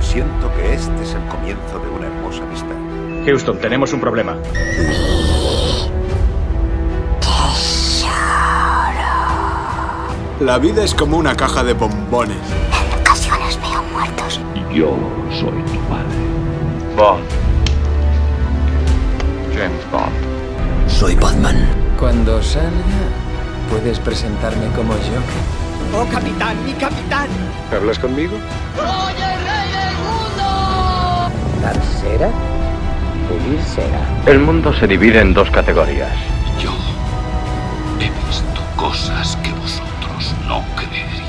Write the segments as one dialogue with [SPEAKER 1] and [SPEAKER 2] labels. [SPEAKER 1] Siento que este es el comienzo de una hermosa amistad.
[SPEAKER 2] Houston, tenemos un problema.
[SPEAKER 3] La vida es como una caja de bombones.
[SPEAKER 4] En ocasiones veo muertos.
[SPEAKER 5] Yo soy tu padre.
[SPEAKER 6] Bond. James Bond.
[SPEAKER 7] Soy Batman.
[SPEAKER 8] Cuando salga, puedes presentarme como yo.
[SPEAKER 9] ¡Oh, capitán, mi capitán!
[SPEAKER 10] ¿Hablas conmigo?
[SPEAKER 11] ¡Soy el rey del mundo!
[SPEAKER 12] Darcera, vivir será.
[SPEAKER 13] El mundo se divide en dos categorías.
[SPEAKER 14] Yo he visto cosas que vosotros no creeríais.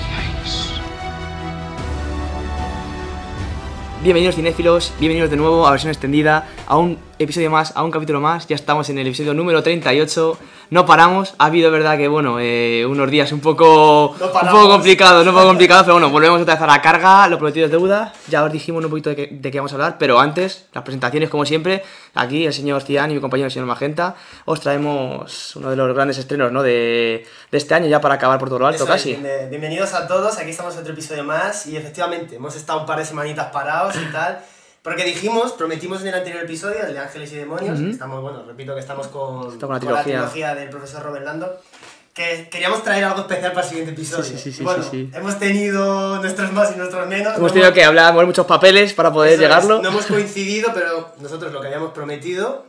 [SPEAKER 15] Bienvenidos cinéfilos, bienvenidos de nuevo a versión extendida, a un episodio más, a un capítulo más, ya estamos en el episodio número 38, no paramos, ha habido verdad que bueno, eh, unos días un poco, no un poco complicados, no un poco complicados, pero bueno, volvemos otra vez a la carga, lo prometido es deuda, ya os dijimos un poquito de, que, de qué vamos a hablar, pero antes, las presentaciones como siempre, aquí el señor Cian y mi compañero el señor Magenta, os traemos uno de los grandes estrenos ¿no? de, de este año ya para acabar por todo lo alto
[SPEAKER 16] Eso
[SPEAKER 15] casi.
[SPEAKER 16] Es, bienvenidos a todos, aquí estamos en otro episodio más y efectivamente hemos estado un par de semanitas parados y tal. Porque dijimos, prometimos en el anterior episodio, el de Ángeles y Demonios, uh -huh. estamos, bueno, repito que estamos con,
[SPEAKER 15] Está con, la, trilogía.
[SPEAKER 16] con la, trilogía. del profesor Robert Lando, que queríamos traer algo especial para el siguiente episodio.
[SPEAKER 15] Sí, sí, sí,
[SPEAKER 16] bueno, hemos tenido nuestros más y nuestros menos.
[SPEAKER 15] Hemos tenido que hablar, mover muchos papeles para poder
[SPEAKER 16] Eso
[SPEAKER 15] llegarlo.
[SPEAKER 16] Es, no hemos coincidido, pero nosotros lo que habíamos prometido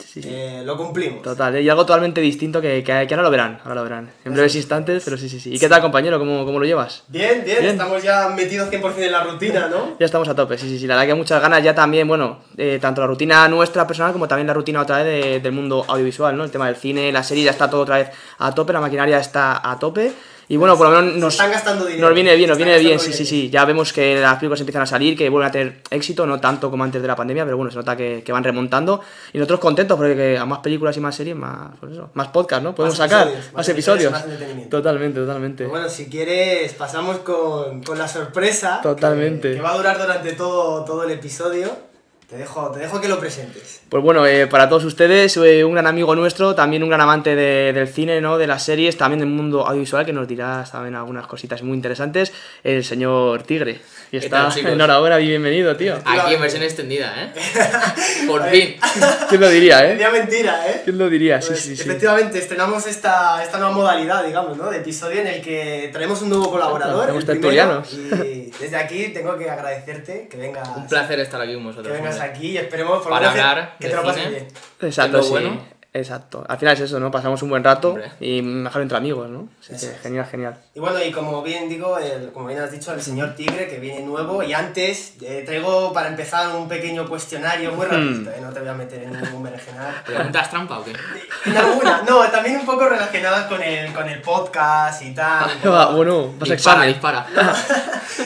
[SPEAKER 16] Sí, sí. Eh, lo cumplimos.
[SPEAKER 15] Total, ¿eh? y algo totalmente distinto que, que, que, ahora lo verán, ahora lo verán. En breves instantes, pero sí, sí, sí. ¿Y qué tal, compañero? ¿Cómo, cómo lo llevas?
[SPEAKER 16] Bien, bien, bien. estamos ya metidos 100% en la rutina, ¿no?
[SPEAKER 15] Ya estamos a tope, sí, sí, sí. La verdad que muchas ganas ya también, bueno, eh, tanto la rutina nuestra personal como también la rutina otra vez de, del mundo audiovisual, ¿no? El tema del cine, la serie ya está todo otra vez a tope, la maquinaria está a tope. Y bueno, por lo menos nos,
[SPEAKER 16] están gastando dinero,
[SPEAKER 15] nos viene bien, nos viene bien,
[SPEAKER 16] dinero.
[SPEAKER 15] sí, sí, sí. Ya vemos que las películas empiezan a salir, que vuelven a tener éxito, no tanto como antes de la pandemia, pero bueno, se nota que, que van remontando. Y nosotros contentos porque a más películas y más series, más, pues eso, más podcast, ¿no? Podemos
[SPEAKER 16] más
[SPEAKER 15] sacar
[SPEAKER 16] episodios,
[SPEAKER 15] más episodios.
[SPEAKER 16] episodios más Pues
[SPEAKER 15] totalmente, totalmente.
[SPEAKER 16] Bueno, si quieres, pasamos con, con la sorpresa.
[SPEAKER 15] Totalmente.
[SPEAKER 16] Que, que, va a durar durante todo, todo el episodio. Te dejo, te dejo que lo presentes.
[SPEAKER 15] Pues bueno, eh, para todos ustedes, eh, un gran amigo nuestro, también un gran amante de, del cine, ¿no? de las series, también del mundo audiovisual, que nos dirá también algunas cositas muy interesantes, el señor Tigre. Y está,
[SPEAKER 17] tal,
[SPEAKER 15] enhorabuena y bienvenido, tío.
[SPEAKER 16] Ah.
[SPEAKER 17] Aquí en versión extendida, ¿eh? Por fin.
[SPEAKER 15] ¿Quién lo diría,
[SPEAKER 16] eh? Sería mentira, ¿eh?
[SPEAKER 15] ¿Quién lo diría? Sí,
[SPEAKER 16] pues,
[SPEAKER 15] sí, sí.
[SPEAKER 16] Efectivamente, estrenamos esta, esta nueva modalidad, digamos, ¿no? De episodio en el que traemos un nuevo colaborador.
[SPEAKER 15] Claro, tertulianos.
[SPEAKER 16] Y desde aquí tengo que agradecerte que vengas.
[SPEAKER 17] Un placer estar aquí con vosotros.
[SPEAKER 16] Que vengas aquí y esperemos
[SPEAKER 17] por Para hablar
[SPEAKER 16] que te lo pases bien.
[SPEAKER 15] Exacto, sí.
[SPEAKER 17] Bueno.
[SPEAKER 15] Exacto. Al final es eso, ¿no? Pasamos un buen rato Hombre. y mejor entre amigos, ¿no? Sí, sí, genial, genial.
[SPEAKER 16] Y bueno, y como bien digo, el, como bien has dicho, el señor Tigre que viene nuevo. Y antes eh, traigo para empezar un pequeño cuestionario
[SPEAKER 17] Hmm.
[SPEAKER 16] muy rápido. Eh, no te voy a meter en ningún berenjenal.
[SPEAKER 17] ¿Preguntas trampa o qué?
[SPEAKER 16] En alguna, no, también un poco relacionadas con el, con el podcast y tal.
[SPEAKER 15] Ah, bueno, vas a
[SPEAKER 17] Dispara, dispara.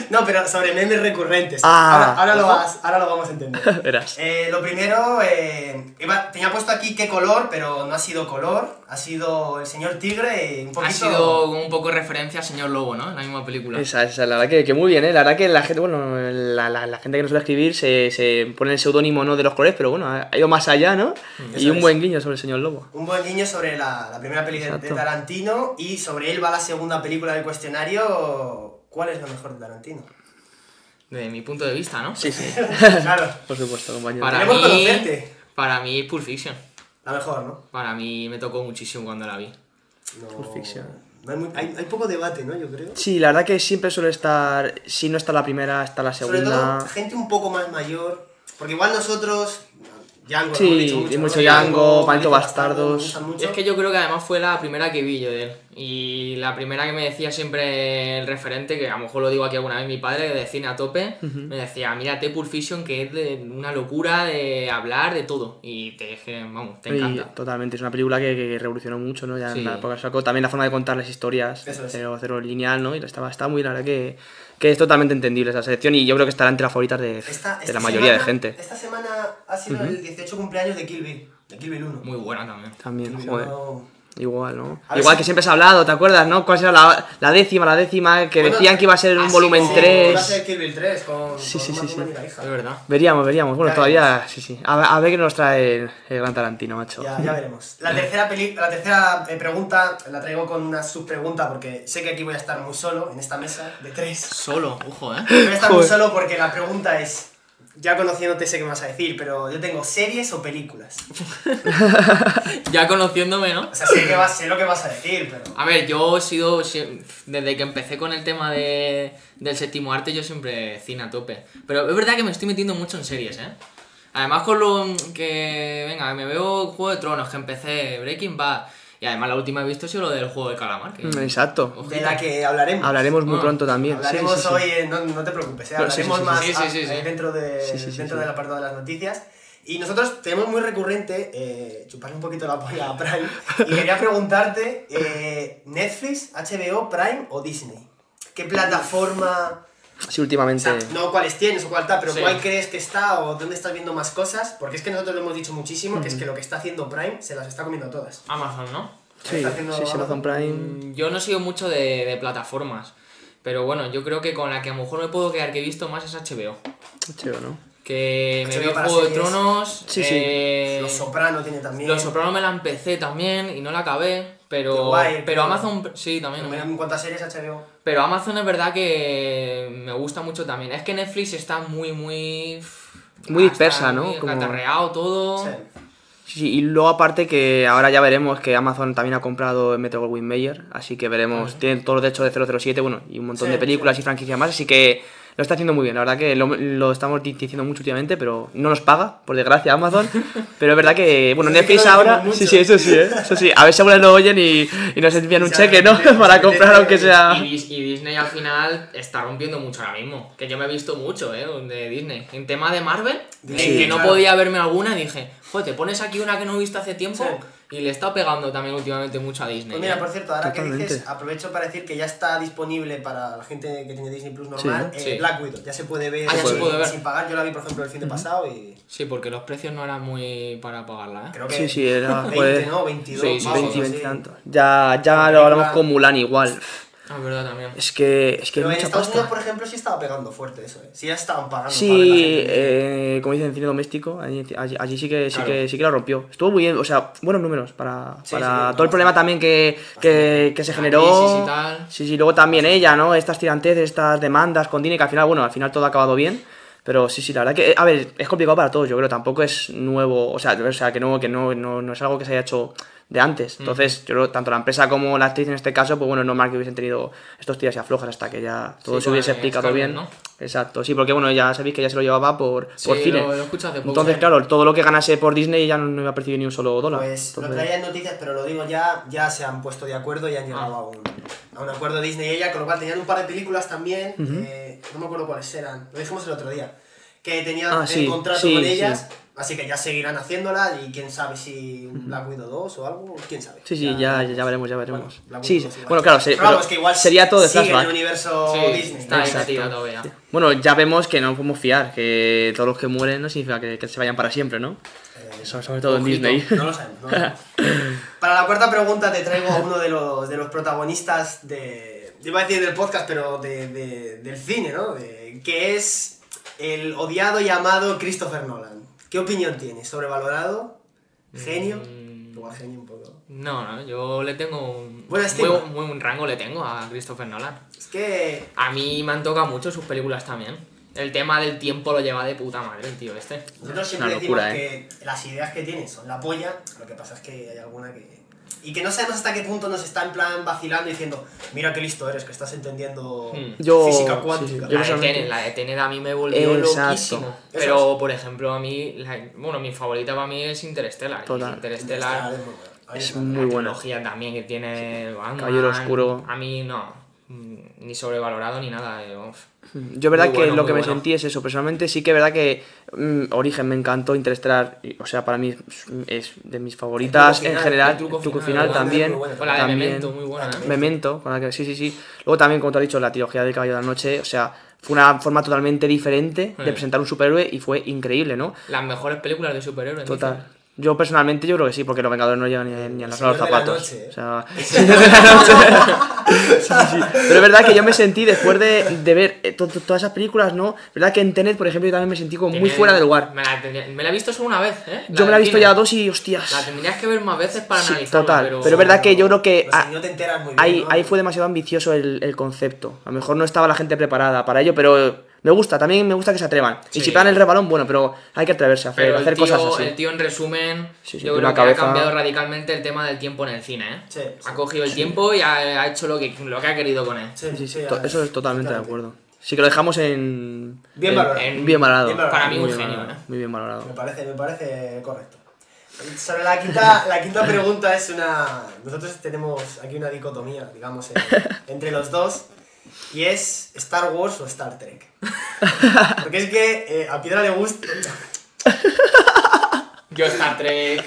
[SPEAKER 16] No, no, pero sobre memes recurrentes.
[SPEAKER 15] Ah,
[SPEAKER 16] ahora, ahora lo vas, ahora lo vamos a entender.
[SPEAKER 15] Verás.
[SPEAKER 16] Eh, lo primero, eh, iba, tenía puesto aquí qué color, pero no ha sido color, ha sido el señor tigre y un poquito...
[SPEAKER 17] Ha sido un poco referencia al señor lobo, ¿no? En la misma película.
[SPEAKER 15] Esa, esa, la verdad que, que muy bien, ¿eh? La verdad que la gente, bueno, la, la, la gente que nos suele escribir se, se pone el seudónimo, ¿no? De los colores, pero bueno, ha ido más allá, ¿no? Mm, Eso y un es. buen guiño sobre el señor lobo.
[SPEAKER 16] Un buen guiño sobre la, la primera película de Tarantino y sobre él va la segunda película del cuestionario. ¿Cuál es la mejor de Tarantino?
[SPEAKER 17] De mi punto de vista, ¿no?
[SPEAKER 15] Sí, sí.
[SPEAKER 16] claro.
[SPEAKER 15] Por supuesto, compañero.
[SPEAKER 17] Para
[SPEAKER 16] Queremos
[SPEAKER 17] mí,
[SPEAKER 16] conocerte.
[SPEAKER 17] Para mí, Pulp Fiction.
[SPEAKER 16] La mejor, ¿no?
[SPEAKER 17] Para mí me tocó muchísimo cuando la vi.
[SPEAKER 16] No. Hay, muy, hay, hay, poco debate, ¿no? Yo creo.
[SPEAKER 15] Sí, la verdad que siempre suele estar. Si no está la primera, está la segunda.
[SPEAKER 16] Sobre todo, gente un poco más mayor. Porque igual nosotros. Django,
[SPEAKER 15] sí,
[SPEAKER 16] hemos dicho mucho,
[SPEAKER 15] y mucho ¿no? Django, Panto Bastardos.
[SPEAKER 16] Bastardos
[SPEAKER 17] es que yo creo que además fue la primera que vi yo de él. Y la primera que me decía siempre el referente, que a lo mejor lo digo aquí alguna vez, mi padre de cine a tope, uh -huh. me decía, mírate Pulp Fiction, que es de una locura de hablar de todo. Y te dije, vamos, te encanta.
[SPEAKER 15] Y, totalmente, es una película que, que revolucionó mucho, ¿no? Ya sí. en la época sacó también la forma de contar las historias,
[SPEAKER 16] Eso es.
[SPEAKER 15] cero, cero lineal, ¿no? Y estaba, está muy, la verdad que, que es totalmente entendible esa selección y yo creo que estará entre las favoritas de,
[SPEAKER 16] esta, esta
[SPEAKER 15] de la mayoría
[SPEAKER 16] semana,
[SPEAKER 15] de gente.
[SPEAKER 16] Esta semana ha sido uh -huh. el 18 cumpleaños de Kill Bill, de Kill Bill 1.
[SPEAKER 17] Muy buena también.
[SPEAKER 15] También,
[SPEAKER 16] joder.
[SPEAKER 15] Igual, ¿no? A Igual si... que siempre se ha hablado, ¿te acuerdas, no? ¿Cuál era la, la décima, la décima? Que bueno, decían que iba a ser un volumen 3.
[SPEAKER 16] Iba a ser Kill Bill 3 con,
[SPEAKER 15] sí,
[SPEAKER 16] con
[SPEAKER 15] sí, sí, sí.
[SPEAKER 16] Hija.
[SPEAKER 17] Es verdad.
[SPEAKER 15] Veríamos, veríamos. Bueno, ya todavía. Veremos. Sí, sí. A, a, ver qué nos trae el, el gran Tarantino, macho.
[SPEAKER 16] Ya, ya veremos. La tercera, peli... la tercera eh, pregunta la traigo con una subpregunta porque sé que aquí voy a estar muy solo en esta mesa de tres.
[SPEAKER 17] Solo, ojo, ¿eh?
[SPEAKER 16] Voy a estar Joder. muy solo porque la pregunta es. Ya conociéndote sé qué me vas a decir, pero yo tengo series o películas.
[SPEAKER 17] ya conociéndome, ¿no?
[SPEAKER 16] O sea, sé, que va, sé lo que vas a decir, pero...
[SPEAKER 17] A ver, yo he sido... Desde que empecé con el tema de, del séptimo arte, yo siempre cine a tope. Pero es verdad que me estoy metiendo mucho en series, ¿eh? Además con lo que... Venga, me veo Juego de Tronos, que empecé Breaking Bad... Y además la última he visto ha sido lo del juego de calamar. Que...
[SPEAKER 15] Mm, Exacto.
[SPEAKER 16] Ojita. De la que hablaremos.
[SPEAKER 15] Hablaremos muy ah, pronto también.
[SPEAKER 16] Hablaremos sí, sí, sí. hoy, eh, no, no, te preocupes, eh, hablaremos más a, eh, dentro, de, dentro del apartado de las noticias. Y nosotros tenemos muy recurrente chuparle un poquito la polla a Prime. y quería preguntarte, eh, Netflix, HBO, Prime o Disney. ¿Qué plataforma...
[SPEAKER 15] Sí, últimamente.
[SPEAKER 16] O sea, no cuáles tienes o cuál tal, pero sí. cuál crees que está o dónde estás viendo más cosas. Porque es que nosotros lo hemos dicho muchísimo, mm -hmm. que es que lo que está haciendo Prime se las está comiendo todas.
[SPEAKER 17] Amazon, ¿no? Mm,
[SPEAKER 15] Sí, está haciendo sí, Amazon, Amazon Prime.
[SPEAKER 17] Yo no he sido mucho de, de, plataformas, pero bueno, yo creo que con la que a lo mejor me puedo quedar que he visto más es HBO.
[SPEAKER 15] HBO, ¿no?
[SPEAKER 17] Que me veo Juego de Tronos.
[SPEAKER 15] Sí,
[SPEAKER 16] eh, sí. Los Soprano tiene también.
[SPEAKER 17] Los Soprano me la empecé también y no la acabé. Pero,
[SPEAKER 16] guay,
[SPEAKER 17] pero Amazon, sí, también.
[SPEAKER 16] Pero en cuantas series HBO.
[SPEAKER 17] Pero Amazon es verdad que me gusta mucho también. Es que Netflix está muy, muy.
[SPEAKER 15] Muy dispersa, ¿no?
[SPEAKER 17] Muy Como... todo.
[SPEAKER 16] Sí.
[SPEAKER 15] Sí, y luego aparte que ahora ya veremos que Amazon también ha comprado Metro Goldwyn Mayer, así que veremos, sí. tienen todos los derechos de 007, bueno, y un montón Ah. sí, de películas y franquicias más, así que lo está haciendo muy bien, la verdad que lo, lo estamos diciendo mucho últimamente, pero no nos paga, por desgracia, Amazon, pero es verdad que, bueno, Netflix ahora, sí, sí, eso sí, ¿eh? eso sí, a ver si alguna lo oyen y, y nos envían un cheque, ¿no? Para comprar aunque sea...
[SPEAKER 17] Y, y, Disney al final está rompiendo mucho ahora mismo, que yo me he visto mucho, ¿eh? De Disney. En tema de Marvel, en que no claro. podía verme alguna, dije, te pones aquí una que no he visto hace tiempo sí. y le está pegando también últimamente mucho a Disney. ¿eh?
[SPEAKER 16] Pues mira, por cierto, ahora Totalmente. que dices, aprovecho para decir que ya está disponible para la gente que tiene Disney Plus normal sí, eh, sí. Black Widow. Ya se puede ver,
[SPEAKER 17] ah, ya se puede ver.
[SPEAKER 16] sin pagar. Yo la vi, por ejemplo, el fin de uh -huh. pasado y...
[SPEAKER 17] Sí, porque los precios no eran muy para pagarla, ¿eh?
[SPEAKER 16] Creo que
[SPEAKER 15] sí, sí, era...
[SPEAKER 16] 20, pues... ¿no? 22.
[SPEAKER 15] Más, 20, 20 tanto. Ya, ya lo hablamos con Mulan igual.
[SPEAKER 17] Ah, verdad también.
[SPEAKER 15] Es que, es que
[SPEAKER 16] Pero en
[SPEAKER 15] hay mucha
[SPEAKER 16] Estados
[SPEAKER 15] pasta.
[SPEAKER 16] Unidos, por ejemplo, sí estaba pegando fuerte eso, ¿eh? Sí ya estaban pagando.
[SPEAKER 15] Sí, eh, como dicen, en cine doméstico, allí, allí, allí sí, que, claro. sí, que, sí que lo rompió. Estuvo muy bien, o sea, buenos números para, sí, para sí, todo no, el no, problema no, también que, que, que se generó.
[SPEAKER 17] Y tal.
[SPEAKER 15] Sí, sí, luego también ella, ¿no? Estas tirantes, estas demandas con Disney, que al final, bueno, al final todo ha acabado bien. Pero sí, sí, la verdad que, a ver, es complicado para todos, yo creo, tampoco es nuevo, o sea, o sea que, no, que no, no, no es algo que se haya hecho de antes. Entonces, mm. yo creo, tanto la empresa como la actriz en este caso, pues bueno, es normal que hubiesen tenido estos tiras y aflojas hasta que ya todo sí, se hubiese explicado bien.
[SPEAKER 17] ¿no?
[SPEAKER 15] Exacto, sí, porque bueno, ya sabéis que ya se lo llevaba por,
[SPEAKER 17] sí,
[SPEAKER 15] por cine.
[SPEAKER 17] Lo, lo hace poco,
[SPEAKER 15] Entonces,
[SPEAKER 17] ¿eh?
[SPEAKER 15] claro, todo lo que ganase por Disney ya no, no iba a percibir ni un solo dólar.
[SPEAKER 16] Pues
[SPEAKER 15] Entonces...
[SPEAKER 16] lo traía en noticias, pero lo digo ya, ya se han puesto de acuerdo y han llegado ah. a, un, a un acuerdo de Disney y ella, con lo cual tenían un par de películas también, uh -huh. eh, no me acuerdo cuáles eran, lo dijimos el otro día, que tenían
[SPEAKER 15] ah, sí,
[SPEAKER 16] el contrato con ellas. Así que ya seguirán haciéndola y quién sabe si Black Widow 2 o algo, quién sabe.
[SPEAKER 15] Sí, sí, ya, ya, ya veremos, ya veremos.
[SPEAKER 16] Bueno,
[SPEAKER 15] sí, sí. bueno claro, ser, pero
[SPEAKER 16] es que igual
[SPEAKER 15] sería todo de
[SPEAKER 16] sigue
[SPEAKER 15] flashback.
[SPEAKER 16] en el universo
[SPEAKER 17] sí,
[SPEAKER 16] Disney.
[SPEAKER 17] Está negativa todavía.
[SPEAKER 15] Bueno, ya vemos que no podemos fiar, que todos los que mueren no significa que, que se vayan para siempre, ¿no? Eh, sobre todo en Disney.
[SPEAKER 16] No lo sabemos. No lo sabemos. para la cuarta pregunta te traigo a uno de los, de los protagonistas de... Iba a decir del podcast, pero de, de, del cine, ¿no? De, que es el odiado y amado Christopher Nolan. ¿Qué opinión tienes? ¿Sobrevalorado? ¿Genio? Mm. Igual genio un poco.
[SPEAKER 17] No, no, yo le tengo un.
[SPEAKER 16] Buena
[SPEAKER 17] muy, muy, un rango le tengo a Christopher Nolan.
[SPEAKER 16] Es que.
[SPEAKER 17] A mí me han tocado mucho sus películas también. El tema del tiempo lo lleva de puta madre el tío este.
[SPEAKER 16] Nosotros siempre
[SPEAKER 15] Una locura,
[SPEAKER 16] decimos eh. que las ideas que tiene son la polla, lo que pasa es que hay alguna que y que no sabemos hasta qué punto nos está en plan vacilando diciendo, mira qué listo eres, que estás entendiendo hmm.
[SPEAKER 15] yo,
[SPEAKER 16] física cuántica.
[SPEAKER 15] Sí, sí.
[SPEAKER 17] la, de Tenet, la de Tenet a mí me volvió
[SPEAKER 15] Exacto.
[SPEAKER 17] loquísimo. Pero, es. por ejemplo, a mí, la, bueno, mi favorita para mí es Interstellar.
[SPEAKER 15] Total.
[SPEAKER 17] Interstellar,
[SPEAKER 15] Interstellar es muy buena.
[SPEAKER 17] La tecnología también que tiene sí. Batman,
[SPEAKER 15] Caballero Oscuro.
[SPEAKER 17] A mí no. Ni sobrevalorado ni nada. eh, Yo,
[SPEAKER 15] yo verdad que bueno, lo que bueno. me sentí es eso. Personalmente sí que verdad que Mm, Origen me encantó, Interstellar, o sea, para mí es de mis favoritas
[SPEAKER 17] final,
[SPEAKER 15] en general.
[SPEAKER 17] El truco,
[SPEAKER 15] truco
[SPEAKER 17] final,
[SPEAKER 15] final también.
[SPEAKER 17] Muy buena. Con la de
[SPEAKER 15] también,
[SPEAKER 17] Memento, muy buena. ¿eh?
[SPEAKER 15] Memento, con la que, sí, sí, sí. Luego también, como te has dicho, la trilogía del Caballo de la Noche, o sea, fue una forma totalmente diferente sí. de presentar un superhéroe y fue increíble, ¿no?
[SPEAKER 17] Las mejores películas de superhéroes.
[SPEAKER 15] Total.
[SPEAKER 17] Dice.
[SPEAKER 15] Yo personalmente yo creo que sí, porque los Vengadores no llevan ni, ni a los
[SPEAKER 16] Señor de la
[SPEAKER 15] zapatos.
[SPEAKER 16] noche, ¿eh?
[SPEAKER 15] O sea, Señor de la noche. Sí, sí. Pero es verdad que yo me sentí después de, de ver eh, to- to- todas esas películas, ¿no? verdad que en Tenet, por ejemplo, yo también me sentí como muy
[SPEAKER 17] Tenet,
[SPEAKER 15] fuera de lugar.
[SPEAKER 17] Me la, tendría- me la he visto solo una vez, ¿eh?
[SPEAKER 15] Yo me la he
[SPEAKER 17] del
[SPEAKER 15] visto
[SPEAKER 17] cine.
[SPEAKER 15] ya dos y hostias.
[SPEAKER 17] La tendrías que ver más veces para
[SPEAKER 15] Sí,
[SPEAKER 17] analizarla,
[SPEAKER 15] total.
[SPEAKER 17] pero...
[SPEAKER 15] Pero, es verdad que yo creo que ah,
[SPEAKER 16] Pues no te enteras muy bien,
[SPEAKER 15] ahí,
[SPEAKER 16] ¿no?
[SPEAKER 15] ahí fue demasiado ambicioso el, el concepto. A lo mejor no estaba la gente preparada para ello, pero me gusta, también me gusta que se atrevan. Y si
[SPEAKER 17] Sí.
[SPEAKER 15] pegan el rebalón, bueno, pero hay que atreverse a hacer,
[SPEAKER 17] Pero el
[SPEAKER 15] hacer
[SPEAKER 17] tío-
[SPEAKER 15] cosas así.
[SPEAKER 17] El tío, en resumen,
[SPEAKER 15] sí, tiene
[SPEAKER 17] yo creo
[SPEAKER 15] una
[SPEAKER 17] que
[SPEAKER 15] cabeza-
[SPEAKER 17] ha cambiado radicalmente el tema del tiempo en el cine, ¿eh? ha cogido el
[SPEAKER 15] Sí.
[SPEAKER 17] tiempo y ha, ha hecho lo que, lo que ha querido con él.
[SPEAKER 15] To- Eso es totalmente de acuerdo. Sí que lo dejamos en...
[SPEAKER 16] Bien
[SPEAKER 15] en-
[SPEAKER 16] valorado.
[SPEAKER 15] en- bien valorado.
[SPEAKER 16] Bien valorado. Para mí
[SPEAKER 15] Muy
[SPEAKER 16] un
[SPEAKER 15] bien
[SPEAKER 17] ¿eh?
[SPEAKER 16] genio,
[SPEAKER 15] valorado, Muy bien valorado.
[SPEAKER 16] Me parece, me parece correcto. Sobre la quinta, la quinta pregunta es una... Nosotros tenemos aquí una dicotomía, digamos, en- entre los dos. Y es Star Wars o Star Trek. Porque es que eh, a Piedra le gusta...
[SPEAKER 17] Yo Star Trek...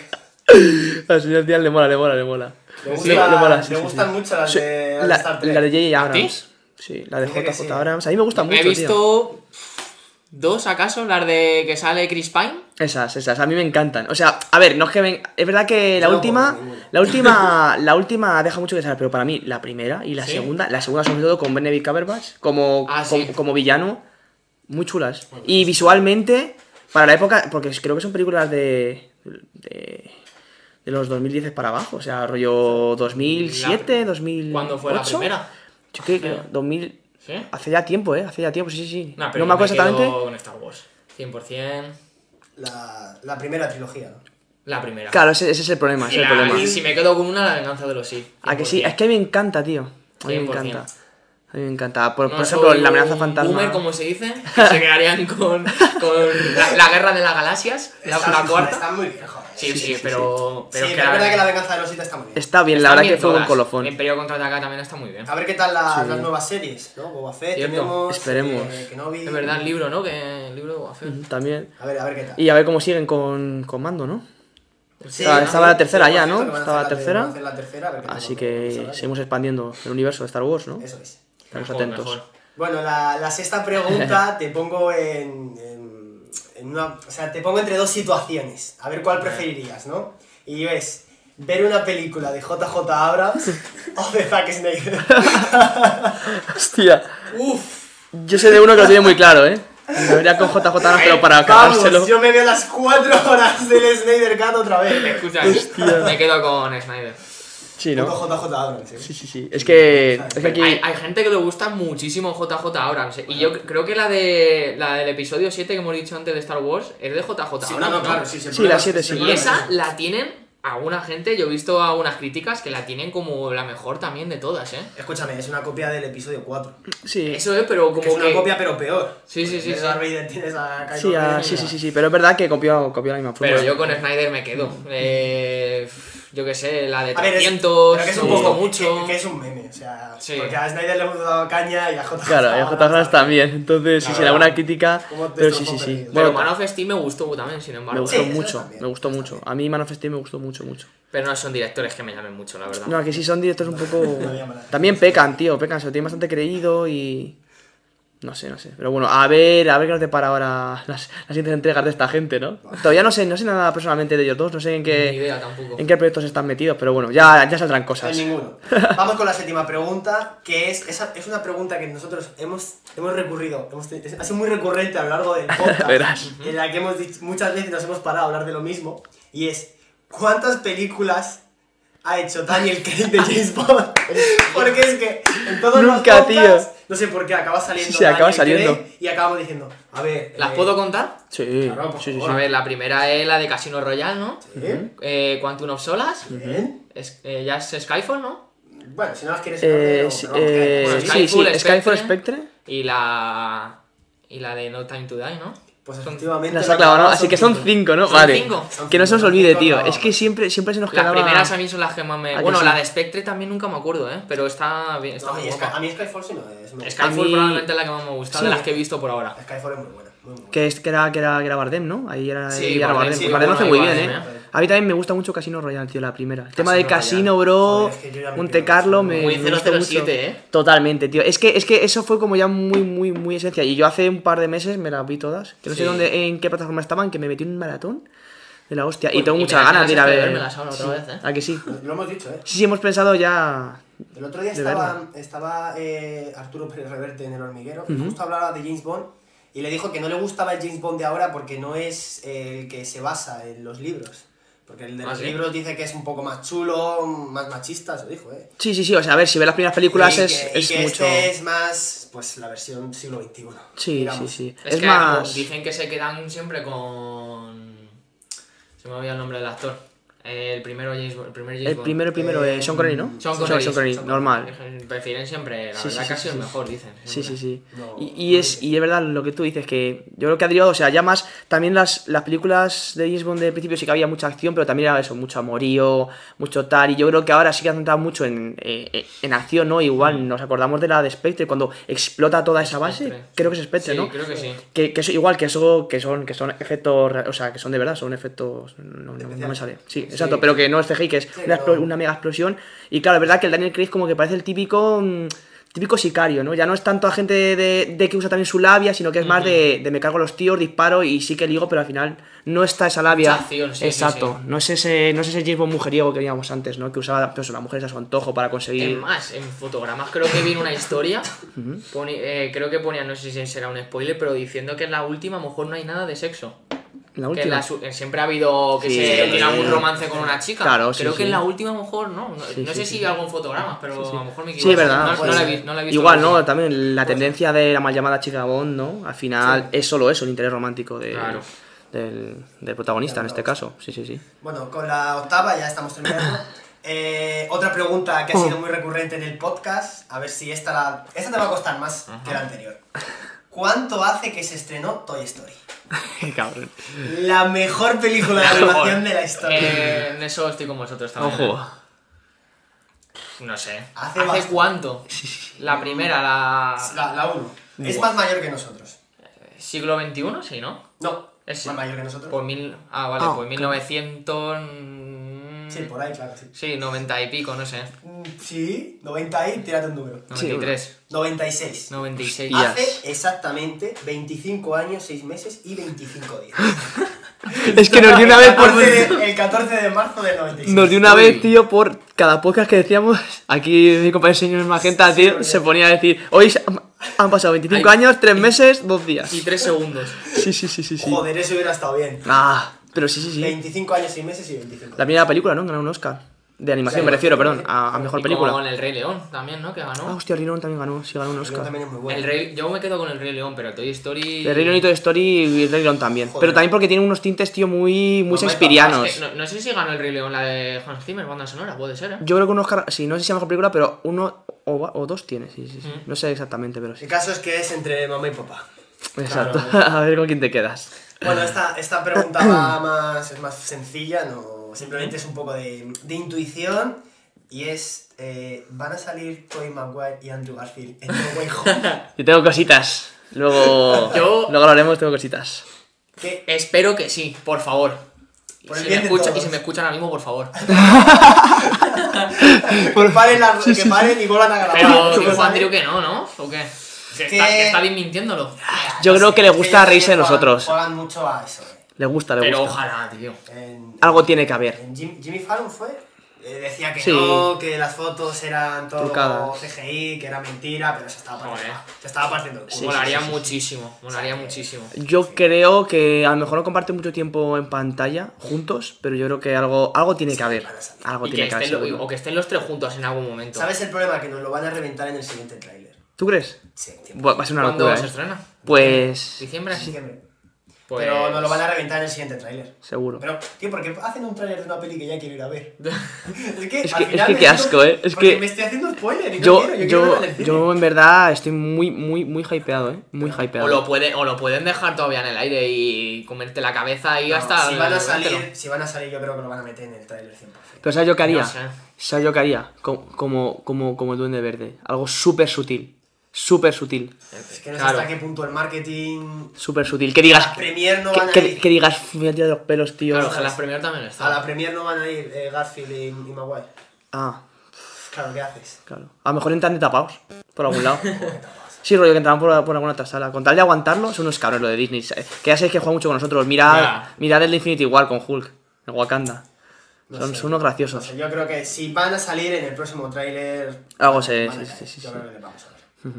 [SPEAKER 15] Al señor Díaz le mola, le mola, le mola.
[SPEAKER 16] Le gusta-
[SPEAKER 15] Sí, mola, sí,
[SPEAKER 16] le
[SPEAKER 15] sí,
[SPEAKER 16] gustan
[SPEAKER 15] sí.
[SPEAKER 16] mucho las
[SPEAKER 15] Sí,
[SPEAKER 16] de- las de
[SPEAKER 15] la,
[SPEAKER 16] Star Trek.
[SPEAKER 15] la de J.J.
[SPEAKER 16] ¿A
[SPEAKER 15] Abrams. Sí, la de
[SPEAKER 16] Dice que
[SPEAKER 15] JJ
[SPEAKER 16] sí.
[SPEAKER 15] Abrams. A mí me gusta
[SPEAKER 17] Me
[SPEAKER 15] mucho,
[SPEAKER 17] he
[SPEAKER 15] tío.
[SPEAKER 17] visto dos, ¿acaso? Las de que sale Chris Pine.
[SPEAKER 15] Esas, esas, a mí me encantan. O sea, a ver, no es que ven... Es verdad que la
[SPEAKER 17] Yo no
[SPEAKER 15] última...
[SPEAKER 17] puedo con
[SPEAKER 15] La última, la última deja mucho que desear, pero para mí la primera y la
[SPEAKER 17] ¿Sí? Ah,
[SPEAKER 15] segunda, la segunda sobre todo con Benedict Cumberbatch como, com- como, villano, muy chulas. Y visualmente, para la época, porque creo que son películas de, de, de los 2010 para abajo, o sea, rollo 2007, 2008.
[SPEAKER 17] ¿Cuándo fue la primera?
[SPEAKER 15] Yo creo que 2000...
[SPEAKER 17] ¿Sí?
[SPEAKER 15] Hace ya tiempo, ¿eh? Hace ya tiempo, sí, sí, sí.
[SPEAKER 17] Nah, pero
[SPEAKER 15] no me acuerdo
[SPEAKER 17] quedo
[SPEAKER 15] exactamente.
[SPEAKER 17] con Star Wars. 100%.
[SPEAKER 16] La, la primera trilogía, ¿no?
[SPEAKER 17] La primera.
[SPEAKER 15] Claro, ese, ese es el problema, ese
[SPEAKER 17] Y
[SPEAKER 15] es el
[SPEAKER 17] la-
[SPEAKER 15] problema.
[SPEAKER 17] y si me quedo con una, la venganza de los Sith.
[SPEAKER 15] ¿A que sí? Es que a mí me encanta, tío. A mí me
[SPEAKER 17] 100%.
[SPEAKER 15] encanta. A mí me encanta. Por,
[SPEAKER 17] No
[SPEAKER 15] por ejemplo,
[SPEAKER 17] soy
[SPEAKER 15] la amenaza
[SPEAKER 17] un
[SPEAKER 15] fantasma.
[SPEAKER 17] Boomer, como se dice, que se quedarían con, con la, la guerra de las galaxias, la,
[SPEAKER 16] Está-
[SPEAKER 17] la cuarta.
[SPEAKER 16] Está muy bien, joder.
[SPEAKER 17] Sí, sí, pero. pero
[SPEAKER 16] sí,
[SPEAKER 17] es
[SPEAKER 16] pero es verdad que la venganza de los Sith está muy bien.
[SPEAKER 15] Está bien, la
[SPEAKER 17] están
[SPEAKER 15] verdad
[SPEAKER 17] bien
[SPEAKER 15] que fue un
[SPEAKER 17] todas.
[SPEAKER 15] colofón.
[SPEAKER 17] El periodo contraataca también está muy bien.
[SPEAKER 16] A ver qué tal la-
[SPEAKER 15] Sí.
[SPEAKER 16] las nuevas series, ¿no? Boba Fett,
[SPEAKER 17] Cierto.
[SPEAKER 16] tenemos...
[SPEAKER 15] Esperemos.
[SPEAKER 16] eh, Kenobi...
[SPEAKER 17] Es verdad, el libro, ¿no? Que el libro de Boba Fett.
[SPEAKER 15] Ujú, También.
[SPEAKER 16] A ver, a ver qué tal.
[SPEAKER 15] Y a ver cómo siguen con, con Mando, ¿no?
[SPEAKER 17] Pues
[SPEAKER 16] Sí,
[SPEAKER 15] estaba
[SPEAKER 16] ¿no?
[SPEAKER 15] Ah, estaba la tercera
[SPEAKER 16] Sí, por
[SPEAKER 15] ya,
[SPEAKER 16] cierto,
[SPEAKER 15] ¿no?
[SPEAKER 16] que van a
[SPEAKER 15] Estaba la
[SPEAKER 16] hacer la-
[SPEAKER 15] tercera.
[SPEAKER 16] van a hacer la tercera, a ver qué tal,
[SPEAKER 15] Así
[SPEAKER 16] ¿no?
[SPEAKER 15] que
[SPEAKER 16] Vamos a ver.
[SPEAKER 15] seguimos expandiendo el universo de Star Wars, ¿no?
[SPEAKER 16] Eso es.
[SPEAKER 15] Estamos
[SPEAKER 17] Mejor,
[SPEAKER 15] atentos.
[SPEAKER 17] mejor.
[SPEAKER 16] Bueno, la, la sexta pregunta te pongo en, en- en una... O sea, te pongo entre dos situaciones. A ver cuál preferirías, ¿no? Y es ver una película de JJ Abrams o de Zack Snyder.
[SPEAKER 15] Hostia.
[SPEAKER 16] Uf.
[SPEAKER 15] Yo sé de uno que lo tiene muy claro, ¿eh? Me vería con JJ, Abrams, pero para cagárselo.
[SPEAKER 16] Vamos, yo me veo las cuatro horas del Snyder Cut otra vez.
[SPEAKER 17] Escucha, me quedo con Snyder.
[SPEAKER 15] Sí, ¿no?
[SPEAKER 16] Puto JJ Abrams, ¿eh?
[SPEAKER 15] Sí, sí, sí. Es que, es que aquí.
[SPEAKER 17] Hay, hay gente que le gusta muchísimo JJ Abrams. eh, Y yo creo que la de la del episodio 7 que hemos dicho antes de Star Wars es de JJ Abrams.
[SPEAKER 16] Sí, no, no, claro, sí,
[SPEAKER 15] Sí, problema- la siete, sí.
[SPEAKER 17] Y esa la tienen alguna gente, yo he visto algunas críticas que la tienen como la mejor también de todas, ¿eh?
[SPEAKER 16] Escúchame, es una copia del episodio 4.
[SPEAKER 15] Sí.
[SPEAKER 17] Eso es, pero como
[SPEAKER 16] Que es una
[SPEAKER 17] que-
[SPEAKER 16] copia, pero peor.
[SPEAKER 17] Sí, sí,
[SPEAKER 16] Porque
[SPEAKER 17] sí,
[SPEAKER 16] en vez de
[SPEAKER 17] sí.
[SPEAKER 16] Darth Vader tienes a Kylo
[SPEAKER 15] Sí, ah,
[SPEAKER 16] Ren y
[SPEAKER 15] sí,
[SPEAKER 16] a-
[SPEAKER 15] sí, sí, sí, pero es verdad que copió, copió la misma fórmula.
[SPEAKER 17] Pero yo con Snyder me quedo. Eh, yo qué sé, la de
[SPEAKER 16] Mm. A ver, es,
[SPEAKER 17] 300,
[SPEAKER 16] pero que es un
[SPEAKER 17] me gustó
[SPEAKER 16] poco
[SPEAKER 17] mucho.
[SPEAKER 16] Que, que es un meme, o sea, porque a Snyder le hemos dado caña y a JJ.
[SPEAKER 15] Claro, y a J. Abrams también. Entonces, sí, sí,
[SPEAKER 16] verdad.
[SPEAKER 15] alguna crítica.
[SPEAKER 16] Como
[SPEAKER 15] Pero
[SPEAKER 16] texto
[SPEAKER 15] sí, sí, sí.
[SPEAKER 16] comprendido.
[SPEAKER 17] Pero
[SPEAKER 15] Bueno,
[SPEAKER 17] Man of Steel me gustó también, sin embargo.
[SPEAKER 15] me gustó mucho, me gustó mucho. A mí Man of Steel me gustó mucho, mucho.
[SPEAKER 17] Pero no son directores que me llamen mucho, la verdad.
[SPEAKER 15] No, que sí son directores un poco... También pecan, tío, pecan, se lo tienen bastante creído y... No sé, no sé. Pero bueno, a ver, a ver qué nos depara ahora las, las siguientes entregas de esta gente, ¿no? Todavía no sé, no sé nada personalmente de ellos dos, no sé en qué...
[SPEAKER 17] Ni idea tampoco.
[SPEAKER 15] En qué proyectos están metidos, pero bueno, ya, ya saldrán cosas.
[SPEAKER 16] En ninguno. Vamos con la séptima pregunta, que es, esa- es una pregunta que nosotros hemos, hemos recurrido, hemos tenido- es- ha sido muy recurrente a lo largo del podcast,
[SPEAKER 15] Verás.
[SPEAKER 16] en la que hemos dicho, muchas veces nos hemos parado a hablar de lo mismo, y es, ¿cuántas películas ha hecho Daniel Craig de James Bond? Porque es que en todos
[SPEAKER 15] Nunca,
[SPEAKER 16] los podcasts, no sé por qué, acaba saliendo
[SPEAKER 15] Sí, sí, acaba
[SPEAKER 16] Daniel
[SPEAKER 15] saliendo.
[SPEAKER 16] Craig y acabamos diciendo, a ver... eh,
[SPEAKER 17] ¿Las puedo contar?
[SPEAKER 15] Sí,
[SPEAKER 16] Claro, por
[SPEAKER 15] sí, sí,
[SPEAKER 17] Bueno, a
[SPEAKER 15] sí.
[SPEAKER 17] ver, la primera es la de Casino Royale, ¿no?
[SPEAKER 16] ¿eh?
[SPEAKER 17] Eh, Quantum of Solas.
[SPEAKER 16] Bien.
[SPEAKER 17] Es- eh, ya es Skyfall, ¿no?
[SPEAKER 16] Bueno, si no las quieres... en
[SPEAKER 15] Eh,
[SPEAKER 16] orden,
[SPEAKER 15] sí,
[SPEAKER 16] pues, pero vamos, que-
[SPEAKER 15] eh,
[SPEAKER 17] Bueno,
[SPEAKER 15] sí, sí,
[SPEAKER 17] Skyfall,
[SPEAKER 15] Skyfall
[SPEAKER 17] Spectre.
[SPEAKER 15] Spectre.
[SPEAKER 17] Y la. Y la de No Time to Die, ¿no?
[SPEAKER 16] Pues
[SPEAKER 17] Son-
[SPEAKER 16] efectivamente...
[SPEAKER 15] Las
[SPEAKER 16] lo
[SPEAKER 15] ha clavado, ¿no?
[SPEAKER 16] acabamos
[SPEAKER 15] Así que
[SPEAKER 16] con
[SPEAKER 15] son cinco, ¿no?
[SPEAKER 17] Son
[SPEAKER 15] vale.
[SPEAKER 17] cinco.
[SPEAKER 15] Que no se nos
[SPEAKER 16] Son
[SPEAKER 15] olvide,
[SPEAKER 16] cinco,
[SPEAKER 15] tío.
[SPEAKER 16] no.
[SPEAKER 15] Es que siempre, siempre se nos
[SPEAKER 17] Las
[SPEAKER 15] quedaba...
[SPEAKER 17] primeras a mí son las que más
[SPEAKER 15] ¿A
[SPEAKER 17] me.
[SPEAKER 15] Ah, que
[SPEAKER 17] Bueno,
[SPEAKER 15] sí?
[SPEAKER 17] la de Spectre también nunca me acuerdo, ¿eh? Pero está bien. Está
[SPEAKER 16] No,
[SPEAKER 17] muy
[SPEAKER 16] y Sky-
[SPEAKER 17] guapa.
[SPEAKER 16] a mí Skyfall sí no es... me-
[SPEAKER 17] Skyfall
[SPEAKER 15] a mí-
[SPEAKER 17] probablemente es la que más me gusta, de
[SPEAKER 15] Sí.
[SPEAKER 17] las que he visto por ahora.
[SPEAKER 16] Skyfall es muy buena, muy buena.
[SPEAKER 15] Que, es, que, era, que, era, que era Bardem, ¿no? Ahí era,
[SPEAKER 17] Sí,
[SPEAKER 15] ahí era
[SPEAKER 17] Bardem,
[SPEAKER 15] Bardem.
[SPEAKER 17] sí,
[SPEAKER 15] Pues Bardem lo hace
[SPEAKER 17] bueno,
[SPEAKER 15] muy
[SPEAKER 17] ahí
[SPEAKER 15] bien, ¿eh?
[SPEAKER 17] Bardem,
[SPEAKER 15] A mí también me gusta mucho Casino Royale, tío, la primera. El tema de
[SPEAKER 17] Casino
[SPEAKER 15] Casino, bro.
[SPEAKER 16] Joder, es que yo ya me
[SPEAKER 15] un
[SPEAKER 16] pierdo,
[SPEAKER 15] tecarlo
[SPEAKER 16] sí.
[SPEAKER 15] me.
[SPEAKER 17] Muy
[SPEAKER 15] me gusta
[SPEAKER 17] 007,
[SPEAKER 15] mucho.
[SPEAKER 17] ¿eh?
[SPEAKER 15] Totalmente, tío. Es que, es que eso fue como ya muy, muy, muy esencia. Y yo hace un par de meses me las vi todas. Que no sé
[SPEAKER 17] Sí.
[SPEAKER 15] dónde, en qué plataforma estaban, que me metí un maratón. De la hostia. Pues, y tengo muchas ganas de ir a ver.
[SPEAKER 17] Ahora sí. otra vez, ¿eh?
[SPEAKER 15] ¿A que sí?
[SPEAKER 16] Lo hemos dicho, ¿eh?
[SPEAKER 15] Sí, sí, hemos pensado ya.
[SPEAKER 16] El otro día estaba, estaba eh, Arturo Pérez Reverte en El Hormiguero uh -huh. y justo hablaba de James Bond y le dijo que no le gustaba el James Bond de ahora porque no es el que se basa en los libros. Porque el de
[SPEAKER 15] Ah,
[SPEAKER 16] los ¿Sí? libros dice que es un poco más chulo, más machista, se dijo, ¿eh?
[SPEAKER 15] Sí, sí, sí, o sea, a ver, si ves las primeras películas sí, es,
[SPEAKER 16] que,
[SPEAKER 15] es
[SPEAKER 16] y que
[SPEAKER 15] mucho...
[SPEAKER 16] Este es más, pues, la versión siglo XXI.
[SPEAKER 15] Sí,
[SPEAKER 16] digamos.
[SPEAKER 15] sí, sí.
[SPEAKER 17] Es, es que más... dicen que se quedan siempre con... Se me olvidó el nombre del actor. El primero James Bond. El, primer James
[SPEAKER 15] el
[SPEAKER 17] Bond.
[SPEAKER 15] primero, el primero, eh, Sean Connery, ¿no?
[SPEAKER 17] Sean Connery.
[SPEAKER 15] Sean Connery, normal.
[SPEAKER 17] Prefieren siempre, la
[SPEAKER 15] sí,
[SPEAKER 17] verdad,
[SPEAKER 15] sí, sí,
[SPEAKER 17] casi el mejor, dicen.
[SPEAKER 15] Sí, sí, sí.
[SPEAKER 16] No,
[SPEAKER 15] y, y
[SPEAKER 16] no
[SPEAKER 15] es, y es verdad lo que tú dices, que yo creo que ha derivado, o sea, ya más, también las, las películas de James Bond de principio sí que había mucha acción, pero también era eso, mucho amorío, mucho tal, y yo creo que ahora sí que han centrado mucho en, eh, en acción, ¿no? Igual nos acordamos de la de Spectre, cuando explota toda esa base,
[SPEAKER 17] Mm. Spectre.
[SPEAKER 15] creo que es Spectre, ¿no?
[SPEAKER 17] creo que sí.
[SPEAKER 15] Que, que eso, igual, que eso, que son, que son efectos, o sea, que son de verdad, son efectos, no, no, no me sale. Sí, exacto, pero que no es CGI, que es
[SPEAKER 16] Sí,
[SPEAKER 15] una,
[SPEAKER 16] no.
[SPEAKER 15] explo- una mega explosión. Y claro, es verdad que el Daniel Craig como que parece el típico mm, típico sicario, ¿no? Ya no es tanto agente de, de, de que usa también su labia, sino que es más de, de me cargo a los tíos, disparo y sí que ligo, pero al final no está esa labia.
[SPEAKER 17] Mucha acción, sí, sí,
[SPEAKER 15] Exacto.
[SPEAKER 17] sí.
[SPEAKER 15] No es ese, no es ese James Bond mujeriego que veíamos antes, ¿no? Que usaba pues, las mujeres a su antojo para
[SPEAKER 17] Es
[SPEAKER 15] conseguir.
[SPEAKER 17] más, en fotogramas creo que viene una historia. pone- eh, creo que ponían, no sé si será un spoiler, pero diciendo que en la última a lo mejor no hay nada de sexo.
[SPEAKER 15] La
[SPEAKER 17] Que en
[SPEAKER 15] última.
[SPEAKER 17] la su- eh, siempre ha habido que
[SPEAKER 15] Sí,
[SPEAKER 17] se
[SPEAKER 15] sí,
[SPEAKER 17] tiene algún
[SPEAKER 15] sí.
[SPEAKER 17] romance con una chica.
[SPEAKER 15] Claro, sí,
[SPEAKER 17] Creo
[SPEAKER 15] sí.
[SPEAKER 17] que en la última a lo mejor no. No,
[SPEAKER 15] Sí,
[SPEAKER 17] no
[SPEAKER 15] sí,
[SPEAKER 17] sé si algo en fotogramas, pero a lo mejor me equivoco.
[SPEAKER 15] Sí, es verdad.
[SPEAKER 17] No, no la he vi- no la he visto.
[SPEAKER 15] Igual,
[SPEAKER 17] pero
[SPEAKER 15] ¿no?
[SPEAKER 17] sí.
[SPEAKER 15] También la tendencia de la mal llamada chica Bond, ¿no? Al final es solo eso, el interés romántico de-
[SPEAKER 17] Claro.
[SPEAKER 15] del, del protagonista en este caso. Sí, sí, sí.
[SPEAKER 16] Bueno, con la octava ya estamos terminando. Eh, otra pregunta que ha sido muy recurrente en el podcast, a ver si esta, la, esta te va a costar más que la anterior. ¿Cuánto hace que se estrenó Toy Story?
[SPEAKER 15] Cabrón.
[SPEAKER 16] La mejor película de animación de la historia.
[SPEAKER 17] Eh, en eso estoy con vosotros también. ¿eh?
[SPEAKER 15] Ojo.
[SPEAKER 17] No sé.
[SPEAKER 16] Hace
[SPEAKER 17] ¿Hace,
[SPEAKER 16] bastante.
[SPEAKER 17] cuánto? La primera, la.
[SPEAKER 16] La, la uno. Es más mayor que nosotros.
[SPEAKER 17] ¿Siglo XXI? Sí, ¿no?
[SPEAKER 16] No,
[SPEAKER 17] Es
[SPEAKER 16] más mayor que nosotros.
[SPEAKER 17] Por mil... Ah, vale,
[SPEAKER 15] Ah,
[SPEAKER 17] pues 1900. mm,
[SPEAKER 16] Sí, por ahí, claro, sí.
[SPEAKER 17] Sí, 90 y pico, no sé.
[SPEAKER 16] Mm, Sí, 90 y tírate un número.
[SPEAKER 15] Sí,
[SPEAKER 17] 93,
[SPEAKER 16] 96.
[SPEAKER 17] 96.
[SPEAKER 15] Hostia.
[SPEAKER 16] Hace exactamente 25 años, 6 meses y 25 días.
[SPEAKER 15] Es que nos dio una vez por.
[SPEAKER 16] 14 de- el 14 de marzo del 96.
[SPEAKER 15] Nos dio una
[SPEAKER 17] Uy.
[SPEAKER 15] vez, tío, por cada podcast que decíamos. Aquí mi compañero señor Magenta,
[SPEAKER 16] Sí,
[SPEAKER 15] tío,
[SPEAKER 16] porque-
[SPEAKER 15] se ponía a decir: Hoy se- han pasado 25
[SPEAKER 17] Ay.
[SPEAKER 15] años, 3 meses, 2 días.
[SPEAKER 17] Y 3 segundos.
[SPEAKER 15] Sí, sí, sí, sí. sí.
[SPEAKER 16] Joder, eso hubiera estado bien.
[SPEAKER 15] Ah, pero sí, sí, sí.
[SPEAKER 16] 25 años, 6 meses y 25.
[SPEAKER 15] La primera película, ¿no? Ganó un Oscar. De animación,
[SPEAKER 16] Sí,
[SPEAKER 15] me refiero,
[SPEAKER 16] sí,
[SPEAKER 15] perdón,
[SPEAKER 16] sí.
[SPEAKER 15] a, a mejor
[SPEAKER 17] Y
[SPEAKER 15] película.
[SPEAKER 17] Con el Rey León también, ¿no? Que
[SPEAKER 15] Ah,
[SPEAKER 17] ganó.
[SPEAKER 15] hostia, Rinón también ganó, sí, ganó un
[SPEAKER 16] Pero
[SPEAKER 15] Oscar.
[SPEAKER 16] también es muy buena.
[SPEAKER 17] el Rey... Yo me quedo con el Rey León, pero Toy Story.
[SPEAKER 15] El Rey León y Toy Story y el Rey León también.
[SPEAKER 16] Joder.
[SPEAKER 15] Pero también porque tiene unos tintes, tío, muy,
[SPEAKER 17] Pues
[SPEAKER 15] muy
[SPEAKER 16] Hombre,
[SPEAKER 15] shakespearianos.
[SPEAKER 17] Es que no, no sé si ganó el Rey León la de Hans Zimmer, banda sonora, puede ser, ¿eh?
[SPEAKER 15] Yo creo que un Oscar, sí, no sé si sea mejor película, pero uno o, va- o dos tiene, sí, sí, sí. No sé exactamente, pero sí.
[SPEAKER 16] El caso es que es entre mamá y papá.
[SPEAKER 15] Exacto. a ver con quién te quedas.
[SPEAKER 16] Bueno, esta, esta pregunta va más, es más sencilla, no, simplemente es un poco de, de intuición y es, eh, ¿van a salir Tobey Maguire y Andrew Garfield en No Way Home?
[SPEAKER 15] Yo tengo cositas. Luego.
[SPEAKER 17] Yo-
[SPEAKER 15] Luego lo haremos, tengo cositas.
[SPEAKER 16] ¿Qué?
[SPEAKER 17] Espero que sí, por favor. Y
[SPEAKER 16] Por el
[SPEAKER 17] si, me
[SPEAKER 16] bien de
[SPEAKER 17] escucha- y
[SPEAKER 16] todos.
[SPEAKER 17] si me escuchan ahora mismo, por favor.
[SPEAKER 16] Que paren, la- que paren y vuelvan a grabar.
[SPEAKER 17] Pero
[SPEAKER 16] ¿Tú lo
[SPEAKER 17] dijo
[SPEAKER 16] sabes?
[SPEAKER 17] Andrew que no, ¿no? ¿O qué? Que
[SPEAKER 16] Que- Ah,
[SPEAKER 17] está, que está bien mintiéndolo.
[SPEAKER 15] Yo creo que le
[SPEAKER 16] Es
[SPEAKER 15] gusta
[SPEAKER 16] ellos
[SPEAKER 15] reírse de
[SPEAKER 16] juegan-
[SPEAKER 15] nosotros.
[SPEAKER 16] Juegan mucho a eso. eh.
[SPEAKER 15] Le gusta, le
[SPEAKER 17] Pero
[SPEAKER 15] gusta.
[SPEAKER 17] ojalá, tío.
[SPEAKER 16] En-
[SPEAKER 15] Algo tiene que haber.
[SPEAKER 16] en Jim- Jimmy Fallon fue. Eh, decía que
[SPEAKER 15] Sí.
[SPEAKER 16] no, que las fotos eran todo
[SPEAKER 15] Trucadas.
[SPEAKER 16] CGI, que era mentira, pero se estaba partiendo,
[SPEAKER 17] Joder.
[SPEAKER 16] se estaba partiendo el culo.
[SPEAKER 17] Pues molaría muchísimo, molaría muchísimo.
[SPEAKER 15] Yo creo que a lo mejor no comparten mucho tiempo en pantalla juntos, pero yo creo que algo, algo tiene que haber. Algo
[SPEAKER 17] Y que
[SPEAKER 15] tiene que, haber.
[SPEAKER 17] estén lo- y-
[SPEAKER 15] seguro.
[SPEAKER 17] o que estén los tres juntos en algún momento.
[SPEAKER 16] ¿Sabes el problema? Que nos lo van a reventar en el siguiente tráiler.
[SPEAKER 15] ¿Tú crees?
[SPEAKER 16] Sí, entiendo.
[SPEAKER 15] Bu- Va a ser una
[SPEAKER 17] ¿Cuándo
[SPEAKER 15] locura.
[SPEAKER 17] se
[SPEAKER 15] ¿eh?
[SPEAKER 17] estrena?
[SPEAKER 15] Pues.
[SPEAKER 17] ¿Diciembre?
[SPEAKER 16] Sí, siempre.
[SPEAKER 17] Pues-
[SPEAKER 16] Pero nos lo van a reventar en el siguiente tráiler.
[SPEAKER 15] Seguro.
[SPEAKER 16] Pero, tío, ¿por qué hacen un tráiler de una peli que ya quiero ir a ver? es que,
[SPEAKER 15] Es
[SPEAKER 16] al
[SPEAKER 15] que- es
[SPEAKER 16] final
[SPEAKER 15] que
[SPEAKER 16] me
[SPEAKER 15] qué
[SPEAKER 16] siento-
[SPEAKER 15] asco, ¿eh? Es
[SPEAKER 16] porque
[SPEAKER 15] que-
[SPEAKER 16] me estoy haciendo spoiler y no
[SPEAKER 15] Yo,
[SPEAKER 16] quiero, yo, quiero
[SPEAKER 15] yo,
[SPEAKER 16] verla en el cine.
[SPEAKER 15] yo en verdad estoy muy, muy, muy hypeado, ¿eh? Muy hypeado.
[SPEAKER 17] O lo, puede, o lo pueden dejar todavía en el aire y comerte la cabeza ahí
[SPEAKER 16] No,
[SPEAKER 17] hasta...
[SPEAKER 16] si van a
[SPEAKER 17] el-
[SPEAKER 16] salir, si van a salir, yo creo que lo van a meter en el tráiler 100%.
[SPEAKER 15] Pero ¿sabes yo qué haría?
[SPEAKER 17] No sé.
[SPEAKER 15] ¿Sabes yo qué haría? Co- Como, como, como el Duende Verde. Algo súper sutil. Súper sutil.
[SPEAKER 16] Es que no sé
[SPEAKER 17] Claro.
[SPEAKER 16] hasta qué punto el marketing
[SPEAKER 15] Súper sutil. Que digas...
[SPEAKER 16] A la Premier no
[SPEAKER 15] que,
[SPEAKER 16] van a
[SPEAKER 15] que-
[SPEAKER 16] ir.
[SPEAKER 15] que digas... "Uf, Me ha tirado los pelos, tío.
[SPEAKER 17] Claro, que las primeras también están.
[SPEAKER 16] A la Premier no van a ir eh, Garfield y, y Maguire.
[SPEAKER 15] Ah,
[SPEAKER 16] Claro, ¿qué haces?
[SPEAKER 15] claro. A lo mejor entran de tapados. Por algún lado. Sí, rollo que entraban por, por alguna otra sala. Con tal de aguantarlo, son unos cabrones lo de Disney. ¿sabes? Que ya sabéis que juega mucho con nosotros. Mirad,
[SPEAKER 17] Ya.
[SPEAKER 15] mirad el de Infinity War con Hulk. en Wakanda.
[SPEAKER 16] No
[SPEAKER 15] son,
[SPEAKER 16] sé.
[SPEAKER 15] son unos graciosos.
[SPEAKER 16] No sé, yo creo que si van a salir en el próximo tráiler...
[SPEAKER 15] Algo se-
[SPEAKER 16] van a
[SPEAKER 15] sí,
[SPEAKER 16] caer.
[SPEAKER 15] sí, sí,
[SPEAKER 16] Yo
[SPEAKER 15] sí.
[SPEAKER 16] creo que les vamos a ver.
[SPEAKER 15] Ujú.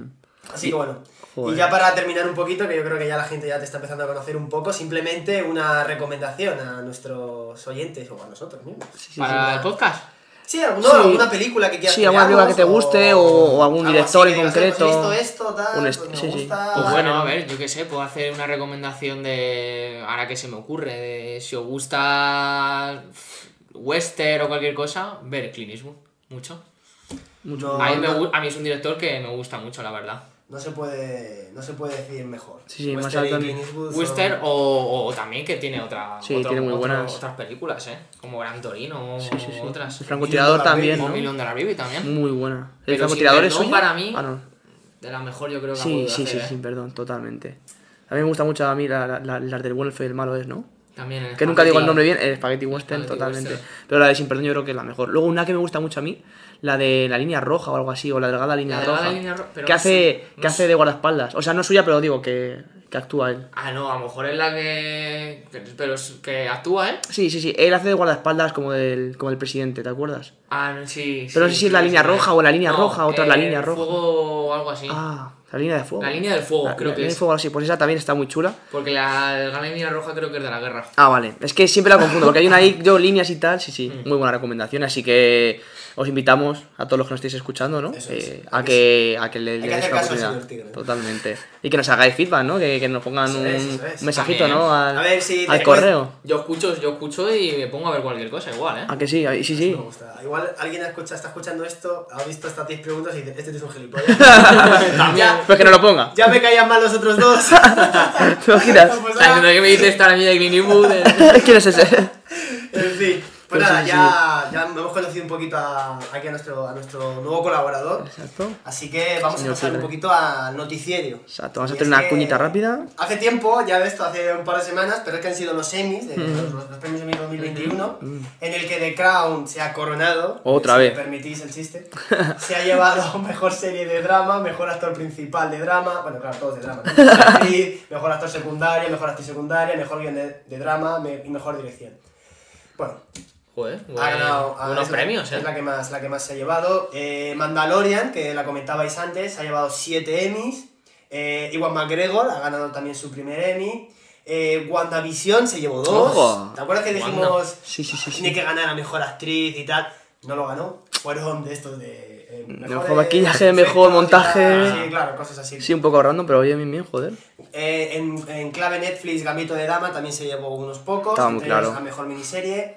[SPEAKER 16] Así
[SPEAKER 15] Y-
[SPEAKER 16] que bueno.
[SPEAKER 15] Joder.
[SPEAKER 16] Y ya para terminar un poquito, que yo creo que ya la gente ya te está empezando a conocer un poco, simplemente una recomendación a nuestros oyentes o a nosotros mismos.
[SPEAKER 17] ¿Para el podcast?
[SPEAKER 16] Sí, alguno-
[SPEAKER 15] Sí.
[SPEAKER 16] alguna película que quieras
[SPEAKER 15] Sí, alguna
[SPEAKER 16] que
[SPEAKER 15] película que
[SPEAKER 16] veamos,
[SPEAKER 15] te guste o, o algún
[SPEAKER 16] algo
[SPEAKER 15] director
[SPEAKER 16] así
[SPEAKER 15] en
[SPEAKER 16] que digas, "Hemos
[SPEAKER 15] concreto.
[SPEAKER 16] visto esto, tal,
[SPEAKER 15] Un
[SPEAKER 16] pues
[SPEAKER 15] est-
[SPEAKER 16] me
[SPEAKER 15] sí, sí.
[SPEAKER 16] gusta".
[SPEAKER 15] Pues
[SPEAKER 17] Pues
[SPEAKER 15] bueno.
[SPEAKER 17] bueno, a ver, yo qué sé, puedo hacer una recomendación de. Ahora que se me ocurre, de si os gusta. Western o cualquier cosa, ver Clint Eastwood. Mucho.
[SPEAKER 16] No,
[SPEAKER 17] a, mí me
[SPEAKER 16] no-
[SPEAKER 17] gu- a mí es un director que me gusta mucho, la verdad.
[SPEAKER 16] No se puede, no se puede decir mejor.
[SPEAKER 15] Sí, sí, más
[SPEAKER 16] Western y
[SPEAKER 15] alto en-
[SPEAKER 16] Clint Eastwood son-
[SPEAKER 17] Western o, o también que tiene otra,
[SPEAKER 15] Sí,
[SPEAKER 17] otro-
[SPEAKER 15] tiene muy
[SPEAKER 17] otro-
[SPEAKER 15] buenas.
[SPEAKER 17] otras películas, ¿eh? Como Gran Torino o
[SPEAKER 15] Sí, sí, sí.
[SPEAKER 17] otras.
[SPEAKER 15] El francotirador también,
[SPEAKER 17] O
[SPEAKER 15] ¿no? Mm.
[SPEAKER 17] Million Dollar Baby también.
[SPEAKER 15] Muy buena. El
[SPEAKER 17] Pero
[SPEAKER 15] francotirador
[SPEAKER 17] Sin
[SPEAKER 15] es
[SPEAKER 17] Perdón
[SPEAKER 15] suya?
[SPEAKER 17] para mí,
[SPEAKER 15] Ah, no.
[SPEAKER 17] de la mejor yo creo que ha
[SPEAKER 15] Sí,
[SPEAKER 17] podido
[SPEAKER 15] sí, sí,
[SPEAKER 17] hacer,
[SPEAKER 15] sí,
[SPEAKER 17] ¿eh?
[SPEAKER 15] perdón, totalmente. A mí me gusta mucho a mí la, la- la- las del bueno, el feo y el malo es, ¿no?
[SPEAKER 17] También el
[SPEAKER 15] Que nunca digo el
[SPEAKER 17] espagueti.
[SPEAKER 15] nombre bien, el Spaghetti Western,
[SPEAKER 17] Spaghetti
[SPEAKER 15] totalmente.
[SPEAKER 17] Western.
[SPEAKER 15] Pero la de Sin Perdón yo creo que es la mejor. Luego una que me gusta mucho a mí, la de la línea roja o algo así, o la delgada línea
[SPEAKER 17] delgada
[SPEAKER 15] roja.
[SPEAKER 17] línea ro- pero
[SPEAKER 15] que
[SPEAKER 17] no
[SPEAKER 15] hace,
[SPEAKER 17] sé, no
[SPEAKER 15] que hace de guardaespaldas. O sea, no es suya, pero digo que, que actúa él.
[SPEAKER 17] Ah, no, a lo mejor es la que. que- pero es- que actúa, ¿eh?
[SPEAKER 15] Sí, sí, sí. Él hace de guardaespaldas como del, como el presidente, ¿te acuerdas?
[SPEAKER 17] Ah, no, sí.
[SPEAKER 15] Pero no sé si es la línea roja o la línea
[SPEAKER 17] No,
[SPEAKER 15] roja, otra es la
[SPEAKER 17] eh,
[SPEAKER 15] línea roja.
[SPEAKER 17] Fuego o algo así.
[SPEAKER 15] Ah, la línea de fuego.
[SPEAKER 17] La línea del fuego,
[SPEAKER 15] La-
[SPEAKER 17] creo
[SPEAKER 15] la
[SPEAKER 17] que
[SPEAKER 15] línea de
[SPEAKER 17] es.
[SPEAKER 15] fuego, sí. Pues esa también está muy chula.
[SPEAKER 17] Porque la, la línea roja creo que es de la guerra.
[SPEAKER 15] Ah, vale. Es que siempre la confundo, porque hay una ahí, yo, líneas y tal. Sí, sí.
[SPEAKER 16] Mm.
[SPEAKER 15] Muy buena recomendación. Así que os invitamos a todos los que nos estéis escuchando, ¿no?
[SPEAKER 16] Eso es.
[SPEAKER 15] Eh, a, que, a que le
[SPEAKER 16] Hay que
[SPEAKER 15] le deis
[SPEAKER 16] hacer
[SPEAKER 15] una
[SPEAKER 16] caso al
[SPEAKER 15] oportunidad.
[SPEAKER 16] señor tigre.
[SPEAKER 15] Totalmente. Y que nos hagáis feedback, ¿no? Que, que nos pongan
[SPEAKER 16] Eso
[SPEAKER 15] un,
[SPEAKER 16] es, eso es.
[SPEAKER 15] un mensajito,
[SPEAKER 17] También.
[SPEAKER 15] ¿no? Al,
[SPEAKER 16] A ver si
[SPEAKER 15] al
[SPEAKER 16] después-
[SPEAKER 15] correo.
[SPEAKER 17] Yo escucho, yo escucho y me pongo a ver cualquier cosa, igual, ¿eh?
[SPEAKER 15] ¿A que sí? A- Sí, sí.
[SPEAKER 16] Me gusta. Igual alguien escucha, está escuchando esto, ha visto estas 10 preguntas y dice, este tío es un gilipollas. ya,
[SPEAKER 15] Pues que no lo ponga.
[SPEAKER 16] ya me caían mal los otros dos.
[SPEAKER 15] ¿Te imaginas?
[SPEAKER 16] Pues
[SPEAKER 17] La
[SPEAKER 16] nada,
[SPEAKER 17] gente que me dice estar a mí de Clint Eastwood, eh.
[SPEAKER 15] ¿Quién es ese?
[SPEAKER 16] en fin. Pues
[SPEAKER 15] Pues
[SPEAKER 16] nada,
[SPEAKER 15] sí,
[SPEAKER 16] ya, ya hemos conocido un poquito a, aquí a nuestro, a nuestro nuevo colaborador.
[SPEAKER 15] Exacto.
[SPEAKER 16] Así que vamos
[SPEAKER 15] Señor
[SPEAKER 16] a pasar un
[SPEAKER 15] Tigre.
[SPEAKER 16] poquito al noticierio.
[SPEAKER 15] Exacto. Vamos a
[SPEAKER 16] Y
[SPEAKER 15] hacer
[SPEAKER 16] es
[SPEAKER 15] una
[SPEAKER 16] que-
[SPEAKER 15] cuñita rápida.
[SPEAKER 16] Hace tiempo, ya ves, esto hace un par de semanas, pero es que han sido los semis, de
[SPEAKER 15] Mm.
[SPEAKER 16] los, los premios Emmy 2021, en el que The Crown se ha coronado.
[SPEAKER 15] Otra
[SPEAKER 16] si
[SPEAKER 15] vez.
[SPEAKER 16] me permitís el chiste. Se ha llevado mejor serie de drama, mejor actor principal de drama, bueno, claro, todos de drama, ¿no? Mejor actriz, mejor actor secundario, mejor actriz secundaria, mejor guion de, de drama me- y mejor dirección. Bueno,
[SPEAKER 17] Joder,
[SPEAKER 16] ha
[SPEAKER 17] buen-
[SPEAKER 16] ganado ah,
[SPEAKER 17] buenos
[SPEAKER 16] es la-
[SPEAKER 17] premios,
[SPEAKER 16] Es
[SPEAKER 17] ¿eh?
[SPEAKER 16] la que más, la que más se ha llevado. Eh, Mandalorian, que la comentabais antes, ha llevado 7 Emmys. Eh, Iwan McGregor ha ganado también su primer Emmy. Eh, WandaVision se llevó dos.
[SPEAKER 15] Ojo.
[SPEAKER 16] ¿Te acuerdas que dijimos
[SPEAKER 17] Wanda.
[SPEAKER 15] Sí, sí, sí, sí.
[SPEAKER 16] tiene que ganar a mejor actriz y tal? No lo ganó. Fueron de estos de. eh, mejores
[SPEAKER 15] maquillaje, mejor
[SPEAKER 16] efectos y
[SPEAKER 15] montaje.
[SPEAKER 16] tal. Sí, claro, cosas así.
[SPEAKER 15] Sí, un poco random, pero oye, bien, bien, joder.
[SPEAKER 16] Eh, en, en clave Netflix, Gambito de Dama también se llevó unos pocos.
[SPEAKER 15] Estaba muy
[SPEAKER 16] entre ellos
[SPEAKER 15] claro.
[SPEAKER 16] A mejor miniserie.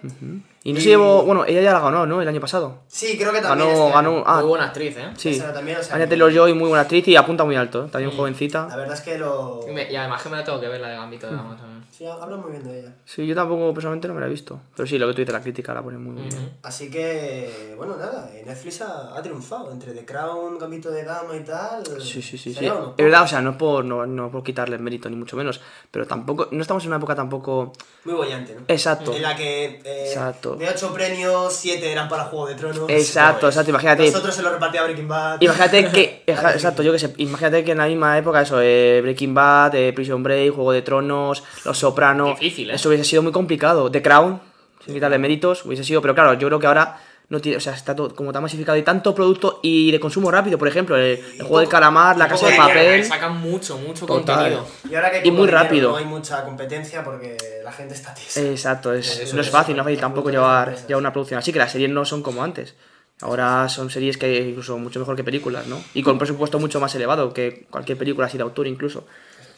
[SPEAKER 15] Y no
[SPEAKER 16] Y-
[SPEAKER 15] se llevó. Bueno, ella ya la ganó, ¿no? El año pasado.
[SPEAKER 16] Sí, creo que también.
[SPEAKER 15] Ganó,
[SPEAKER 16] este año.
[SPEAKER 15] ganó. Ah,
[SPEAKER 17] Muy buena actriz, ¿eh?
[SPEAKER 15] sí.
[SPEAKER 16] Esa también, o sea,
[SPEAKER 15] Anya
[SPEAKER 16] que-
[SPEAKER 15] Taylor Joy, muy buena actriz y apunta muy alto. ¿eh? También
[SPEAKER 17] Mm.
[SPEAKER 16] La
[SPEAKER 15] jovencita.
[SPEAKER 16] verdad es que lo.
[SPEAKER 17] Y, me- y además que me la tengo que ver la de Gambito de Dama también.
[SPEAKER 16] Sí, habla muy bien de ella.
[SPEAKER 15] Sí, yo tampoco personalmente no me la he visto. Pero sí, lo que tú dices, la crítica la pone muy muy bien.
[SPEAKER 17] Ujú.
[SPEAKER 16] Así que, bueno, nada, eh, Netflix ha, ha triunfado. Entre The Crown, Gambito de Dama y tal.
[SPEAKER 15] Sí, sí, sí,
[SPEAKER 16] se
[SPEAKER 15] sí.
[SPEAKER 16] lleva unos
[SPEAKER 15] Es verdad, o
[SPEAKER 16] pocos.
[SPEAKER 15] sea, no por, no, no por quitarle mérito, ni mucho menos. Pero tampoco, no estamos en una época tampoco.
[SPEAKER 16] Muy bollante, ¿no?
[SPEAKER 15] Exacto.
[SPEAKER 16] En la que eh,
[SPEAKER 15] Exacto.
[SPEAKER 16] de 8 premios, 7 eran para Juego de Tronos. Pues,
[SPEAKER 15] Exacto, exacto, imagínate.
[SPEAKER 16] Nosotros se lo repartía Breaking Bad.
[SPEAKER 15] Imagínate que, eja- exacto, yo que sé, imagínate que en la misma época eso, eh, Breaking Bad, eh, Prison Break, Juego de Tronos, Los Sopranos,
[SPEAKER 17] Difícil, ¿eh?
[SPEAKER 15] eso hubiese sido muy complicado. The Crown, sin quitarle méritos, hubiese sido, pero claro, yo creo que ahora no tiene, o sea, está todo como tan masificado y tanto producto y de consumo rápido, por ejemplo, el, el juego del calamar, la
[SPEAKER 16] un
[SPEAKER 15] casa
[SPEAKER 16] poco
[SPEAKER 15] de
[SPEAKER 16] de guerra,
[SPEAKER 15] papel,
[SPEAKER 17] Sacan mucho, mucho
[SPEAKER 15] Total.
[SPEAKER 17] contenido.
[SPEAKER 16] Y ahora que hay
[SPEAKER 15] y muy
[SPEAKER 16] poco dinero,
[SPEAKER 15] rápido.
[SPEAKER 16] No hay mucha competencia porque la gente está tiesa.
[SPEAKER 15] exacto, es-
[SPEAKER 16] Eso
[SPEAKER 15] no es
[SPEAKER 16] es,
[SPEAKER 15] fácil, no es
[SPEAKER 16] hay
[SPEAKER 15] fácil tampoco
[SPEAKER 16] muchas
[SPEAKER 15] llevar
[SPEAKER 16] empresas.
[SPEAKER 15] ya una producción, así que las series no son como antes. Ahora son series que incluso mucho mejor que películas, ¿no? Y con un presupuesto mucho más elevado que cualquier película así de autor incluso.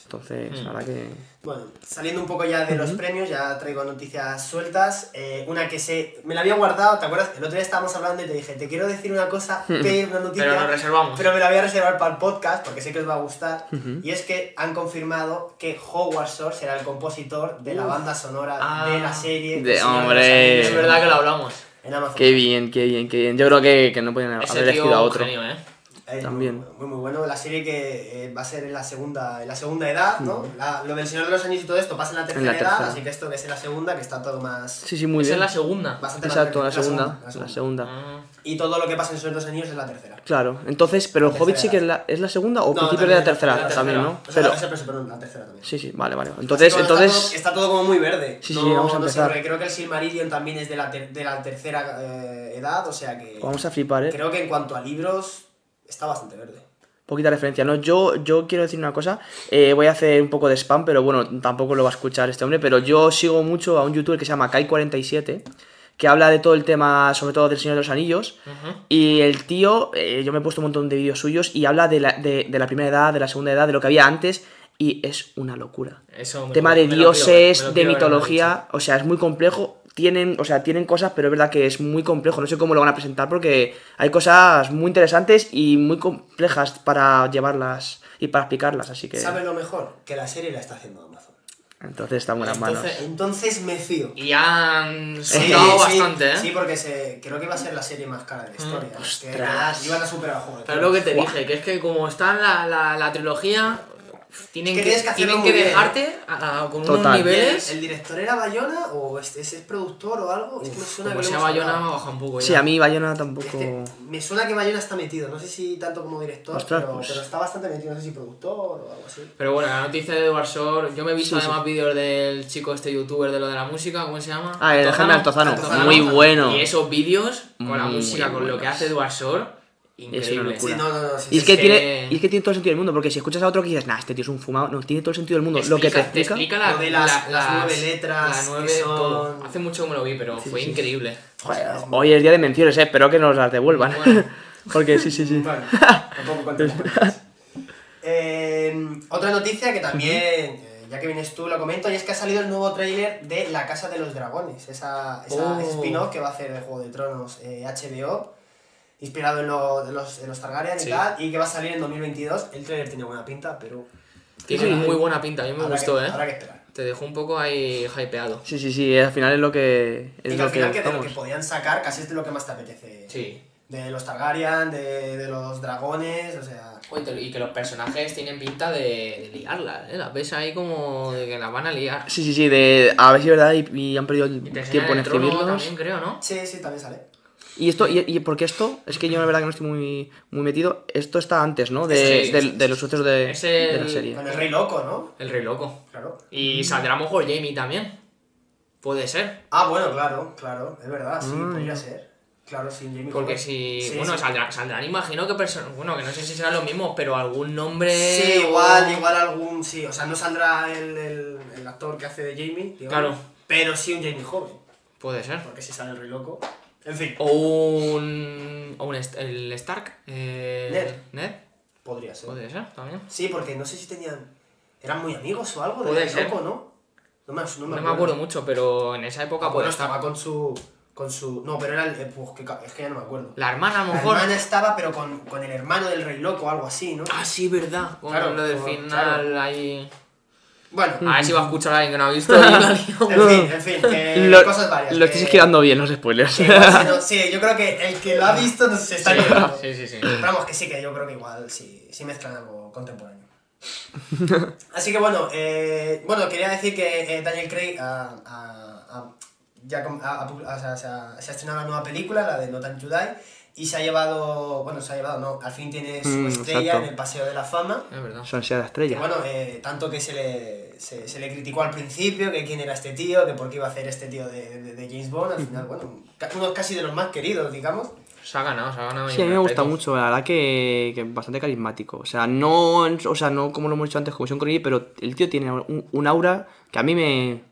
[SPEAKER 15] Entonces, la verdad que...
[SPEAKER 16] Bueno, saliendo un poco ya de los premios, ya traigo noticias sueltas. Eh, una que se. Me la había guardado, ¿te acuerdas? El otro día estábamos hablando y te dije, te quiero decir una cosa, pero una noticia.
[SPEAKER 17] Pero nos reservamos.
[SPEAKER 16] pero me la voy a reservar para el podcast porque sé que os va a gustar. Y es que han confirmado que Howard Shore será el compositor de la banda sonora
[SPEAKER 17] Ah.
[SPEAKER 16] de la serie.
[SPEAKER 15] De-
[SPEAKER 16] El Señor
[SPEAKER 15] hombre.
[SPEAKER 16] los Anillos.
[SPEAKER 17] es verdad que lo hablamos.
[SPEAKER 16] En Amazon.
[SPEAKER 15] Qué bien, qué bien, qué bien. Yo creo que, que no podían haber
[SPEAKER 17] Ese
[SPEAKER 15] elegido
[SPEAKER 17] tío
[SPEAKER 15] a
[SPEAKER 17] un
[SPEAKER 15] otro.
[SPEAKER 17] genio, ¿eh?
[SPEAKER 16] Eh,
[SPEAKER 15] También.
[SPEAKER 16] Muy, muy, muy bueno. La serie que eh, va a ser en la segunda, en la segunda edad, ¿no? La- lo del Señor de los Anillos y todo esto pasa en la tercera, edad,
[SPEAKER 15] tercera.
[SPEAKER 16] así que esto que es en la segunda, que está todo más.
[SPEAKER 15] Sí, sí, muy
[SPEAKER 17] Esa es
[SPEAKER 15] bien.
[SPEAKER 17] la segunda.
[SPEAKER 16] bastante más
[SPEAKER 15] Exacto, la
[SPEAKER 16] grande.
[SPEAKER 15] segunda, la segunda.
[SPEAKER 17] Ah.
[SPEAKER 16] Y todo lo que pasa en esos dos anillos es la tercera.
[SPEAKER 15] Claro, entonces, pero el Hobbit sí que es la, es la segunda
[SPEAKER 16] No,
[SPEAKER 15] o principio de
[SPEAKER 16] también
[SPEAKER 15] la tercera, también, ¿no?
[SPEAKER 16] O sea,
[SPEAKER 15] Pero,
[SPEAKER 16] la tercera, perdón, la tercera también.
[SPEAKER 15] sí, sí, vale, vale. Entonces,
[SPEAKER 16] Así que bueno,
[SPEAKER 15] entonces.
[SPEAKER 16] Está todo, está todo como muy verde.
[SPEAKER 15] Sí, sí,
[SPEAKER 16] no,
[SPEAKER 15] vamos a
[SPEAKER 16] no sé,
[SPEAKER 15] empezar.
[SPEAKER 16] porque creo que el Silmarillion también es de la, ter- de la tercera eh, edad, o sea que.
[SPEAKER 15] Vamos a flipar, eh.
[SPEAKER 16] Creo que en cuanto a libros, está bastante verde.
[SPEAKER 15] Poquita referencia, ¿no? Yo, yo quiero decir una cosa, eh, voy a hacer un poco de spam, pero bueno, tampoco lo va a escuchar este hombre, pero yo sigo mucho a un youtuber que se llama Kai47, que habla de todo el tema, sobre todo del Señor de los Anillos, y el tío, eh, yo me he puesto un montón de vídeos suyos, y habla de la, de, de la primera edad, de la segunda edad, de lo que había antes, y es una locura.
[SPEAKER 17] Eso me
[SPEAKER 15] tema
[SPEAKER 17] lo-
[SPEAKER 15] de
[SPEAKER 17] me lo quiero ver,
[SPEAKER 15] dioses,
[SPEAKER 17] me lo
[SPEAKER 15] de
[SPEAKER 17] quiero ver, me lo
[SPEAKER 15] mitología, o sea, es muy complejo. Tienen, o sea, tienen cosas, pero es verdad que es muy complejo. No sé cómo lo van a presentar porque hay cosas muy interesantes y muy complejas para llevarlas y para explicarlas. Así que.
[SPEAKER 16] ¿Sabes lo mejor? Que la serie la está haciendo Amazon.
[SPEAKER 15] Entonces está en buenas manos.
[SPEAKER 16] Entonces, entonces me fío.
[SPEAKER 17] Y han
[SPEAKER 16] Sí,
[SPEAKER 17] sonado
[SPEAKER 16] sí,
[SPEAKER 17] bastante, ¿eh?
[SPEAKER 16] Sí, porque se, creo que va a ser la serie más cara de la historia. que
[SPEAKER 17] ostras.
[SPEAKER 16] Iban a superar a Juego de
[SPEAKER 17] Pero es lo que te
[SPEAKER 16] Tronos.
[SPEAKER 17] dije, que es que como está la, la, la trilogía, tienen
[SPEAKER 16] Es
[SPEAKER 17] que,
[SPEAKER 16] que tienes que hacerlo
[SPEAKER 17] tienen
[SPEAKER 16] muy
[SPEAKER 17] que
[SPEAKER 16] bien, ¿eh?
[SPEAKER 17] dejarte a- a- con unos
[SPEAKER 15] Total.
[SPEAKER 17] niveles.
[SPEAKER 16] ¿El director era Bayona o es, es, es productor o algo? Es que me suena
[SPEAKER 17] como
[SPEAKER 16] que lo
[SPEAKER 17] sea
[SPEAKER 16] hemos
[SPEAKER 17] Bayona,
[SPEAKER 16] hablado.
[SPEAKER 17] me baja un poco ya.
[SPEAKER 15] Sí, a mí Bayona tampoco.
[SPEAKER 16] Me suena que Bayona está metido, no sé si tanto como director,
[SPEAKER 15] Ostras,
[SPEAKER 16] pero,
[SPEAKER 15] pues.
[SPEAKER 16] pero está bastante metido, no sé si productor o algo así.
[SPEAKER 17] Pero bueno, la noticia de Edward Shore, yo me he visto
[SPEAKER 15] Sí, sí.
[SPEAKER 17] además vídeos del chico este youtuber de lo de la música, ¿cómo se llama?
[SPEAKER 15] Ah, el Jaime Altozano. Muy bueno.
[SPEAKER 17] Y esos vídeos con la
[SPEAKER 15] Muy
[SPEAKER 17] música, con lo que hace Edward Shore,
[SPEAKER 15] Es
[SPEAKER 17] increíble.
[SPEAKER 15] una locura.
[SPEAKER 16] Sí, no, no, no, sí,
[SPEAKER 15] y, es
[SPEAKER 17] sí,
[SPEAKER 15] que
[SPEAKER 17] es
[SPEAKER 15] tiene,
[SPEAKER 17] que-
[SPEAKER 15] y es que tiene todo el sentido del mundo, porque si escuchas a otro que dices, nah, este tío es un fumado, no, tiene todo el sentido del mundo. lo que te
[SPEAKER 17] te
[SPEAKER 15] explica.
[SPEAKER 17] la-
[SPEAKER 16] Lo de las-
[SPEAKER 17] la-
[SPEAKER 16] las nueve letras
[SPEAKER 17] las nueve,
[SPEAKER 16] que son-
[SPEAKER 17] todo. Hace mucho que me lo vi, pero fue increíble.
[SPEAKER 15] Joder, hoy es día de menciones, eh, espero que nos las devuelvan. porque sí, sí, sí.
[SPEAKER 16] Bueno, tampoco cuento más. Eh, otra noticia que también, eh, ya que vienes tú, lo comento, y es que ha salido el nuevo tráiler de La Casa de los Dragones, esa, esa
[SPEAKER 17] Oh.
[SPEAKER 16] spin-off que va a hacer de Juego de Tronos eh, HBO, inspirado en, lo- de los, en los Targaryen
[SPEAKER 17] Sí.
[SPEAKER 16] y tal, y que va a salir en 2022. El tráiler tiene buena pinta, pero
[SPEAKER 17] Tiene
[SPEAKER 15] Sí, sí.
[SPEAKER 17] muy buena pinta, a mí me
[SPEAKER 16] habrá
[SPEAKER 17] gustó,
[SPEAKER 16] que,
[SPEAKER 17] ¿eh?
[SPEAKER 16] habrá que esperar.
[SPEAKER 17] Te dejó un poco ahí hypeado.
[SPEAKER 15] Sí, sí, sí, al final es lo que. Es
[SPEAKER 16] y que
[SPEAKER 15] lo
[SPEAKER 16] al final que
[SPEAKER 15] que
[SPEAKER 16] de lo que
[SPEAKER 15] buscamos.
[SPEAKER 16] podían sacar casi es de lo que más te apetece.
[SPEAKER 17] Sí.
[SPEAKER 16] De los Targaryen, de, de los dragones, o sea...
[SPEAKER 17] Oye, te- Y que los personajes tienen pinta de, de liarla, ¿eh? Las ves ahí como de que las van a liar.
[SPEAKER 15] Sí, sí, sí, de a ver si es verdad y, y han perdido el
[SPEAKER 17] Y te enseñan
[SPEAKER 15] tiempo en
[SPEAKER 17] el trono
[SPEAKER 15] escribirlos.
[SPEAKER 17] también, creo, ¿no?
[SPEAKER 16] Sí, sí, también sale.
[SPEAKER 15] Y esto, y, y porque esto, es que yo la verdad que no estoy muy, muy metido, esto está antes, ¿no? De,
[SPEAKER 17] Sí, sí,
[SPEAKER 15] del-
[SPEAKER 17] sí, sí.
[SPEAKER 15] de los sucesos de,
[SPEAKER 17] Es
[SPEAKER 15] de la
[SPEAKER 17] el-
[SPEAKER 15] serie.
[SPEAKER 16] Con el Rey Loco, ¿no?
[SPEAKER 17] El rey loco.
[SPEAKER 16] Claro.
[SPEAKER 17] Y saldrá a lo mejor Jamie también. Puede ser.
[SPEAKER 16] Ah, bueno, claro, claro, es verdad, sí,
[SPEAKER 15] Ah,
[SPEAKER 16] podría
[SPEAKER 15] ya.
[SPEAKER 16] ser. Claro, sin Jamie
[SPEAKER 17] Porque
[SPEAKER 16] Foxx.
[SPEAKER 17] si.
[SPEAKER 16] Sí,
[SPEAKER 17] bueno,
[SPEAKER 16] sí.
[SPEAKER 17] saldrá- saldrán, imagino que personas. Bueno, que no sé si serán los mismos, pero algún nombre.
[SPEAKER 16] Sí,
[SPEAKER 17] o-
[SPEAKER 16] igual, igual algún. Sí, o sea, no saldrá el, el, el actor que hace de Jamie, digamos,
[SPEAKER 17] Claro.
[SPEAKER 16] Pero sí un Jamie joven,
[SPEAKER 17] Puede ser.
[SPEAKER 16] porque si sale el Rey Loco. En fin,
[SPEAKER 17] O un. O un. est- El Stark. eh,
[SPEAKER 16] Ned.
[SPEAKER 17] Ned.
[SPEAKER 16] podría ser.
[SPEAKER 17] Puede ser también.
[SPEAKER 16] Sí, porque no sé si tenían. ¿Eran muy amigos o algo?
[SPEAKER 17] Puede
[SPEAKER 16] del Rey
[SPEAKER 17] ser.
[SPEAKER 16] Loco, ¿no? No me, no me
[SPEAKER 17] No me acuerdo mucho, pero en esa época pues,
[SPEAKER 16] Ah,
[SPEAKER 17] puede
[SPEAKER 16] bueno,
[SPEAKER 17] estar.
[SPEAKER 16] estaba con su. Con su. No, pero era el. eh, pues, que ca- es que ya no me acuerdo.
[SPEAKER 17] La hermana, a lo
[SPEAKER 16] La
[SPEAKER 17] mejor.
[SPEAKER 16] hermana estaba, pero con, con el hermano del Rey Loco o algo así, ¿no?
[SPEAKER 17] Ah, sí, verdad. Con
[SPEAKER 16] Claro,
[SPEAKER 17] lo del
[SPEAKER 16] como-
[SPEAKER 17] final
[SPEAKER 16] claro.
[SPEAKER 17] ahí.
[SPEAKER 16] Bueno,
[SPEAKER 15] Mm.
[SPEAKER 17] A ver si va a escuchar a alguien que no ha visto y la
[SPEAKER 16] en
[SPEAKER 17] lío.
[SPEAKER 16] fin, en fin, que
[SPEAKER 15] Lo,
[SPEAKER 16] cosas varias.
[SPEAKER 15] lo
[SPEAKER 16] que-
[SPEAKER 15] estáis esquivando bien, los spoilers.
[SPEAKER 16] que igual si no- sí, yo creo que el que lo ha visto no se está liando.
[SPEAKER 17] Sí, sí, sí.
[SPEAKER 16] Pero Vamos, que sí, que yo creo que igual sí, sí mezclan algo contemporáneo. Así que bueno, eh, bueno, quería decir que eh, Daniel Craig ah, ah, ah, ya com- ah, ah, pu- ah, o sea, se ha- se ha estrenado la nueva película, la de No Time to Die, y se ha llevado, bueno, se ha llevado, no, al fin tiene su
[SPEAKER 15] Mm,
[SPEAKER 16] estrella
[SPEAKER 15] exacto.
[SPEAKER 16] en el Paseo de la Fama.
[SPEAKER 17] Es verdad.
[SPEAKER 15] Son ansiedad
[SPEAKER 16] Que
[SPEAKER 15] estrella.
[SPEAKER 16] bueno, eh, tanto que se le, se, se le criticó al principio, que quién era este tío, que por qué iba a hacer este tío de, de- de James Bond, al final, bueno, ca- uno casi de los más queridos, digamos.
[SPEAKER 17] Se ha ganado, se ha ganado.
[SPEAKER 15] Sí, a mí me gusta mucho, la verdad que, que bastante carismático. O sea, no, o sea, no como lo hemos dicho antes, como Sean Connery, pero el tío tiene un, un aura que a mí me.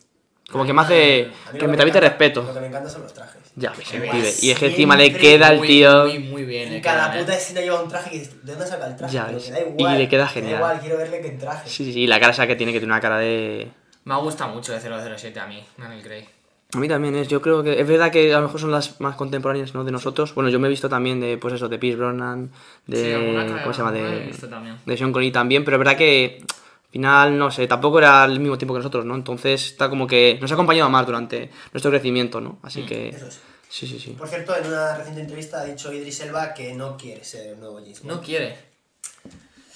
[SPEAKER 15] como que me hace.
[SPEAKER 16] A mí
[SPEAKER 15] que
[SPEAKER 16] lo
[SPEAKER 15] me transmite
[SPEAKER 16] encanta-
[SPEAKER 15] respeto.
[SPEAKER 16] Lo que me encanta son los trajes.
[SPEAKER 15] Ya, ves, el
[SPEAKER 16] Guau,
[SPEAKER 15] pibe. Y es que
[SPEAKER 16] siempre
[SPEAKER 15] encima le queda al
[SPEAKER 17] muy,
[SPEAKER 15] tío.
[SPEAKER 17] Muy, muy bien.
[SPEAKER 16] En
[SPEAKER 17] eh,
[SPEAKER 16] cada
[SPEAKER 17] que
[SPEAKER 16] puta
[SPEAKER 17] gane.
[SPEAKER 16] escena lleva un traje y dices, ¿de dónde saca el traje?
[SPEAKER 15] Ya
[SPEAKER 16] Pero
[SPEAKER 15] ves.
[SPEAKER 16] que da
[SPEAKER 15] Y
[SPEAKER 16] igual,
[SPEAKER 15] le queda
[SPEAKER 16] que da
[SPEAKER 15] genial.
[SPEAKER 16] igual, quiero verle que en traje.
[SPEAKER 15] Sí, sí, sí, la cara esa que tiene, que tiene una cara de.
[SPEAKER 17] Me gusta mucho de 007 a mí, Daniel Craig.
[SPEAKER 15] A mí también es, yo creo que es verdad que a lo mejor son las más contemporáneas, ¿no? De nosotros. Bueno, yo me he visto también de, pues eso, de Pierce Brosnan, de...
[SPEAKER 17] Sí, alguna que-
[SPEAKER 15] ¿Cómo se llama?
[SPEAKER 17] alguna he
[SPEAKER 15] De,
[SPEAKER 17] visto también.
[SPEAKER 15] de Sean Connery también, pero es verdad que al final, no sé, tampoco era el mismo tiempo que nosotros, ¿no? Entonces está como que nos ha acompañado más durante nuestro crecimiento, ¿no? Así que...
[SPEAKER 16] Mm, Eso es.
[SPEAKER 15] Sí, sí, sí.
[SPEAKER 16] Por cierto, en una reciente entrevista ha dicho Idris Elba que no quiere ser el nuevo James Bond.
[SPEAKER 17] No quiere.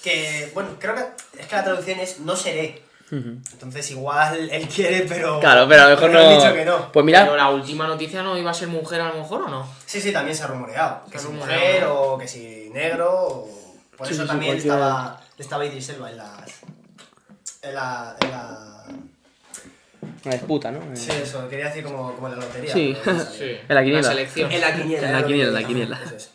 [SPEAKER 16] Que, bueno, creo que es que la traducción es no seré. Entonces igual él quiere, pero...
[SPEAKER 15] Claro, pero a lo mejor
[SPEAKER 16] pero
[SPEAKER 15] no-
[SPEAKER 16] han dicho que no.
[SPEAKER 15] Pues mira-
[SPEAKER 17] Pero la última noticia no iba a ser mujer a lo mejor o no.
[SPEAKER 16] Sí, sí, también se ha rumoreado. Que
[SPEAKER 17] Se
[SPEAKER 16] si
[SPEAKER 17] ha
[SPEAKER 16] mujer
[SPEAKER 17] rumoreado.
[SPEAKER 16] o que si negro o... Por
[SPEAKER 15] Sí,
[SPEAKER 16] eso
[SPEAKER 15] sí, sí,
[SPEAKER 16] también
[SPEAKER 15] cualquiera.
[SPEAKER 16] estaba, estaba Idris Elba en las... En la... En la...
[SPEAKER 15] Una disputa, ¿no? Eh,
[SPEAKER 16] Sí, eso, quería decir como, como en la lotería.
[SPEAKER 15] Sí.
[SPEAKER 16] pero no salió.
[SPEAKER 17] Sí.
[SPEAKER 15] En la quiniela.
[SPEAKER 17] La selección.
[SPEAKER 16] En la quiniela.
[SPEAKER 15] En la quiniela, en la quiniela.
[SPEAKER 16] Eso es.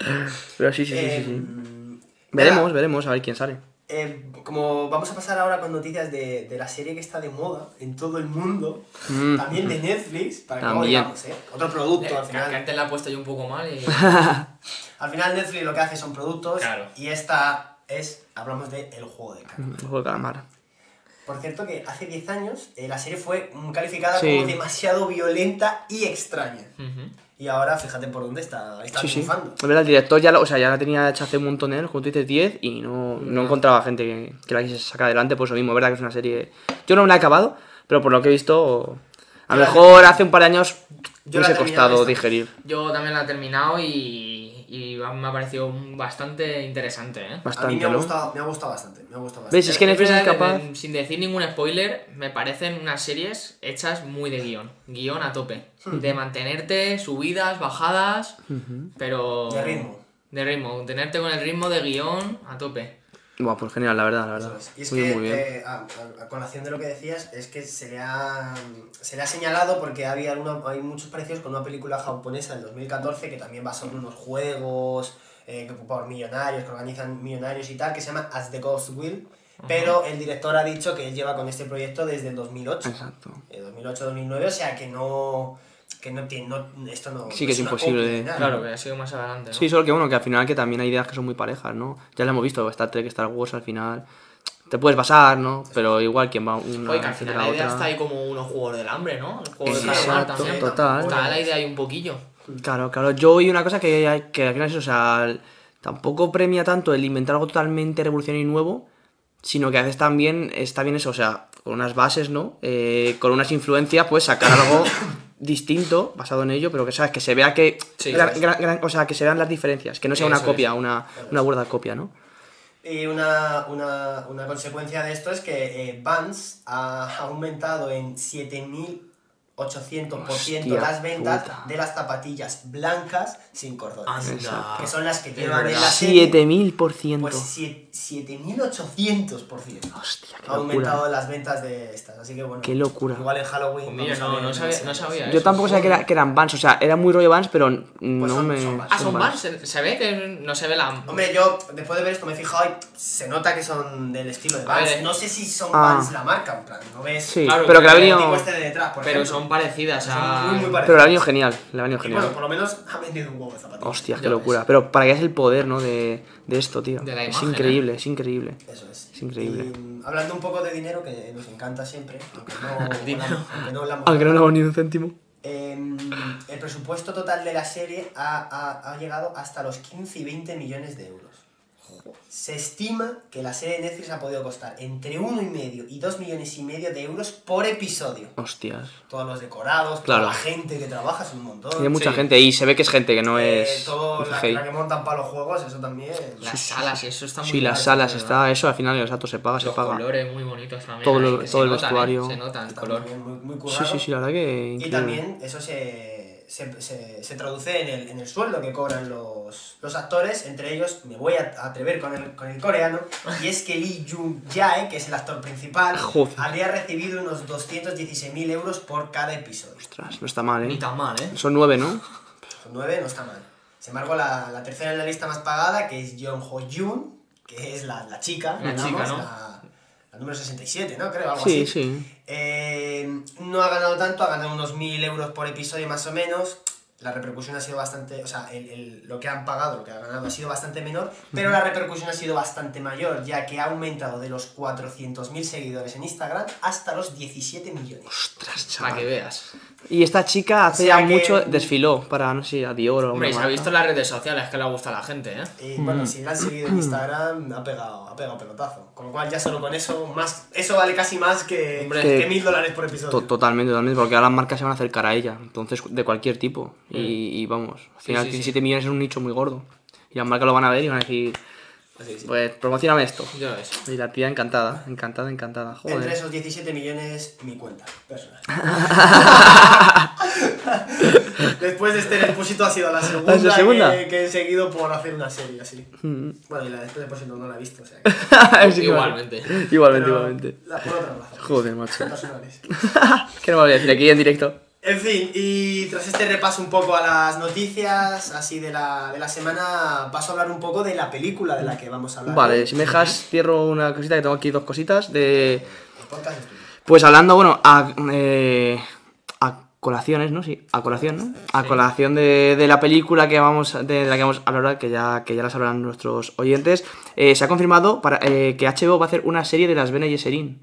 [SPEAKER 15] Pero sí, sí, sí, sí. sí.
[SPEAKER 16] Em,
[SPEAKER 15] Veremos, veremos, a ver quién sale.
[SPEAKER 16] Eh, como vamos a pasar ahora con noticias de, de la serie que está de moda en todo el mundo,
[SPEAKER 15] Mm.
[SPEAKER 16] también de Netflix, para que no
[SPEAKER 15] También.
[SPEAKER 16] digamos, ¿eh? Otro producto al
[SPEAKER 17] Eh, que
[SPEAKER 16] final.
[SPEAKER 17] antes la he puesto yo un poco mal y...
[SPEAKER 16] Al final Netflix lo que hace son productos
[SPEAKER 17] Claro.
[SPEAKER 16] y esta es, hablamos de El Juego de Calamar.
[SPEAKER 15] El juego de calamar.
[SPEAKER 16] Por cierto que hace 10 años eh, la serie fue mm, calificada
[SPEAKER 15] Sí.
[SPEAKER 16] como demasiado violenta y extraña.
[SPEAKER 17] Ujú.
[SPEAKER 16] Y ahora fíjate por dónde está, está
[SPEAKER 15] Sí, sí.
[SPEAKER 16] triunfando.
[SPEAKER 15] Es verdad, el director ya, lo- o sea, ya la tenía hecha hace un montón de años, como tú dices, 10, y no, no encontraba gente que, que la quise sacar adelante por eso mismo. Es verdad que es una serie... Yo no me la he acabado, pero por lo que he visto, a lo
[SPEAKER 16] Yo la-
[SPEAKER 15] mejor hace un par de años
[SPEAKER 16] Yo
[SPEAKER 15] me
[SPEAKER 16] la
[SPEAKER 15] hubiese
[SPEAKER 16] terminé
[SPEAKER 15] costado
[SPEAKER 16] esta.
[SPEAKER 15] digerir.
[SPEAKER 17] Yo también la he terminado y, y me ha parecido bastante interesante, ¿eh?
[SPEAKER 16] A mí me
[SPEAKER 15] Bastante,
[SPEAKER 16] ha,
[SPEAKER 15] ¿no?
[SPEAKER 16] gustado, me ha gustado bastante, me ha gustado bastante.
[SPEAKER 15] ¿Ves? Es que Netflix es
[SPEAKER 17] verdad que,
[SPEAKER 15] capaz...
[SPEAKER 17] eh, sin decir ningún spoiler, me parecen unas series hechas muy de guión. Guión a tope.
[SPEAKER 16] Hmm.
[SPEAKER 17] De mantenerte, subidas, bajadas, pero...
[SPEAKER 16] De ritmo.
[SPEAKER 17] De ritmo. Tenerte con el ritmo de guión a tope.
[SPEAKER 15] Buah, pues genial, la verdad, la verdad.
[SPEAKER 16] Eso es. Y es
[SPEAKER 15] muy,
[SPEAKER 16] que,
[SPEAKER 15] bien, muy bien.
[SPEAKER 16] eh, a, a- a colación de lo que decías, es que se le ha, se le ha señalado porque había alguna- hay muchos parecidos con una película japonesa del 2014 que también va sobre unos juegos eh, que por millonarios, que organizan millonarios y tal, que se llama As the Ghost Will. Pero el director ha dicho que él lleva con este proyecto desde el 2008.
[SPEAKER 15] Exacto.
[SPEAKER 16] Eh, 2008-2009, o sea que no. Que no tiene. no- esto no.
[SPEAKER 15] Sí,
[SPEAKER 16] no
[SPEAKER 15] que es
[SPEAKER 16] una
[SPEAKER 15] imposible
[SPEAKER 16] copia ni
[SPEAKER 15] de-
[SPEAKER 16] nada.
[SPEAKER 17] Claro, que ha sido más adelante, ¿no?
[SPEAKER 15] Sí, solo que bueno, que al final que también hay ideas que son muy parejas, ¿no? Ya lo hemos visto, Star Trek, Star Wars, al final te puedes basar, ¿no? Pero igual quien va una
[SPEAKER 17] Oye, que al
[SPEAKER 15] hace
[SPEAKER 17] final
[SPEAKER 15] la
[SPEAKER 17] la idea
[SPEAKER 15] otra.
[SPEAKER 17] está ahí como unos juegos del hambre, ¿no? El juego de
[SPEAKER 15] Exacto,
[SPEAKER 17] calamar también.
[SPEAKER 15] total.
[SPEAKER 17] Está la idea ahí un poquillo.
[SPEAKER 15] Claro, claro. Yo oí una cosa que, hay- que al final es, o sea, el- tampoco premia tanto el inventar algo totalmente revolucionario y nuevo, sino que a veces también está bien eso, o sea, con unas bases, ¿no? Eh, con unas influencias, pues sacar algo distinto basado en ello, pero que sabes que se vea que,
[SPEAKER 17] Sí,
[SPEAKER 15] gran-
[SPEAKER 17] eso es.
[SPEAKER 15] gran- gran- o sea, que se vean las diferencias, que no sea una
[SPEAKER 17] Eso
[SPEAKER 15] copia, una, una burda copia, ¿no?
[SPEAKER 16] Y una, una, una consecuencia de esto es que eh, Vans ha aumentado en 7.800%
[SPEAKER 15] Hostia
[SPEAKER 16] las ventas
[SPEAKER 15] puta.
[SPEAKER 16] de las zapatillas blancas sin cordones.
[SPEAKER 17] Anda.
[SPEAKER 16] Que son las que
[SPEAKER 17] Es
[SPEAKER 16] llevan en
[SPEAKER 17] verdad.
[SPEAKER 16] la serie.
[SPEAKER 15] 7000%.
[SPEAKER 16] Pues sie- 7.800%
[SPEAKER 15] Hostia, Ah, qué
[SPEAKER 16] ha aumentado
[SPEAKER 15] locura.
[SPEAKER 16] las ventas de estas. Así que bueno.
[SPEAKER 15] Qué locura.
[SPEAKER 16] Igual en Halloween.
[SPEAKER 17] Pues mira,
[SPEAKER 16] vamos a
[SPEAKER 17] no,
[SPEAKER 16] ver
[SPEAKER 17] no
[SPEAKER 16] qué
[SPEAKER 17] sabía-
[SPEAKER 16] tal
[SPEAKER 17] no
[SPEAKER 16] sale.
[SPEAKER 17] sabía
[SPEAKER 15] Yo tampoco sabía que, era- que eran Vans, o sea, era muy rollo Vans, pero n- no
[SPEAKER 16] Pues son-
[SPEAKER 15] me.
[SPEAKER 16] son Vans.
[SPEAKER 17] Ah, son Vans. Se, se ve que no se ve la...
[SPEAKER 16] Hombre, yo después de ver esto me he fijado y se nota que son del estilo de
[SPEAKER 17] A
[SPEAKER 16] Vans.
[SPEAKER 17] ver, eh.
[SPEAKER 16] No sé si son
[SPEAKER 15] Ah.
[SPEAKER 16] Vans la marca, en plan, no ves.
[SPEAKER 15] Sí,
[SPEAKER 17] Claro,
[SPEAKER 15] pero que la ha
[SPEAKER 17] pero
[SPEAKER 15] venido-
[SPEAKER 16] El tipo este de detrás, por
[SPEAKER 17] Pero
[SPEAKER 16] ejemplo.
[SPEAKER 17] son parecidas
[SPEAKER 16] Son
[SPEAKER 17] a...
[SPEAKER 16] muy, muy parecidas.
[SPEAKER 15] Pero la ha venido genial, la ha venido
[SPEAKER 16] Y bueno, por
[SPEAKER 15] genial.
[SPEAKER 16] lo menos ha vendido un huevo de zapatillas.
[SPEAKER 15] Hostia, qué
[SPEAKER 17] Ya ves.
[SPEAKER 15] locura. Pero para que es el poder, ¿no? De, de esto, tío.
[SPEAKER 17] De la
[SPEAKER 15] es
[SPEAKER 17] imagen, ¿eh?
[SPEAKER 15] increíble, es increíble.
[SPEAKER 16] Eso es.
[SPEAKER 15] Es increíble.
[SPEAKER 16] Y, mm, hablando un poco de dinero, que nos encanta siempre, aunque no,
[SPEAKER 17] Dinero.
[SPEAKER 16] aunque no hablamos.
[SPEAKER 15] Aunque no le hemos ni un céntimo.
[SPEAKER 16] Em, el presupuesto total de la serie ha, ha- ha llegado hasta los 15 y 20 millones de euros. Se estima que la serie de Netflix ha podido costar entre 1,5 y 2 millones y medio de euros por episodio.
[SPEAKER 15] Hostias.
[SPEAKER 16] Todos los decorados,
[SPEAKER 15] Claro.
[SPEAKER 16] toda la gente que trabaja, es un montón.
[SPEAKER 15] Hay mucha
[SPEAKER 17] Sí.
[SPEAKER 15] gente y se ve que es gente que no
[SPEAKER 16] Eh,
[SPEAKER 15] es.
[SPEAKER 16] todo
[SPEAKER 15] un
[SPEAKER 16] la,
[SPEAKER 15] fake.
[SPEAKER 16] la que montan para los juegos, eso también.
[SPEAKER 17] Las salas, eso está muy
[SPEAKER 15] Sí, las
[SPEAKER 17] guay,
[SPEAKER 15] salas,
[SPEAKER 17] la verdad.
[SPEAKER 15] está eso, al final el datos se paga, se
[SPEAKER 17] Los
[SPEAKER 15] paga.
[SPEAKER 17] colores muy bonitos también.
[SPEAKER 15] Todo
[SPEAKER 17] ahí,
[SPEAKER 15] lo-
[SPEAKER 17] que se
[SPEAKER 15] todo el
[SPEAKER 17] notan, ¿eh?
[SPEAKER 15] vestuario.
[SPEAKER 17] Se nota el
[SPEAKER 16] Está
[SPEAKER 17] color.
[SPEAKER 16] muy bien, muy, muy
[SPEAKER 15] Sí,
[SPEAKER 16] currado.
[SPEAKER 15] sí, sí, la verdad que.
[SPEAKER 16] Y
[SPEAKER 15] increíble.
[SPEAKER 16] también eso se, se, se- se traduce en el, en el sueldo que cobran los, los actores, entre ellos me voy a atrever con el, con el coreano, y es que Lee Jung Jae, que es el actor principal,
[SPEAKER 15] Joder.
[SPEAKER 16] habría recibido unos 216.000 euros por cada episodio.
[SPEAKER 15] Ostras, no está mal,
[SPEAKER 17] Ni
[SPEAKER 15] ¿eh?
[SPEAKER 17] tan mal, ¿eh?
[SPEAKER 15] Son nueve, ¿no?
[SPEAKER 16] Con 9 no está mal. Sin embargo, la, la tercera en la lista más pagada, que es Jung Ho Yoon, que es la, la chica,
[SPEAKER 17] La
[SPEAKER 16] digamos,
[SPEAKER 17] chica, ¿no?
[SPEAKER 16] la, la número 67, ¿no? Creo, algo así.
[SPEAKER 15] Sí, sí.
[SPEAKER 16] Eh, no ha ganado tanto, ha ganado unos 1000 euros por episodio más o menos. La repercusión ha sido bastante, o sea, el- el- lo que han pagado, lo que ha ganado ha sido bastante menor, pero la repercusión ha sido bastante mayor, ya que ha aumentado de los 400.000 seguidores en Instagram hasta los 17 millones.
[SPEAKER 15] Ostras,
[SPEAKER 17] Para que
[SPEAKER 15] chaval.
[SPEAKER 17] veas.
[SPEAKER 15] Y esta chica hace
[SPEAKER 16] O sea
[SPEAKER 15] ya
[SPEAKER 16] que-
[SPEAKER 15] mucho desfiló para, no sé, a Dior o alguna
[SPEAKER 17] Hombre, se ha
[SPEAKER 15] marca.
[SPEAKER 17] visto en las redes sociales que le gusta a la gente, ¿eh?
[SPEAKER 16] Y bueno, si la han seguido en Instagram, ha pegado, ha pegado pelotazo. Con lo cual ya solo con eso, más, eso vale casi más que,
[SPEAKER 17] Hombre,
[SPEAKER 16] que
[SPEAKER 15] que-
[SPEAKER 16] mil dólares por episodio.
[SPEAKER 15] To- Totalmente, totalmente, porque ahora las marcas se van a acercar a ella, entonces de cualquier tipo. Y, y vamos, al final
[SPEAKER 17] sí, sí.
[SPEAKER 15] 17 millones es un nicho muy gordo. Y las marcas lo van a ver y van a decir, Así, sí. Pues promocioname esto.
[SPEAKER 17] Ya ves.
[SPEAKER 15] Y la tía encantada, encantada, encantada. Joder.
[SPEAKER 16] Entre esos 17 millones, mi cuenta personal. Después de este Expósito ha sido la segunda,
[SPEAKER 15] ¿La segunda? Mm.
[SPEAKER 16] Que, que he seguido por hacer una serie así. Bueno, y la de este Expósito no la he visto, o sea.
[SPEAKER 15] Sí,
[SPEAKER 16] que-
[SPEAKER 17] Igualmente.
[SPEAKER 15] Igualmente,
[SPEAKER 16] Pero
[SPEAKER 15] igualmente.
[SPEAKER 16] La por otra razón.
[SPEAKER 15] Joder, macho.
[SPEAKER 16] Personales.
[SPEAKER 15] ¿Qué no me voy a decir aquí en directo?
[SPEAKER 16] En fin, y tras este repaso un poco a las noticias así de la, de la semana, paso a hablar un poco de la película de la que vamos a hablar.
[SPEAKER 15] Vale, si me dejas, cierro una cosita que tengo aquí dos cositas de.
[SPEAKER 16] Podcast es tuyo.
[SPEAKER 15] Pues hablando, bueno, a, eh, a colaciones, ¿no? Sí, a colación, ¿no? A colación de, de la película que vamos, de, de la que vamos a hablar, que ya, que ya la sabrán nuestros oyentes, eh, se ha confirmado para, eh, que HBO va a hacer una serie de las Bene Gesserit.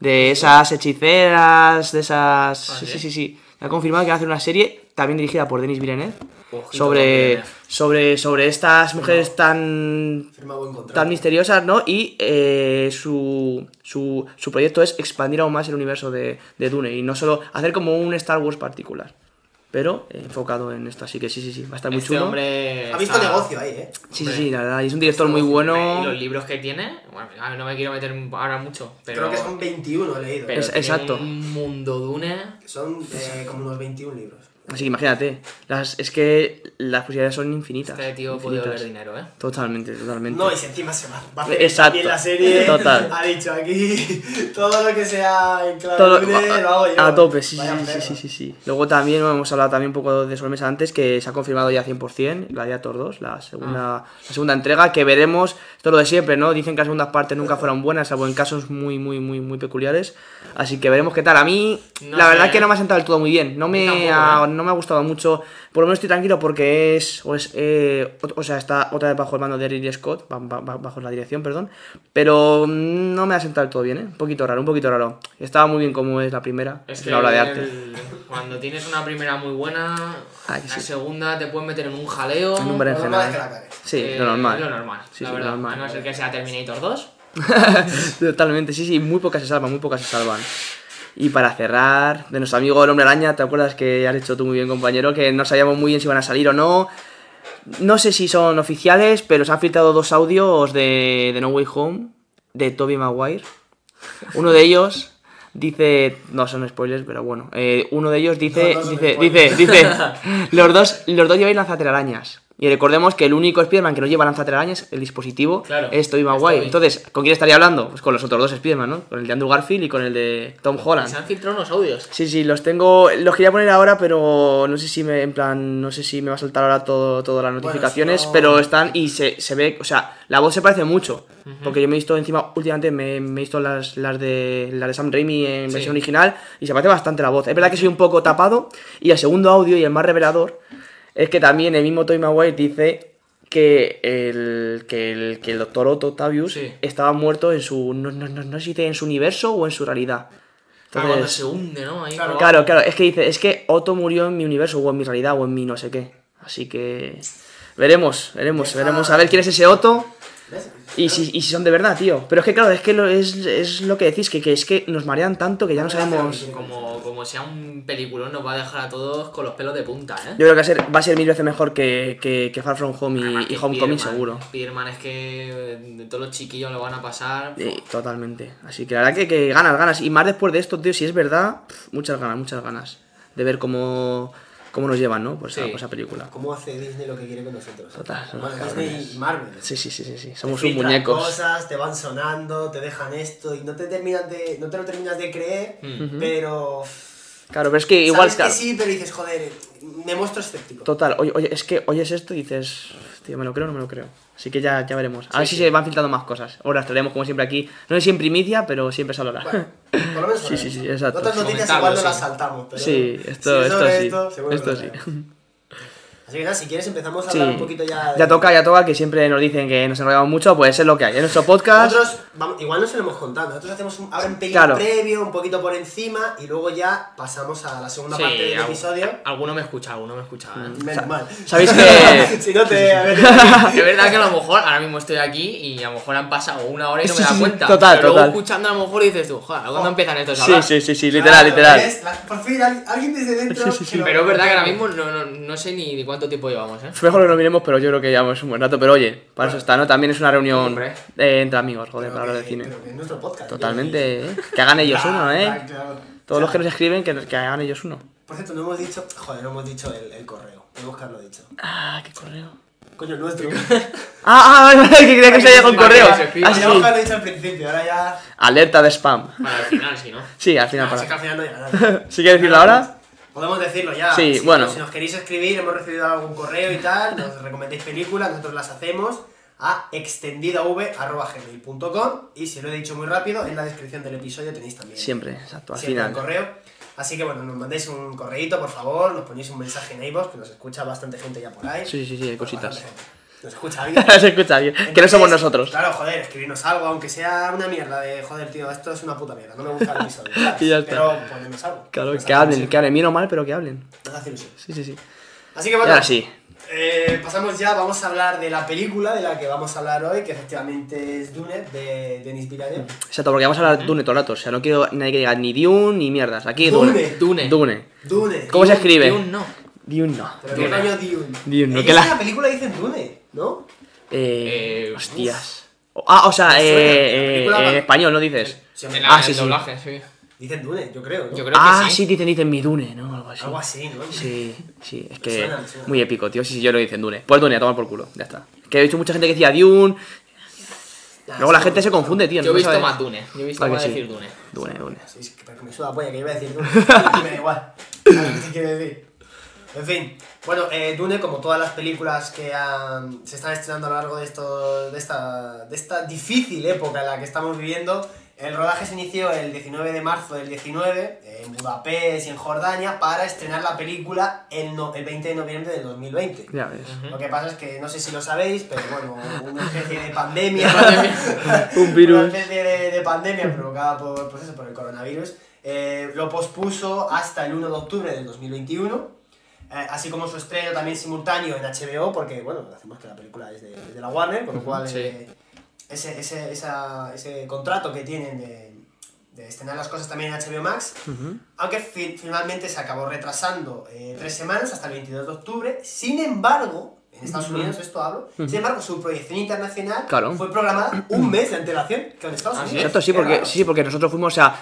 [SPEAKER 15] De esas hechiceras, de esas... Ah, Sí, sí, sí, sí. Se ha confirmado que va a hacer una serie también dirigida por Denis Villeneuve
[SPEAKER 17] Ojito con
[SPEAKER 15] sobre,
[SPEAKER 17] Villeneuve.
[SPEAKER 15] sobre, sobre estas mujeres tan
[SPEAKER 16] Firma buen contrato.
[SPEAKER 15] tan misteriosas, ¿no? Y eh, su, su, su proyecto es expandir aún más el universo de, de Dune y no solo hacer como un Star Wars particular, pero eh, enfocado en esto. Así que sí, sí, sí, va a estar muy
[SPEAKER 17] Este
[SPEAKER 15] chulo.
[SPEAKER 17] hombre. este
[SPEAKER 16] Ha visto
[SPEAKER 15] Ah.
[SPEAKER 17] está-
[SPEAKER 16] negocio ahí, ¿eh?
[SPEAKER 15] sí, sí, sí, la verdad, y es un director muy bueno.
[SPEAKER 17] Y los libros que tiene, bueno, a ver, no me quiero meter ahora mucho, pero.
[SPEAKER 16] Creo que son 21, he leído.
[SPEAKER 17] pero
[SPEAKER 15] Es-
[SPEAKER 17] tiene
[SPEAKER 15] exacto.
[SPEAKER 17] Un mundo dune. Este
[SPEAKER 16] Son eh, como unos 21 libros.
[SPEAKER 15] Así que imagínate, las, es que las posibilidades son infinitas.
[SPEAKER 17] Este tío puede
[SPEAKER 15] infinitas.
[SPEAKER 17] volver dinero, ¿eh?
[SPEAKER 15] Totalmente, totalmente.
[SPEAKER 16] No, y si encima se va. Va a hacer
[SPEAKER 15] Exacto.
[SPEAKER 16] también la serie.
[SPEAKER 15] Total.
[SPEAKER 16] Ha dicho aquí todo lo que sea en clave
[SPEAKER 15] Todo-
[SPEAKER 16] libre,
[SPEAKER 15] a,
[SPEAKER 16] lo hago yo.
[SPEAKER 15] a tope, sí,
[SPEAKER 16] Vaya
[SPEAKER 15] sí, sí,
[SPEAKER 16] perro.
[SPEAKER 15] sí, sí, sí. Luego también hemos hablado también un poco de Sobremesa antes, que se ha confirmado ya 100% Gladiator 2, la segunda,
[SPEAKER 16] Ah.
[SPEAKER 15] la segunda entrega, que veremos, esto es lo de siempre, ¿no? Dicen que las segundas partes nunca fueron buenas, salvo en casos muy, muy, muy, muy peculiares. Así que veremos qué tal. A mí,
[SPEAKER 17] No
[SPEAKER 15] la verdad
[SPEAKER 17] sé.
[SPEAKER 15] es
[SPEAKER 16] ¿eh?
[SPEAKER 15] que no me ha sentado del todo muy bien. No me,
[SPEAKER 17] Tampoco,
[SPEAKER 15] ha,
[SPEAKER 17] ¿eh?
[SPEAKER 15] no me ha gustado mucho. Por lo menos estoy tranquilo porque es, o es, eh, o- o sea, está otra vez bajo el mando de Ridley Scott, ba- ba- ba- bajo la dirección, perdón. Pero mm, no me ha sentado del todo bien, ¿eh? Un poquito raro, un poquito raro. Estaba muy bien como es la primera, es la obra de arte.
[SPEAKER 17] el- cuando tienes una primera muy buena,
[SPEAKER 15] Ah, que
[SPEAKER 17] la
[SPEAKER 15] sí.
[SPEAKER 17] segunda te puedes meter en un jaleo.
[SPEAKER 15] En un
[SPEAKER 16] Lo
[SPEAKER 15] berenjenal,
[SPEAKER 16] normal es que
[SPEAKER 15] ¿eh?
[SPEAKER 16] la cague.
[SPEAKER 15] Sí,
[SPEAKER 17] eh,
[SPEAKER 15] lo normal.
[SPEAKER 17] Lo normal,
[SPEAKER 15] Sí,
[SPEAKER 17] la
[SPEAKER 15] sí, lo
[SPEAKER 17] verdad.
[SPEAKER 15] normal.
[SPEAKER 17] A no ser que sea Terminator 2.
[SPEAKER 15] Totalmente, sí, sí, muy pocas se salvan, muy pocas se salvan. Y para cerrar, de nuestro amigo el hombre araña, ¿te acuerdas que has hecho tú muy bien, compañero? Que no sabíamos muy bien si iban a salir o no. No sé si son oficiales, pero se han filtrado dos audios de, de No Way Home, de Toby Maguire. Uno de ellos dice. No son spoilers, pero bueno. eh, uno de ellos dice.
[SPEAKER 16] No, no son
[SPEAKER 15] dice, dice,
[SPEAKER 16] spoilers.
[SPEAKER 15] dice. Los dos, los dos lleváis lanzatelarañas. Y recordemos que el único Spider-Man que no lleva lanzatelarañas, el dispositivo,
[SPEAKER 17] Claro,
[SPEAKER 15] es Tobey
[SPEAKER 17] es
[SPEAKER 15] Maguire.
[SPEAKER 17] Tobey.
[SPEAKER 15] Entonces, ¿con quién estaría hablando? Pues con los otros dos Spider-Man, ¿no? Con el de Andrew Garfield y con el de Tom
[SPEAKER 17] Se
[SPEAKER 15] Holland.
[SPEAKER 17] han filtrado unos audios.
[SPEAKER 15] Sí, sí, los tengo. Los quería poner ahora, pero no sé si me, en plan, no sé si me va a saltar ahora todo, todas las notificaciones,
[SPEAKER 16] si no-
[SPEAKER 15] pero están y se, se ve, o sea, la voz se parece mucho. Porque yo me he visto encima, últimamente me, me he visto las, las de las de Sam Raimi en
[SPEAKER 17] Sí.
[SPEAKER 15] versión original y se parece bastante la voz. Es verdad que soy un poco tapado. Y el segundo audio y el más revelador es que también el mismo Toy Maguire dice que el, que el, que el doctor Otto Octavius
[SPEAKER 17] Sí.
[SPEAKER 15] estaba muerto en su. No, no, no, no sé si dice en su universo o en su realidad.
[SPEAKER 17] Ah, cuando se hunde, ¿no?
[SPEAKER 16] Claro,
[SPEAKER 17] Ahí por abajo.
[SPEAKER 15] Claro, claro, es que dice, es que Otto murió en mi universo, o en mi realidad, o en mi no sé qué. Así que. Veremos, veremos, veremos a ver quién es ese Otto. Y si, y si son de verdad, tío. Pero es que, claro, es que lo, es, es lo que decís, que, que es que nos marean tanto que ya no sabemos.
[SPEAKER 17] Como, como sea un peliculón, nos va a dejar a todos con los pelos de punta, ¿eh?
[SPEAKER 15] Yo creo que va a ser, va a ser mil veces mejor que, que, que Far From Home
[SPEAKER 17] Además
[SPEAKER 15] y,
[SPEAKER 17] Ah, que eh.
[SPEAKER 15] y Homecoming,
[SPEAKER 17] Spiderman-
[SPEAKER 15] seguro.
[SPEAKER 17] Spiderman es que eh, de todos los chiquillos lo van a pasar.
[SPEAKER 15] Sí, Eh, totalmente. Así que la verdad que, que ganas, ganas. Y más después de esto, tío, si es verdad, pf, muchas ganas, muchas ganas de ver cómo, cómo nos llevan, ¿no? Por esa,
[SPEAKER 17] Sí.
[SPEAKER 15] por esa película.
[SPEAKER 16] ¿Cómo hace Disney lo que quiere con nosotros?
[SPEAKER 15] Total, son
[SPEAKER 16] Más
[SPEAKER 15] cabrones.
[SPEAKER 16] Disney y Marvel.
[SPEAKER 15] Sí, sí, sí, sí. sí. Somos un
[SPEAKER 16] filtran
[SPEAKER 15] muñecos.
[SPEAKER 16] cosas, te van sonando, te dejan esto y no te terminas de, no te lo terminas de creer,
[SPEAKER 17] Mm.
[SPEAKER 16] pero
[SPEAKER 15] Claro, pero es que igual,
[SPEAKER 16] sabes
[SPEAKER 15] claro.
[SPEAKER 16] que sí, pero dices, joder, me muestro escéptico.
[SPEAKER 15] Total, oye, oye, es que oyes esto y dices, tío, ¿me lo creo o no me lo creo? Así que ya, ya veremos. A ver si se van filtrando más cosas. Ahora las traeremos como siempre aquí. No es siempre primicia, pero siempre se hablará.
[SPEAKER 16] Bueno, por lo menos
[SPEAKER 15] Sí, sí, sí, exacto.
[SPEAKER 16] Otras noticias
[SPEAKER 17] Comentarlo,
[SPEAKER 16] igual no
[SPEAKER 17] sí.
[SPEAKER 16] las saltamos, pero
[SPEAKER 15] sí, esto,
[SPEAKER 16] si es
[SPEAKER 15] esto
[SPEAKER 16] sobre
[SPEAKER 15] sí.
[SPEAKER 16] seguro
[SPEAKER 15] esto
[SPEAKER 16] que lo
[SPEAKER 15] sí.
[SPEAKER 16] sabemos. Así que nada, si quieres empezamos a
[SPEAKER 15] Sí.
[SPEAKER 16] hablar un poquito ya. de-
[SPEAKER 15] Ya toca, ya toca, que siempre nos dicen que nos enrollamos mucho, pues es lo que hay. En nuestro podcast.
[SPEAKER 16] Nosotros, vamos, igual no se lo hemos contado, nosotros hacemos un, ahora un pelín
[SPEAKER 15] Claro.
[SPEAKER 16] previo, un poquito por encima y luego ya pasamos a la segunda
[SPEAKER 17] Sí,
[SPEAKER 16] parte del
[SPEAKER 17] algu-
[SPEAKER 16] episodio.
[SPEAKER 17] Alguno me escucha, alguno me escucha. ¿eh?
[SPEAKER 15] Mm.
[SPEAKER 16] Menos mal.
[SPEAKER 15] sabéis que-
[SPEAKER 16] si no te... a ver,
[SPEAKER 17] Es verdad que a lo mejor ahora mismo estoy aquí y a lo mejor han pasado una hora y no
[SPEAKER 15] Sí,
[SPEAKER 17] me da
[SPEAKER 15] sí, sí,
[SPEAKER 17] cuenta.
[SPEAKER 15] total,
[SPEAKER 17] pero
[SPEAKER 15] total. Oh.
[SPEAKER 17] luego escuchando a lo mejor dices tú, joder, ¿cuándo empiezan estos a
[SPEAKER 15] Sí,
[SPEAKER 17] hablar?
[SPEAKER 15] sí, sí, sí, literal,
[SPEAKER 16] Claro,
[SPEAKER 15] literal.
[SPEAKER 16] ¿ves? La- Por fin al- alguien desde dentro.
[SPEAKER 15] Sí, sí, sí.
[SPEAKER 16] que lo-
[SPEAKER 17] Pero es verdad que ahora mismo no, no, no sé ni, ni cuánto cuánto tiempo llevamos, ¿eh?
[SPEAKER 15] Mejor lo miremos, pero yo creo que llevamos un buen rato. Pero oye, para eso está, ¿no? También es una reunión eh, entre amigos, joder, para hablar de cine.
[SPEAKER 16] Pero que es nuestro podcast.
[SPEAKER 15] Totalmente, ¿eh? Que hagan ellos uno, ¿eh?
[SPEAKER 16] Claro, claro.
[SPEAKER 15] Todos los que nos escriben, que, que hagan ellos uno.
[SPEAKER 16] Por cierto, no hemos dicho. Joder, no hemos dicho el, el correo. Tenemos que haberlo dicho.
[SPEAKER 15] Ah, qué correo.
[SPEAKER 16] Coño, el nuestro.
[SPEAKER 15] Ah, ah, vale, vale, que creía que se había con correo. Ah, sí.
[SPEAKER 16] Teníamos que haberlo dicho al principio, ahora ya.
[SPEAKER 15] Alerta de spam.
[SPEAKER 17] Bueno, al final sí, ¿no?
[SPEAKER 15] Sí, al final
[SPEAKER 16] Ah,
[SPEAKER 15] para.
[SPEAKER 16] sí que al final no llega nada.
[SPEAKER 15] ¿Sí quieres decirlo ahora?
[SPEAKER 16] Podemos decirlo ya.
[SPEAKER 15] Sí,
[SPEAKER 16] si,
[SPEAKER 15] bueno.
[SPEAKER 16] Si nos queréis escribir, hemos recibido algún correo y tal, nos recomendéis películas, nosotros las hacemos a extendidav.gmail.com y si lo he dicho muy rápido, en la descripción del episodio tenéis también
[SPEAKER 15] Siempre, exacto, al
[SPEAKER 16] siempre el
[SPEAKER 15] final.
[SPEAKER 16] correo. Así que bueno, nos mandéis un correíto, por favor, nos ponéis un mensaje en iVoox, que nos escucha bastante gente ya por ahí.
[SPEAKER 15] Sí, sí, sí, hay
[SPEAKER 16] Bueno,
[SPEAKER 15] cositas.
[SPEAKER 16] bastante gente. Nos escucha alguien.
[SPEAKER 15] Se escucha bien. Que no
[SPEAKER 16] Entonces,
[SPEAKER 15] somos nosotros.
[SPEAKER 16] Claro, joder, escribirnos algo, aunque sea una mierda de joder, tío, esto es una puta mierda, no me gusta el episodio. ¿sabes?
[SPEAKER 15] Y ya está.
[SPEAKER 16] Pero pues, ponednos algo.
[SPEAKER 15] Claro,
[SPEAKER 16] Nos
[SPEAKER 15] que
[SPEAKER 16] hace
[SPEAKER 15] hablen,
[SPEAKER 16] ilusión.
[SPEAKER 15] que hablen. Bien o mal, pero que hablen.
[SPEAKER 16] Nos hace ilusión.
[SPEAKER 15] Sí, sí, sí.
[SPEAKER 16] Así que
[SPEAKER 15] Y
[SPEAKER 16] bueno,
[SPEAKER 15] ahora sí.
[SPEAKER 16] eh, pasamos ya, vamos a hablar de la película de la que vamos a hablar hoy, que efectivamente es Dune, de Denis Villeneuve.
[SPEAKER 15] Exacto, porque vamos a hablar de Dune todo el rato. O sea, no quiero nadie que diga ni Dune ni mierdas. Aquí Dune.
[SPEAKER 17] Dune.
[SPEAKER 15] Dune.
[SPEAKER 16] Dune.
[SPEAKER 15] ¿Cómo se escribe?
[SPEAKER 17] Dune no.
[SPEAKER 15] Dune no.
[SPEAKER 16] Pero qué coño Dune.
[SPEAKER 15] Dune no,
[SPEAKER 16] Es
[SPEAKER 15] que
[SPEAKER 16] que
[SPEAKER 15] la-
[SPEAKER 16] en la película dicen Dune, ¿no?
[SPEAKER 15] Eh, hostias. Ah, o sea,
[SPEAKER 16] Me suena. La
[SPEAKER 15] eh, eh,
[SPEAKER 16] película va-
[SPEAKER 15] en español, ¿no dices?
[SPEAKER 16] Sí, hombre.
[SPEAKER 17] En
[SPEAKER 15] Ah,
[SPEAKER 17] el
[SPEAKER 15] sí, sí.
[SPEAKER 17] doblaje, sí.
[SPEAKER 16] Dicen Dune, yo creo, ¿no?
[SPEAKER 17] Yo creo
[SPEAKER 15] Ah,
[SPEAKER 17] que sí.
[SPEAKER 15] sí, dicen, dicen mi Dune, ¿no? Algo así.
[SPEAKER 16] Algo así, ¿no?
[SPEAKER 15] Sí, sí,
[SPEAKER 16] Me
[SPEAKER 15] es que
[SPEAKER 16] suena, me suena.
[SPEAKER 15] muy épico, tío. Sí, sí, yo lo dicen Dune. Pues Dune, a tomar por culo, ya está. Que he visto mucha gente que decía Dune.
[SPEAKER 16] Ya,
[SPEAKER 15] Luego la
[SPEAKER 16] sí,
[SPEAKER 15] gente se confunde, tío.
[SPEAKER 17] Yo he
[SPEAKER 15] no
[SPEAKER 17] visto
[SPEAKER 15] sabe.
[SPEAKER 17] más Dune. Yo he visto
[SPEAKER 15] Ah, que
[SPEAKER 17] más
[SPEAKER 15] sí.
[SPEAKER 17] decir Dune.
[SPEAKER 15] Dune, Dune.
[SPEAKER 16] Sí, sí, que- pero que me suda la polla que iba a decir Dune. que me da igual. ¿Sabes qué te quiero decir? En fin, bueno, eh, Dune, como todas las películas que han- se están estrenando a lo largo de, esto, de, esta, de esta difícil época en la que estamos viviendo, el rodaje se inició el 19 de marzo del 19 eh, en Budapest y en Jordania para estrenar la película el, no- el 20 de noviembre del 2020.
[SPEAKER 15] Ya ves.
[SPEAKER 16] Lo que pasa es que no sé si lo sabéis, pero bueno, hubo una especie de pandemia.
[SPEAKER 15] Un virus.
[SPEAKER 16] Una especie de, de pandemia provocada por, pues eso, por el coronavirus. eh, lo pospuso hasta el 1 de octubre del 2021. eh, así como su estreno también simultáneo en HBO, porque bueno, hacemos que la película es de, es de la Warner, con lo cual
[SPEAKER 17] Sí.
[SPEAKER 16] eh, ese, ese- esa- ese contrato que tienen de, de estrenar las cosas también en HBO Max aunque fi- finalmente se acabó retrasando eh, tres semanas hasta el 22 de octubre. Sin embargo, en Estados Unidos esto hablo, sin embargo su proyección internacional
[SPEAKER 15] Claro.
[SPEAKER 16] fue programada un mes de antelación que en Estados Unidos.
[SPEAKER 15] Exacto, sí,
[SPEAKER 16] Qué
[SPEAKER 15] porque,
[SPEAKER 16] raro.
[SPEAKER 15] sí, sí, porque nosotros fuimos, o sea,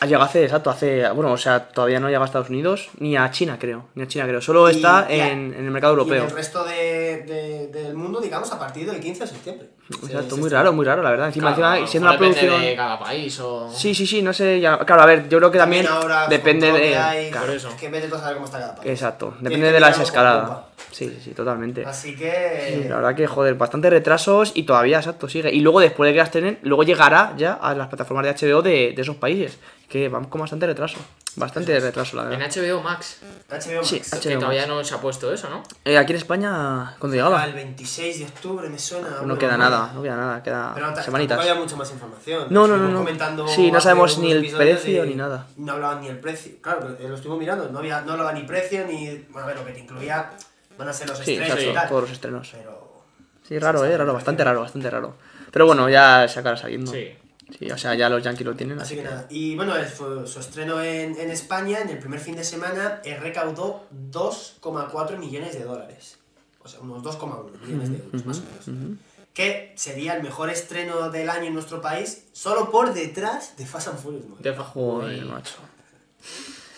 [SPEAKER 15] ha llegado hace, exacto, hace, bueno, o sea, todavía no llega a Estados Unidos, ni a China, creo, ni a China, creo, solo
[SPEAKER 16] Y-
[SPEAKER 15] está
[SPEAKER 16] y a-
[SPEAKER 15] en, en el mercado
[SPEAKER 16] Y en
[SPEAKER 15] europeo.
[SPEAKER 16] el resto de- de- del mundo, digamos, a partir del 15 de septiembre.
[SPEAKER 15] Mm, Exacto,
[SPEAKER 16] Se-
[SPEAKER 15] muy
[SPEAKER 16] se-
[SPEAKER 15] raro, muy raro, la verdad, encima,
[SPEAKER 17] Claro, a
[SPEAKER 15] encima,
[SPEAKER 17] lo
[SPEAKER 15] siendo una
[SPEAKER 17] mejor depende
[SPEAKER 15] producción...
[SPEAKER 17] de cada país o...
[SPEAKER 15] Sí, sí, sí, no sé, ya, claro, a ver, yo creo que también,
[SPEAKER 16] ahora,
[SPEAKER 15] depende
[SPEAKER 16] con todo lo
[SPEAKER 15] de...
[SPEAKER 16] que hay,
[SPEAKER 15] claro,
[SPEAKER 17] por eso.
[SPEAKER 16] Es que vete tú a saber cómo está cada país.
[SPEAKER 15] exacto,
[SPEAKER 16] Tienes
[SPEAKER 15] depende
[SPEAKER 16] que
[SPEAKER 15] de la
[SPEAKER 16] mirarlo con
[SPEAKER 15] escalada.
[SPEAKER 16] lupa.
[SPEAKER 15] Sí, sí, sí, totalmente.
[SPEAKER 16] Así que.
[SPEAKER 15] Sí, la verdad que, joder, bastante retrasos y todavía, exacto, sigue. Y luego, después de que las tienen, luego llegará ya a las plataformas de HBO de, de esos países, que van con bastante retraso. Bastante retraso, la
[SPEAKER 17] En
[SPEAKER 15] verdad.
[SPEAKER 17] HBO Max.
[SPEAKER 16] HBO Max.
[SPEAKER 15] Sí,
[SPEAKER 17] Que
[SPEAKER 15] HBO
[SPEAKER 17] todavía
[SPEAKER 15] Max.
[SPEAKER 17] no se ha puesto eso, ¿no?
[SPEAKER 15] Eh, aquí en España, cuando
[SPEAKER 16] Ah,
[SPEAKER 15] llegaba,
[SPEAKER 16] El 26 de octubre me suena.
[SPEAKER 15] no
[SPEAKER 16] bueno,
[SPEAKER 15] queda
[SPEAKER 16] bueno.
[SPEAKER 15] nada, no queda nada,
[SPEAKER 16] Pero no,
[SPEAKER 15] queda
[SPEAKER 16] ta-
[SPEAKER 15] semanitas.
[SPEAKER 16] tampoco había mucha más información.
[SPEAKER 15] No, no, no,
[SPEAKER 16] Estuvimos
[SPEAKER 15] no.
[SPEAKER 16] comentando
[SPEAKER 15] Sí, no
[SPEAKER 16] hace
[SPEAKER 15] sabemos ni
[SPEAKER 16] unos
[SPEAKER 15] el
[SPEAKER 16] episodios
[SPEAKER 15] precio ni nada.
[SPEAKER 16] No hablaban ni el precio. Claro, eh, lo estuvimos mirando. No, había, no hablaba ni precio ni. Bueno, a ver, lo que te incluía van a ser los
[SPEAKER 15] Sí,
[SPEAKER 16] estrenos
[SPEAKER 15] exacto,
[SPEAKER 16] y tal.
[SPEAKER 15] todos los estrenos.
[SPEAKER 16] Pero.
[SPEAKER 15] Sí, raro, eh, raro, bastante raro, bastante raro. Pero bueno, ya se acabará sabiendo.
[SPEAKER 17] Sí.
[SPEAKER 15] Sí, o sea, ya los Yankees lo tienen.
[SPEAKER 16] Así que nada. Y bueno, eh, fue su estreno en, en España, en el primer fin de semana, eh, recaudó 2,4 millones de dólares. O sea, unos 2,1 millones de euros, más o menos. Que sería el mejor estreno del año en nuestro país, solo por detrás de Fast and Furious. ¿no?
[SPEAKER 17] De
[SPEAKER 15] Joder,
[SPEAKER 17] eh.
[SPEAKER 15] macho.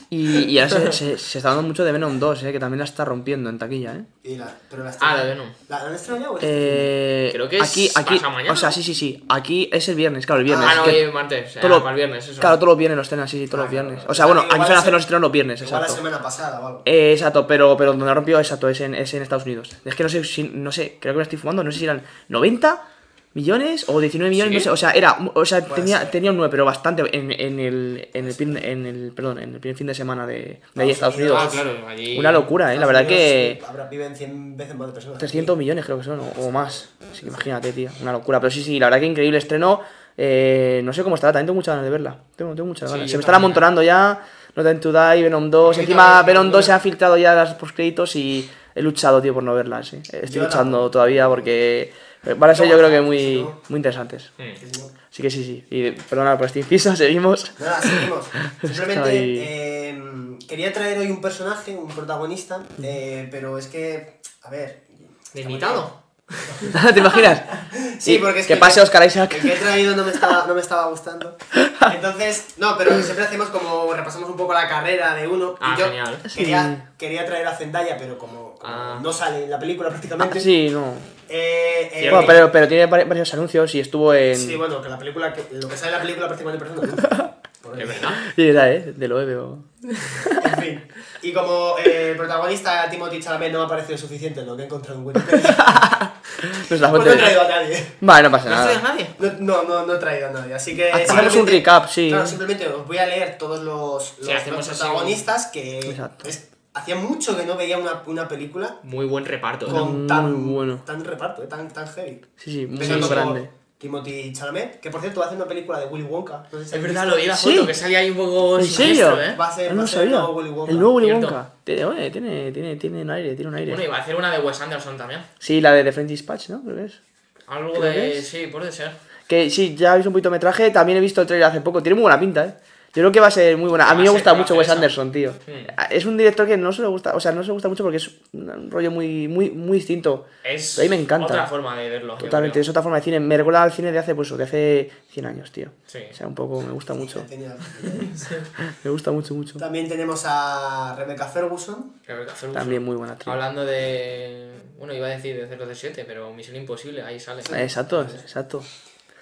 [SPEAKER 15] Y, y ahora se, se, se está dando mucho de Venom 2, eh, que también la está rompiendo en taquilla, eh.
[SPEAKER 16] Y la- pero la
[SPEAKER 17] Ah,
[SPEAKER 16] estrena-
[SPEAKER 17] la Venom.
[SPEAKER 16] ¿La la han estrenado ya o es-
[SPEAKER 15] Eh,
[SPEAKER 17] Creo que es
[SPEAKER 15] aquí, aquí,
[SPEAKER 17] pasamañana.
[SPEAKER 15] O sea, sí, sí, sí. Aquí es el viernes, claro, el viernes.
[SPEAKER 17] Ah, no,
[SPEAKER 15] que
[SPEAKER 17] hoy es martes.
[SPEAKER 15] todo lo-
[SPEAKER 17] Para el viernes, eso.
[SPEAKER 15] Claro, todos los viernes los estrenan, sí, sí,
[SPEAKER 16] Ah,
[SPEAKER 15] todos los viernes.
[SPEAKER 16] claro.
[SPEAKER 15] O sea, bueno,
[SPEAKER 16] Igual
[SPEAKER 15] aquí suelen
[SPEAKER 16] la
[SPEAKER 15] hacer
[SPEAKER 16] se-
[SPEAKER 15] los estrenos los viernes,
[SPEAKER 16] Igual la
[SPEAKER 15] exacto.
[SPEAKER 16] semana pasada o algo.
[SPEAKER 15] Eh, exacto, pero, pero donde la rompió, exacto, es en, es en Estados Unidos. Es que no sé, si, no sé, creo que me estoy fumando, no sé si eran 90 millones o 19 millones,
[SPEAKER 17] ¿Sí?
[SPEAKER 15] no sé, o sea, era, o sea,
[SPEAKER 16] Puede
[SPEAKER 15] tenía,
[SPEAKER 16] ser.
[SPEAKER 15] tenía un 9, pero bastante en, en el, en el, pin- en el, perdón, en el primer fin de semana de, de ahí,
[SPEAKER 16] Estados
[SPEAKER 15] Estados Unidos.
[SPEAKER 16] Unidos.
[SPEAKER 17] Ah, claro, allí...
[SPEAKER 15] Una locura, eh, la verdad que...
[SPEAKER 16] Habrá, viven 100 veces más de personas.
[SPEAKER 15] 300 millones creo que son, o, o más. Así que imagínate, tío. Una locura. Pero sí, sí, la verdad que increíble estreno. Eh, no sé cómo estará, también tengo muchas ganas de verla. Tengo, tengo muchas
[SPEAKER 17] Sí,
[SPEAKER 15] ganas.
[SPEAKER 17] yo
[SPEAKER 15] Se me
[SPEAKER 16] ¿eh?
[SPEAKER 15] están
[SPEAKER 17] también.
[SPEAKER 15] amontonando ya. No Time to Die, Venom 2.
[SPEAKER 17] A mí
[SPEAKER 15] Encima
[SPEAKER 17] también,
[SPEAKER 15] Venom 2 se
[SPEAKER 17] también.
[SPEAKER 15] ha filtrado ya las postcréditos y he luchado, tío, por no verla. sí. Eh, Estoy
[SPEAKER 16] Yo
[SPEAKER 15] luchando
[SPEAKER 16] tampoco.
[SPEAKER 15] todavía porque van a ser yo creo que muy,
[SPEAKER 16] No.
[SPEAKER 15] muy interesantes.
[SPEAKER 17] Mm.
[SPEAKER 15] Así que sí, sí. Y perdona por este inciso, seguimos.
[SPEAKER 16] Nada, seguimos. Simplemente
[SPEAKER 15] Estoy-
[SPEAKER 16] eh,
[SPEAKER 17] gusta.
[SPEAKER 16] Quería traer hoy un personaje, un protagonista, eh, pero es que, a ver...
[SPEAKER 17] Limitado.
[SPEAKER 15] ¿Te imaginas?
[SPEAKER 16] Sí, porque es
[SPEAKER 15] que, que pase Oscar Isaac.
[SPEAKER 16] El que he traído no me, estaba, no me estaba gustando. Entonces, no, pero siempre hacemos como repasamos un poco la carrera de uno.
[SPEAKER 17] Ah,
[SPEAKER 16] y yo
[SPEAKER 17] genial.
[SPEAKER 16] Quería, quería traer a Zendaya, pero como, como
[SPEAKER 17] Ah.
[SPEAKER 16] no sale en la película prácticamente.
[SPEAKER 15] Ah, sí, no.
[SPEAKER 16] eh, eh,
[SPEAKER 15] Bueno, pero, pero tiene vari- varios anuncios y estuvo en.
[SPEAKER 16] Sí, bueno, que la película, que, lo que sale en la película prácticamente persona.
[SPEAKER 17] Es verdad.
[SPEAKER 15] Sí, era, ¿eh? De lo veo.
[SPEAKER 16] En fin. Y como eh, el protagonista Timothy Chalamet no me ha parecido suficiente en lo que he encontrado en Wikipedia.
[SPEAKER 15] No es Pues la
[SPEAKER 16] pues
[SPEAKER 15] fuente.
[SPEAKER 16] no he traído a nadie.
[SPEAKER 15] Vale, no pasa
[SPEAKER 17] ¿No has traído a
[SPEAKER 15] nada. Ah,
[SPEAKER 17] nadie?
[SPEAKER 16] No, no, no, no he traído a nadie, así que...
[SPEAKER 15] Hacemos un
[SPEAKER 16] simplemente-
[SPEAKER 15] recap, sí.
[SPEAKER 16] Claro, simplemente os voy a leer todos los, los,
[SPEAKER 17] hacemos
[SPEAKER 16] los
[SPEAKER 17] así un-
[SPEAKER 16] protagonistas que...
[SPEAKER 15] Exacto.
[SPEAKER 16] es- hacía mucho que no veía una, una película
[SPEAKER 17] Muy buen reparto. ¿eh?
[SPEAKER 16] con tan,
[SPEAKER 15] muy bueno.
[SPEAKER 16] tan reparto, eh, tan, tan heavy.
[SPEAKER 15] Sí, sí, muy
[SPEAKER 16] Empezando por
[SPEAKER 15] grande.
[SPEAKER 16] Timothy Chalamet, que por cierto hace una película de Willy Wonka. No sé si
[SPEAKER 17] Es
[SPEAKER 16] habéis
[SPEAKER 17] verdad,
[SPEAKER 16] visto.
[SPEAKER 17] lo vi la
[SPEAKER 15] Sí.
[SPEAKER 17] foto, que salía ahí un poco
[SPEAKER 15] ¿En
[SPEAKER 17] siniestro,
[SPEAKER 15] serio?
[SPEAKER 17] ¿eh?
[SPEAKER 16] Va a ser,
[SPEAKER 15] Ah,
[SPEAKER 16] va
[SPEAKER 15] no
[SPEAKER 16] a
[SPEAKER 15] lo
[SPEAKER 16] ser el
[SPEAKER 15] sabía.
[SPEAKER 16] nuevo Willy Wonka.
[SPEAKER 15] El nuevo Willy
[SPEAKER 17] Cierto.
[SPEAKER 15] Wonka. eh, Tiene, oye, tiene, tiene, tiene un aire, tiene un aire.
[SPEAKER 17] Bueno, iba a hacer una de Wes Anderson también.
[SPEAKER 15] Sí, la de The French Dispatch, ¿no? Creo que es.
[SPEAKER 17] Algo
[SPEAKER 15] ¿Creo que
[SPEAKER 17] de...
[SPEAKER 15] es?
[SPEAKER 17] Sí, puede ser.
[SPEAKER 15] Que sí, ya he visto un poquito de metraje, también he visto el trailer hace poco, tiene muy buena pinta, ¿eh? Yo creo que va a ser muy buena. A mí
[SPEAKER 17] Va a
[SPEAKER 15] me
[SPEAKER 17] ser,
[SPEAKER 15] gusta
[SPEAKER 17] va a
[SPEAKER 15] mucho
[SPEAKER 17] ser
[SPEAKER 15] Wes
[SPEAKER 17] esa.
[SPEAKER 15] Anderson, tío.
[SPEAKER 17] Sí.
[SPEAKER 15] Es un director que no se le gusta, o sea, no se le gusta mucho porque es un un rollo muy, muy, muy distinto.
[SPEAKER 17] Es
[SPEAKER 15] Pero a mí me encanta.
[SPEAKER 17] otra forma de verlo. yo
[SPEAKER 15] Totalmente,
[SPEAKER 17] creo.
[SPEAKER 15] es otra forma de cine. Me recuerda al cine de hace, pues, de hace 100 años, tío.
[SPEAKER 17] Sí.
[SPEAKER 15] O sea, un poco, me gusta mucho.
[SPEAKER 16] Tenía-
[SPEAKER 15] Me gusta mucho, mucho.
[SPEAKER 16] También tenemos a Rebecca Ferguson.
[SPEAKER 17] Rebecca Ferguson.
[SPEAKER 15] También muy buena actriz.
[SPEAKER 17] Hablando de... Bueno, iba a decir de 007, pero Misión Imposible, ahí sale.
[SPEAKER 15] Eh, Exacto, exacto.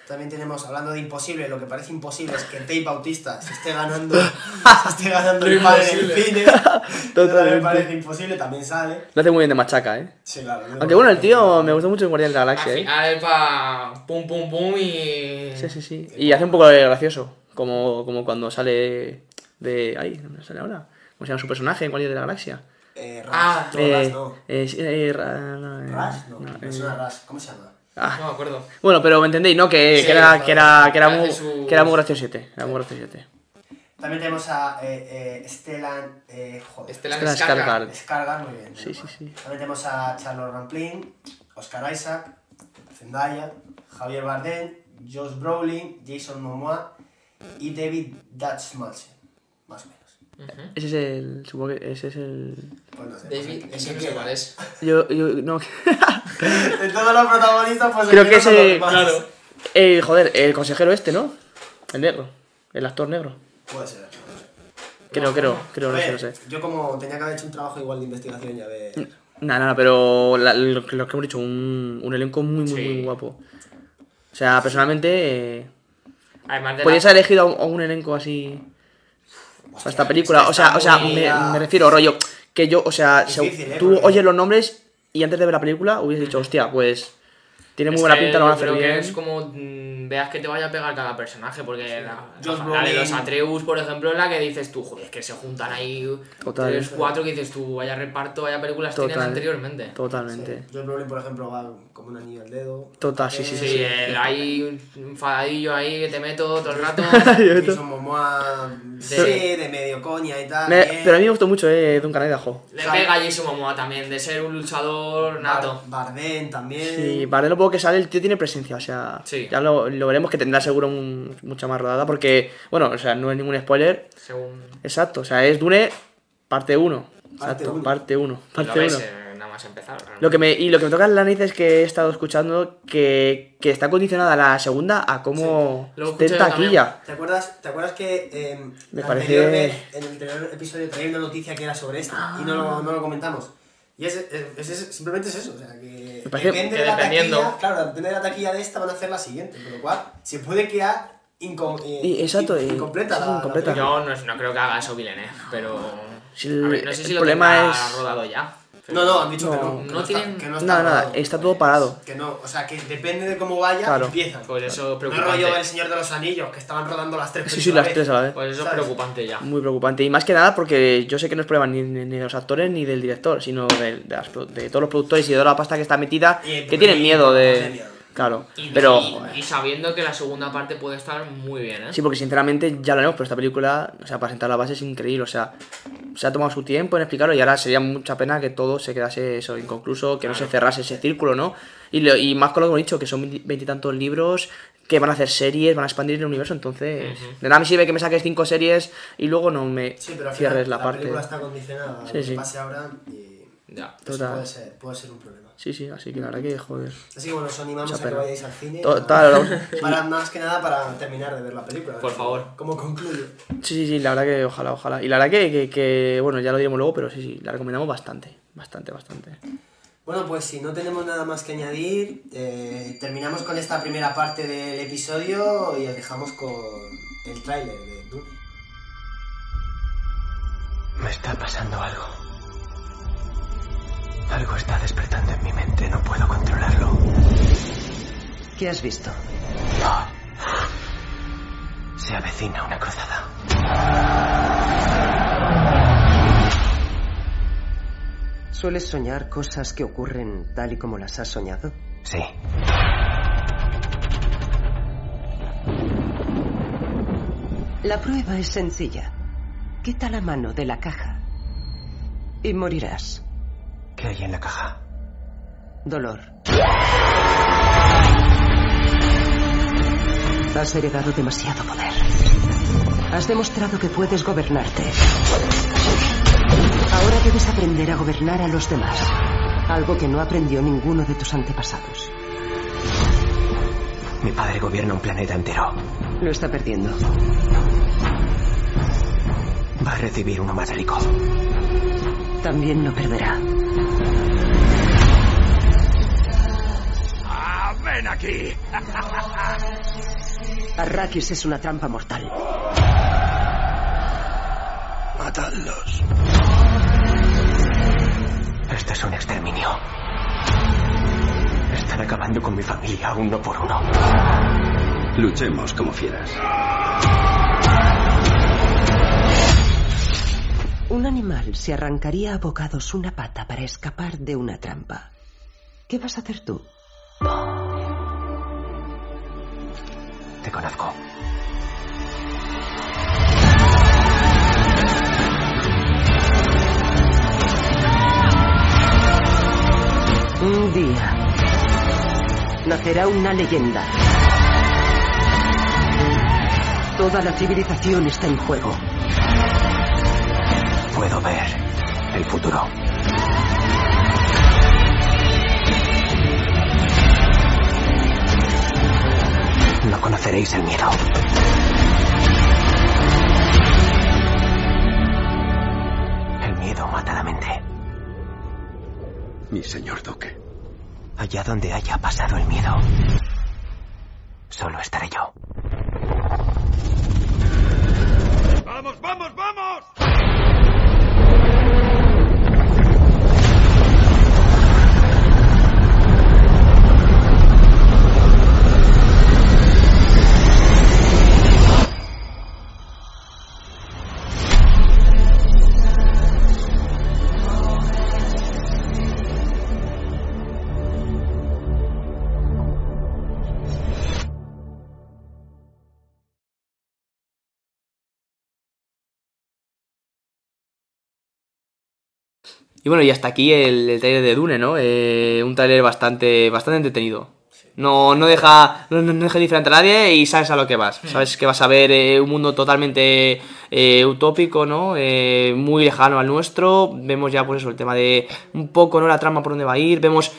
[SPEAKER 16] También tenemos, hablando de imposible, lo que parece imposible es que Tate Bautista se esté ganando, se esté ganando el padre del cine. Totalmente.
[SPEAKER 15] Totalmente.
[SPEAKER 16] Me parece imposible, también sale.
[SPEAKER 15] Lo hace muy bien de machaca, ¿eh?
[SPEAKER 16] Sí, claro. no-
[SPEAKER 15] Aunque bueno, el tío me gustó mucho en Guardián de la
[SPEAKER 17] Al
[SPEAKER 15] Galaxia, ¿eh?
[SPEAKER 17] final pa... Pum, pum, pum y...
[SPEAKER 15] Sí, sí, sí. Y hace un poco de gracioso, como, como cuando sale de... Ay, ¿dónde sale ahora? ¿Cómo se llama su personaje en Guardián de la Galaxia?
[SPEAKER 16] Eh, Rush,
[SPEAKER 17] Ah,
[SPEAKER 16] no,
[SPEAKER 15] Eh,
[SPEAKER 16] Rush no.
[SPEAKER 15] eh, sí, eh, ra- no, eh,
[SPEAKER 16] Rush no,
[SPEAKER 15] no,
[SPEAKER 16] me
[SPEAKER 15] eh.
[SPEAKER 16] suena Rush. ¿Cómo se llama?
[SPEAKER 15] Ah.
[SPEAKER 17] No me acuerdo.
[SPEAKER 15] Bueno, pero me entendéis, ¿no? Que,
[SPEAKER 17] Sí,
[SPEAKER 15] que era, que era, que era
[SPEAKER 17] hace
[SPEAKER 15] muy,
[SPEAKER 17] sus-
[SPEAKER 15] que era muy graciosete. Era muy graciosete.
[SPEAKER 16] También tenemos a eh, eh, Stellan, eh, joder,
[SPEAKER 17] Stellan
[SPEAKER 15] Stellan
[SPEAKER 17] Skarsgård.
[SPEAKER 15] Skarsgård.
[SPEAKER 16] Descarga, muy bien.
[SPEAKER 15] Sí,
[SPEAKER 16] muy
[SPEAKER 15] sí,
[SPEAKER 16] bueno.
[SPEAKER 15] sí.
[SPEAKER 16] También tenemos a Charles Ramplin, Oscar Isaac, Zendaya, Javier Bardem, Josh Brolin, Jason Momoa y David Dutch Malsen, más o menos.
[SPEAKER 17] Ujú.
[SPEAKER 15] Ese es el... Supongo que ese es el...
[SPEAKER 16] Pues no sé, pues
[SPEAKER 17] David,
[SPEAKER 16] el- el
[SPEAKER 17] ese
[SPEAKER 16] que
[SPEAKER 17] no sé
[SPEAKER 16] queda.
[SPEAKER 17] cuál es.
[SPEAKER 15] Yo, yo, no...
[SPEAKER 16] De todos los protagonistas, pues el
[SPEAKER 15] Creo que
[SPEAKER 16] no son los
[SPEAKER 15] ese...
[SPEAKER 16] demás.
[SPEAKER 15] Eh, joder, el consejero este, ¿no? El negro. El actor negro.
[SPEAKER 16] Puede ser.
[SPEAKER 15] Creo, creo, creo, no
[SPEAKER 16] A
[SPEAKER 15] sé,
[SPEAKER 16] ver,
[SPEAKER 15] no sé. Mm,
[SPEAKER 16] Yo como tenía que haber hecho un trabajo igual de investigación ya ver.
[SPEAKER 15] Nada, nada, pero la- lo, que- lo que hemos dicho, un, un elenco muy, muy,
[SPEAKER 17] Sí.
[SPEAKER 15] muy guapo. O sea, personalmente, eh,
[SPEAKER 17] Además de la-
[SPEAKER 15] podrías haber elegido a un, a un elenco así para esta película. O sea, o sea me,
[SPEAKER 16] movida.
[SPEAKER 15] me refiero, rollo, que yo, o sea, se-
[SPEAKER 16] Difícil, ¿eh?
[SPEAKER 15] tú
[SPEAKER 16] Porque-
[SPEAKER 15] oyes los nombres y antes de ver la película hubieses dicho, hostia, pues tiene muy
[SPEAKER 17] Es
[SPEAKER 15] buena
[SPEAKER 17] que
[SPEAKER 15] pinta, lo van a
[SPEAKER 17] yo
[SPEAKER 15] hacer
[SPEAKER 17] creo que
[SPEAKER 15] bien.
[SPEAKER 17] es como mm, veas que te vaya a pegar cada personaje, porque la,
[SPEAKER 16] Josh
[SPEAKER 17] la- la de
[SPEAKER 16] Brolin.
[SPEAKER 17] los Atreus, por ejemplo, es la que dices tú, joder, es que se juntan ahí
[SPEAKER 15] Total.
[SPEAKER 17] tres, cuatro que dices tú, vaya reparto, vaya películas tienes
[SPEAKER 15] Total.
[SPEAKER 17] anteriormente.
[SPEAKER 15] Totalmente.
[SPEAKER 16] Josh Brolin, por ejemplo, va como un anillo al dedo. Eh,
[SPEAKER 15] Total, Tota, sí, sí,
[SPEAKER 17] Sí,
[SPEAKER 15] sí.
[SPEAKER 17] el- hay un enfadadillo ahí que te meto todo el rato.
[SPEAKER 16] Jason Momoa, sí, de medio coña y tal.
[SPEAKER 15] Me-
[SPEAKER 16] bien.
[SPEAKER 15] pero a mí me gustó mucho, eh, Duncan Idaho.
[SPEAKER 17] Le pega a Jason Momoa también, de ser un luchador nato.
[SPEAKER 16] Bar- Bardem también.
[SPEAKER 15] Sí, para lo poco que sale, el tío tiene presencia, o sea,
[SPEAKER 17] Em, Sí.
[SPEAKER 15] ya lo, lo veremos que tendrá seguro un- mucha más rodada, porque, bueno, o sea, no es ningún spoiler,
[SPEAKER 17] Según
[SPEAKER 15] exacto, o sea, es Dune parte 1,
[SPEAKER 16] Parte
[SPEAKER 15] exacto,
[SPEAKER 16] uno.
[SPEAKER 15] parte 1,
[SPEAKER 17] lo
[SPEAKER 15] parte
[SPEAKER 17] ves
[SPEAKER 15] 1.
[SPEAKER 17] eh, nada más empezar.
[SPEAKER 15] Lo que me, y lo que me toca en la nariz es que he estado escuchando que, que está condicionada la segunda a cómo
[SPEAKER 17] Sí, lo
[SPEAKER 15] esté en
[SPEAKER 17] escuché yo
[SPEAKER 15] taquilla.
[SPEAKER 16] ¿Te acuerdas, ¿Te acuerdas que eh,
[SPEAKER 15] Me
[SPEAKER 16] la
[SPEAKER 15] parece-
[SPEAKER 16] anterior vez, en el anterior episodio traía una noticia que era sobre esto y no
[SPEAKER 15] Ah.
[SPEAKER 16] lo, no lo comentamos? Y es, es- es- simplemente es eso, o sea, que
[SPEAKER 15] Me parece
[SPEAKER 16] depende
[SPEAKER 17] que
[SPEAKER 16] de la
[SPEAKER 17] dependiendo.
[SPEAKER 16] taquilla, claro, depende de la taquilla de esta van a hacer la siguiente, con lo cual se puede quedar incom- eh,
[SPEAKER 15] Y- exacto,
[SPEAKER 16] in-
[SPEAKER 15] eh,
[SPEAKER 16] incompleta,
[SPEAKER 15] sí,
[SPEAKER 16] la- la
[SPEAKER 15] incompleta.
[SPEAKER 16] película.
[SPEAKER 17] Yo no, no creo que haga eso Villeneuve, pero...
[SPEAKER 15] Si el-
[SPEAKER 17] a ver, no sé
[SPEAKER 15] el
[SPEAKER 17] si lo
[SPEAKER 15] problema
[SPEAKER 17] tendrá
[SPEAKER 15] es-
[SPEAKER 17] rodado ya.
[SPEAKER 16] No, no, han dicho que
[SPEAKER 15] No,
[SPEAKER 16] no. que
[SPEAKER 17] no
[SPEAKER 16] está-
[SPEAKER 17] tienen-
[SPEAKER 16] que no
[SPEAKER 15] Nada, nada,
[SPEAKER 16] rodado.
[SPEAKER 15] está todo parado.
[SPEAKER 16] Que no, o sea, que depende de cómo vaya,
[SPEAKER 15] Claro.
[SPEAKER 16] empiezan.
[SPEAKER 17] Pues eso es
[SPEAKER 16] No
[SPEAKER 17] preocupante.
[SPEAKER 16] rollo El Señor de los Anillos, que estaban rodando las tres
[SPEAKER 15] Sí,
[SPEAKER 16] películas
[SPEAKER 15] sí,
[SPEAKER 16] a la
[SPEAKER 15] las
[SPEAKER 16] vez.
[SPEAKER 15] tres a la vez.
[SPEAKER 17] Pues eso
[SPEAKER 16] ¿Sabes?
[SPEAKER 17] es preocupante ya.
[SPEAKER 15] Muy preocupante. Y más que nada porque yo sé que no es problema ni, ni- ni de los actores ni del director, sino de, de las produ- de todos los productores y de toda la pasta que está metida,
[SPEAKER 16] Y el
[SPEAKER 15] que tienen miedo
[SPEAKER 16] de
[SPEAKER 15] de...
[SPEAKER 16] miedo.
[SPEAKER 15] Claro,
[SPEAKER 17] Y,
[SPEAKER 15] pero...
[SPEAKER 17] y-
[SPEAKER 15] joder.
[SPEAKER 17] y sabiendo que la segunda parte puede estar muy bien, ¿eh?
[SPEAKER 15] Sí, porque sinceramente ya lo haremos, pero esta película, o sea, para sentar la base es increíble, o sea, se ha tomado su tiempo en explicarlo y ahora sería mucha pena que todo se quedase eso inconcluso, que no se cerrase ese círculo, ¿no? Y, lo- y más con lo que hemos dicho, que son veinti- veintitantos libros, que van a hacer series, van a expandir el universo, entonces de nada me sirve que me saques cinco series y luego no me
[SPEAKER 16] Sí, pero al final
[SPEAKER 15] cierres la,
[SPEAKER 16] la
[SPEAKER 15] parte.
[SPEAKER 16] película está condicionada a
[SPEAKER 15] Sí,
[SPEAKER 16] lo que
[SPEAKER 15] sí.
[SPEAKER 16] pase ahora y
[SPEAKER 17] ya,
[SPEAKER 16] eso
[SPEAKER 15] Total.
[SPEAKER 16] puede ser, puede ser un problema.
[SPEAKER 15] Sí, sí, así que la verdad que joder.
[SPEAKER 16] Así que bueno, os animamos
[SPEAKER 15] Mucha
[SPEAKER 16] a que
[SPEAKER 15] pena.
[SPEAKER 16] vayáis al cine.
[SPEAKER 15] Total,
[SPEAKER 16] a-
[SPEAKER 15] sí.
[SPEAKER 16] para más que nada para terminar de ver la película. a ver
[SPEAKER 17] Por
[SPEAKER 16] cómo-
[SPEAKER 17] favor.
[SPEAKER 16] ¿Cómo concluyo?
[SPEAKER 15] Sí, sí, sí, la verdad que ojalá, ojalá. Y la verdad que, que, que, bueno, ya lo diremos luego, pero sí, sí, la recomendamos bastante, bastante, bastante.
[SPEAKER 16] Bueno, pues si no tenemos nada más que añadir, eh, terminamos con esta primera parte del episodio y os dejamos con el tráiler de Dune.
[SPEAKER 7] Me está pasando algo. Algo está despertando en mi mente, no puedo controlarlo.
[SPEAKER 10] ¿Qué has visto?
[SPEAKER 7] Se avecina una cruzada.
[SPEAKER 10] ¿Sueles soñar cosas que ocurren tal y como las has soñado?
[SPEAKER 7] Sí.
[SPEAKER 10] La prueba es sencilla. Quita la mano de la caja y morirás.
[SPEAKER 7] ¿Qué hay en la caja?
[SPEAKER 10] Dolor. Has heredado demasiado poder. Has demostrado que puedes gobernarte. Ahora debes aprender a gobernar a los demás. Algo que no aprendió ninguno de tus antepasados.
[SPEAKER 7] Mi padre gobierna un planeta entero.
[SPEAKER 10] Lo está perdiendo.
[SPEAKER 7] Va a recibir uno más rico.
[SPEAKER 10] También lo perderá.
[SPEAKER 7] Ah, ¡Ven aquí!
[SPEAKER 10] Arrakis es una trampa mortal.
[SPEAKER 7] Matadlos. Esto Este es un exterminio. Están acabando con mi familia uno por uno.
[SPEAKER 18] Luchemos como fieras.
[SPEAKER 10] Un animal se arrancaría a bocados una pata para escapar de una trampa. ¿Qué vas a hacer tú?
[SPEAKER 7] Te conozco.
[SPEAKER 10] Un día nacerá una leyenda. Toda la civilización está en juego.
[SPEAKER 7] Puedo ver el futuro. No conoceréis el miedo. El miedo mata la mente.
[SPEAKER 18] Mi señor Duque.
[SPEAKER 7] Allá donde haya pasado el miedo, solo estaré yo.
[SPEAKER 11] ¡Vamos, vamos, vamos!
[SPEAKER 15] Y bueno, y hasta aquí el, el trailer de Dune, ¿no? Eh, un trailer bastante, bastante entretenido. No, no deja no, no- no deja diferente a nadie y sabes a lo que vas. Sabes que vas a ver eh, un mundo totalmente eh, utópico, ¿no? Eh, muy lejano al nuestro. Vemos ya, pues eso, el tema de un poco, ¿no? La trama por dónde va a ir. Vemos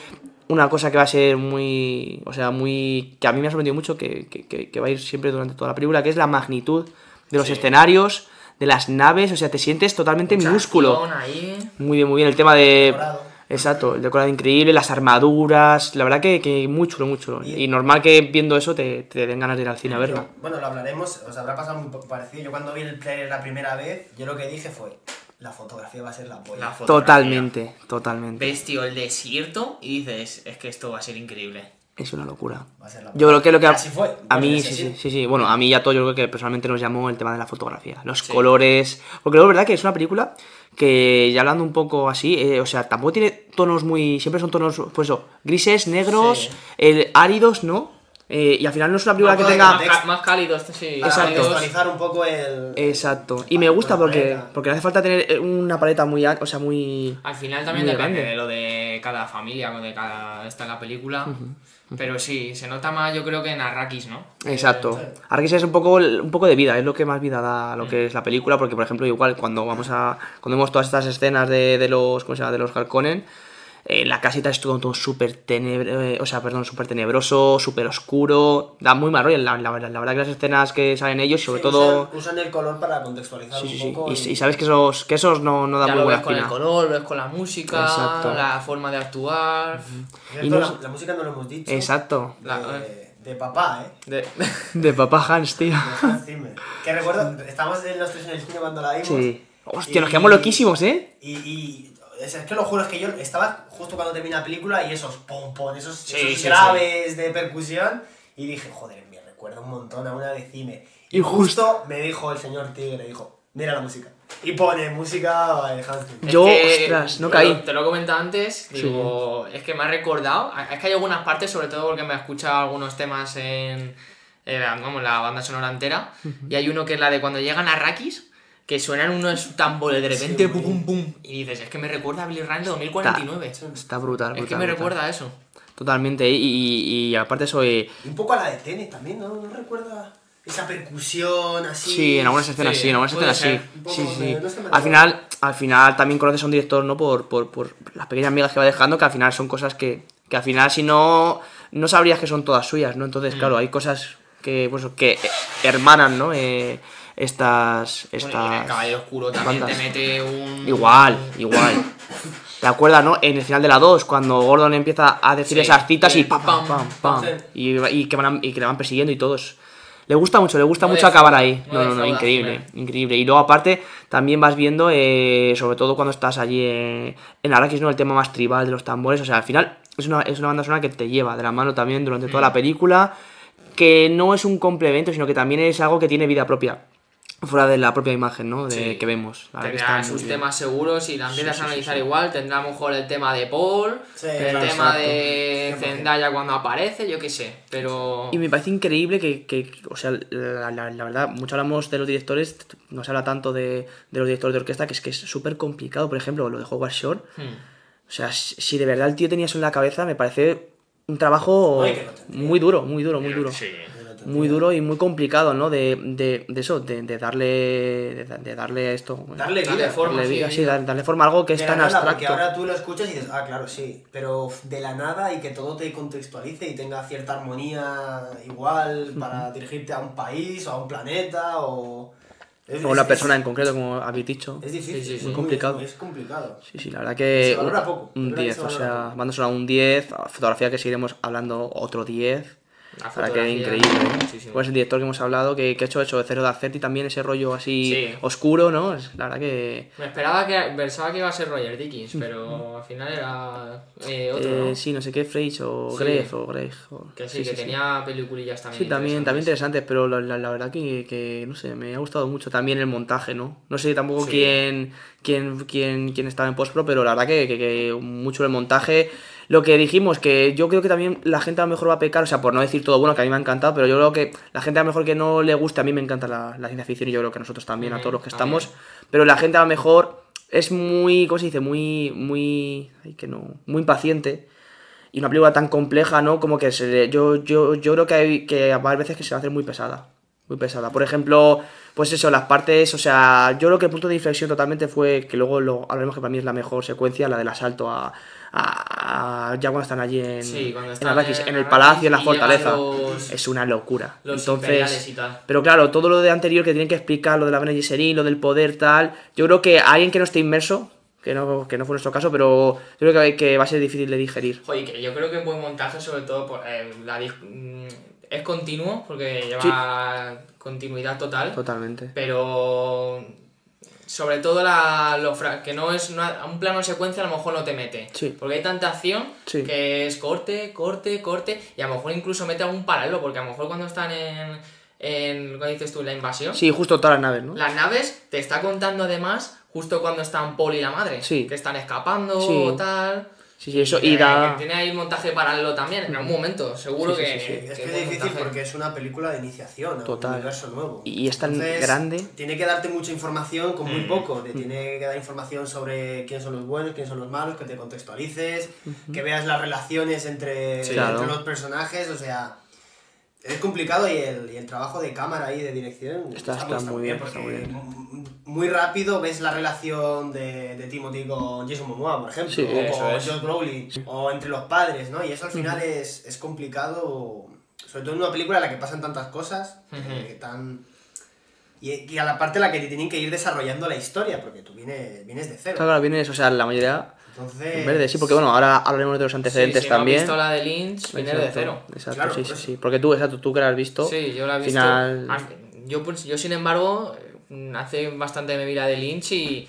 [SPEAKER 15] una cosa que va a ser muy. O sea, muy. que a mí me ha sorprendido mucho, que, que- que- que va a ir siempre durante toda la película, que es la magnitud de los
[SPEAKER 17] Sí.
[SPEAKER 15] escenarios, de las naves. O sea, te sientes totalmente minúsculo.
[SPEAKER 17] Acción ahí.
[SPEAKER 15] Muy bien, muy bien. El tema de. Exacto, el decorado increíble, las armaduras. La verdad que, que muy chulo, muy chulo. Y normal que viendo eso te, te den ganas de ir al cine a verla.
[SPEAKER 16] Bueno, lo hablaremos, os habrá pasado muy parecido. Yo cuando vi el trailer la primera vez, yo lo que dije fue, la fotografía va a ser la polla.
[SPEAKER 17] La fotografía.
[SPEAKER 15] Totalmente, totalmente.
[SPEAKER 17] Ves, tío, el desierto y dices, es que esto va a ser increíble.
[SPEAKER 15] Es una locura.
[SPEAKER 17] Va a ser la
[SPEAKER 15] Yo creo que lo que a,
[SPEAKER 17] Así fue.
[SPEAKER 15] a mí,
[SPEAKER 17] Bueno,
[SPEAKER 15] sí,
[SPEAKER 17] sí,
[SPEAKER 15] sí,
[SPEAKER 17] sí.
[SPEAKER 15] sí, sí. Bueno, a mí ya todo yo creo que personalmente nos llamó el tema de la fotografía, los colores. Porque la verdad que es una película que, ya hablando un poco así, eh, o sea, tampoco tiene tonos muy. Siempre son tonos, pues eso, grises, negros, el- áridos, ¿no? Eh, y al final no es una película
[SPEAKER 17] Más
[SPEAKER 15] que
[SPEAKER 17] de
[SPEAKER 15] tenga.
[SPEAKER 17] contexto. más, más cálidos, sí.
[SPEAKER 16] Para
[SPEAKER 15] Exacto.
[SPEAKER 16] contextualizar un poco el...
[SPEAKER 15] Exacto. Y me gusta porque, porque no hace falta tener eh, una paleta muy, ac- o sea, muy.
[SPEAKER 17] Al final también
[SPEAKER 15] muy
[SPEAKER 17] depende
[SPEAKER 15] grande.
[SPEAKER 17] de lo de cada familia o de cada esta la película. Uh -huh. Pero sí, se nota más yo creo que en Arrakis, ¿no?
[SPEAKER 15] Eh, Exacto. Arrakis es un poco, un poco de vida, es lo que más vida da a lo que es la película, porque por ejemplo igual cuando vamos a cuando vemos todas estas escenas de, de los ¿cómo se llama? de los Harkonnen, eh, la casita es todo, todo súper tenebroso, eh, o sea, perdón, súper tenebroso, súper oscuro, da muy mal rollo, la, la, la, verdad que las escenas que salen ellos, sobre
[SPEAKER 16] sí,
[SPEAKER 15] todo...
[SPEAKER 16] Usan, usan, el color para contextualizar
[SPEAKER 15] sí,
[SPEAKER 16] un poco.
[SPEAKER 15] Sí, y, y, y, sabes que esos, que esos no, no dan
[SPEAKER 17] ya
[SPEAKER 15] muy
[SPEAKER 17] lo
[SPEAKER 15] buena
[SPEAKER 17] ves con el color, lo ves con la música, Exacto. la forma de actuar...
[SPEAKER 16] Uh -huh. y nos... la, la, música no lo hemos dicho.
[SPEAKER 15] Exacto.
[SPEAKER 16] De, de papá, ¿eh?
[SPEAKER 15] De, de papá Hans, tío.
[SPEAKER 16] De Hans Zimmer. Que recuerdo, estábamos los tres en el cine cuando la vimos. Sí.
[SPEAKER 15] Hostia, y, nos quedamos loquísimos, ¿eh?
[SPEAKER 16] y es que lo juro, es que yo estaba justo cuando termina la película y esos pom, pom esos, sí, esos sí, graves sí. de percusión. Y dije, joder, me recuerda un montón a una de Cime. Y, y justo, justo me dijo el señor Tigre, dijo, mira la música. Y pone música de Hans Zimmer.
[SPEAKER 15] Yo, es que, ostras, no caí.
[SPEAKER 17] Te lo, te lo he comentado antes, digo, es que me ha recordado. Es que hay algunas partes, sobre todo porque me ha escuchado algunos temas en, en la, vamos, la banda sonora entera. y hay uno que es la de cuando llegan a Rakis que suenan unos tambores de repente, sí, pum, pum, pum. Y dices, es que me recuerda a Billy Ryan de 2049.
[SPEAKER 15] Está, está brutal, brutal,
[SPEAKER 17] Es que me
[SPEAKER 15] brutal.
[SPEAKER 17] recuerda a eso.
[SPEAKER 15] Totalmente, y, y, y aparte soy...
[SPEAKER 16] Y un poco a la de Tenet también, ¿no? ¿No recuerda esa percusión así?
[SPEAKER 15] Sí, en algunas escenas sí, sí en algunas escenas ser. sí. sí, sí. al final, al final también conoces a un director, ¿no? Por, por, por las pequeñas migas que va dejando, que al final son cosas que, que al final si no, no sabrías que son todas suyas, ¿no? Entonces, mm. claro, hay cosas que, pues, que hermanan, ¿no? Eh, estas. estas bueno,
[SPEAKER 17] y en el Caballero Oscuro también bandas. te mete un.
[SPEAKER 15] Mm. Igual, igual. ¿Te acuerdas, no? En el final de la 2, cuando Gordon empieza a decir sí, esas citas y pam, pam, pam, pam. Sí. Y, y, que van a, y que le van persiguiendo y todos. Le gusta mucho, le gusta no mucho acabar foda, ahí. No, no, no, no foda, increíble, foda. increíble. Y luego, aparte, también vas viendo, eh, sobre todo cuando estás allí en, en Arrakis, ¿no? El tema más tribal de los tambores. O sea, al final es una, es una banda sonora que te lleva de la mano también durante toda mm. la película. Que no es un complemento, sino que también es algo que tiene vida propia fuera de la propia imagen ¿no? de, sí. que vemos.
[SPEAKER 17] La tendrá sus temas seguros y la empiezas sí, sí, a analizar igual. Tendrá a lo mejor el tema de Paul, el claro, tema exacto. de Zendaya cuando aparece, yo qué sé. pero...
[SPEAKER 15] Y me parece increíble que, que o sea, la, la, la, verdad, mucho hablamos de los directores, no se habla tanto de, de los directores de orquesta, que es que es súper complicado. Por ejemplo, lo de Howard Shore. Hmm. O sea, si de verdad el tío tenía eso en la cabeza, me parece un trabajo Ay, muy duro, muy duro, muy duro. Sí muy duro y muy complicado, ¿no? De, de, de eso, de, de darle de, darle esto.
[SPEAKER 16] Darle vida, darle forma.
[SPEAKER 15] Darle, vida, sí, sí, darle forma a algo que es tan
[SPEAKER 16] nada,
[SPEAKER 15] abstracto.
[SPEAKER 16] Porque ahora tú lo escuchas y dices, ah, claro, sí, pero de la nada y que todo te contextualice y tenga cierta armonía igual para dirigirte a un país o a un planeta o...
[SPEAKER 15] Es, o una persona es, en concreto, como habéis dicho.
[SPEAKER 16] Es difícil, sí, sí,
[SPEAKER 15] muy sí, complicado.
[SPEAKER 16] Es complicado.
[SPEAKER 15] Sí, sí, la verdad que.
[SPEAKER 16] Se valora poco.
[SPEAKER 15] Un 10, o sea, van a un 10, fotografía que seguiremos hablando otro 10. La verdad que es increíble. Muchísimo. Pues el director que hemos hablado, que, que ha hecho eso de Cero de Arcetti también, ese rollo así sí. oscuro, ¿no? La verdad que.
[SPEAKER 17] Me esperaba que. Pensaba que iba a ser Roger Dickens, pero al final era. Eh, otro.
[SPEAKER 15] Eh, sí, no sé qué, Freyes o sí. Greg o Greg. O...
[SPEAKER 17] Que sí, sí que tenía peliculillas también.
[SPEAKER 15] Sí, también, también interesantes, pero la, la, la verdad que, que, no sé, me ha gustado mucho también el montaje, ¿no? No sé tampoco quién, quién, quién, quién estaba en postpro, pero la verdad que, que, que mucho el montaje lo que dijimos, que yo creo que también la gente a lo mejor va a pecar, o sea, por no decir todo bueno, que a mí me ha encantado, pero yo creo que la gente a lo mejor que no le gusta, a mí me encanta la, la ciencia ficción y yo creo que a nosotros también, mm, a todos los que estamos, bien. pero la gente a lo mejor es muy, ¿cómo se dice? Muy, muy, ay, que no, muy impaciente. Y una película tan compleja, ¿no? Como que se, yo, yo, yo creo que hay, que hay veces que se va a hacer muy pesada. Muy pesada. Por ejemplo, pues eso, las partes, o sea, yo creo que el punto de inflexión totalmente fue que luego lo hablaremos que para mí es la mejor secuencia, la del asalto a, a, ya cuando están allí en,
[SPEAKER 17] sí,
[SPEAKER 15] están en, Arrakis, en, en el palacio, en la fortaleza. Los, es una locura.
[SPEAKER 17] Los
[SPEAKER 15] Entonces, y tal. pero claro, todo lo de anterior que tienen que explicar, lo de la Bene Gesserit, lo del poder, tal, yo creo que alguien que no esté inmerso, que no, que no fue nuestro caso, pero yo creo que, que va a ser difícil de digerir.
[SPEAKER 17] Joder, que yo creo que un buen montaje, sobre todo, por, eh, la, es continuo, porque lleva sí. continuidad total.
[SPEAKER 15] Totalmente.
[SPEAKER 17] Pero sobre todo la, lo fra que no es una, un plano de secuencia a lo mejor no te mete
[SPEAKER 15] sí.
[SPEAKER 17] porque hay tanta acción
[SPEAKER 15] sí.
[SPEAKER 17] que es corte corte corte y a lo mejor incluso mete algún paralelo porque a lo mejor cuando están en en ¿qué dices tú la invasión
[SPEAKER 15] sí justo todas las naves no
[SPEAKER 17] las naves te está contando además justo cuando están Paul y la madre
[SPEAKER 15] sí.
[SPEAKER 17] que están escapando o tal
[SPEAKER 15] Sí, sí, eso. Y da...
[SPEAKER 17] que tiene ahí montaje paralelo también, en algún momento, seguro
[SPEAKER 16] Sí, sí,
[SPEAKER 17] que,
[SPEAKER 16] sí, sí.
[SPEAKER 17] que
[SPEAKER 16] Es que
[SPEAKER 17] tiene
[SPEAKER 16] es difícil
[SPEAKER 17] montaje.
[SPEAKER 16] porque es una película de iniciación, a
[SPEAKER 15] Total.
[SPEAKER 16] un universo nuevo.
[SPEAKER 15] Y es tan
[SPEAKER 16] Entonces,
[SPEAKER 15] grande.
[SPEAKER 16] Tiene que darte mucha información con muy
[SPEAKER 15] Mm.
[SPEAKER 16] poco. Te tiene que dar información sobre quién son los buenos, quién son los malos, que te contextualices, que veas las relaciones entre,
[SPEAKER 15] Sí, claro.
[SPEAKER 16] entre los personajes, o sea. Es complicado y el, y el trabajo de cámara y de dirección
[SPEAKER 15] Está- está
[SPEAKER 16] muy-
[SPEAKER 15] muy bien,
[SPEAKER 16] porque
[SPEAKER 15] está muy bien.
[SPEAKER 16] mu- muy rápido ves la relación de, de Timothy con Jason Momoa, por ejemplo,
[SPEAKER 15] Sí,
[SPEAKER 16] o con
[SPEAKER 15] eso es.
[SPEAKER 16] Josh Brolin, o entre los padres, ¿no? Y eso al final es, es complicado, sobre todo en una película en la que pasan tantas cosas, eh, tan... Y, y a la parte en la que te tienen que ir desarrollando la historia, porque tú vienes, vienes de cero.
[SPEAKER 15] Claro, claro, viene, o sea, la mayoría
[SPEAKER 16] Entonces...
[SPEAKER 15] en verde, sí, porque bueno, ahora hablaremos de los antecedentes
[SPEAKER 17] si no has
[SPEAKER 15] también.
[SPEAKER 17] visto la de Lynch, viene de
[SPEAKER 15] Exacto,
[SPEAKER 17] cero.
[SPEAKER 15] Exacto,
[SPEAKER 17] Claro,
[SPEAKER 15] sí,
[SPEAKER 17] por
[SPEAKER 15] sí, sí. Porque tú, exacto, tú que la has visto.
[SPEAKER 17] Sí, yo la he visto.
[SPEAKER 15] Final...
[SPEAKER 17] Ah, Yo, pues, yo, sin embargo, eh, hace bastante me vi la de Lynch y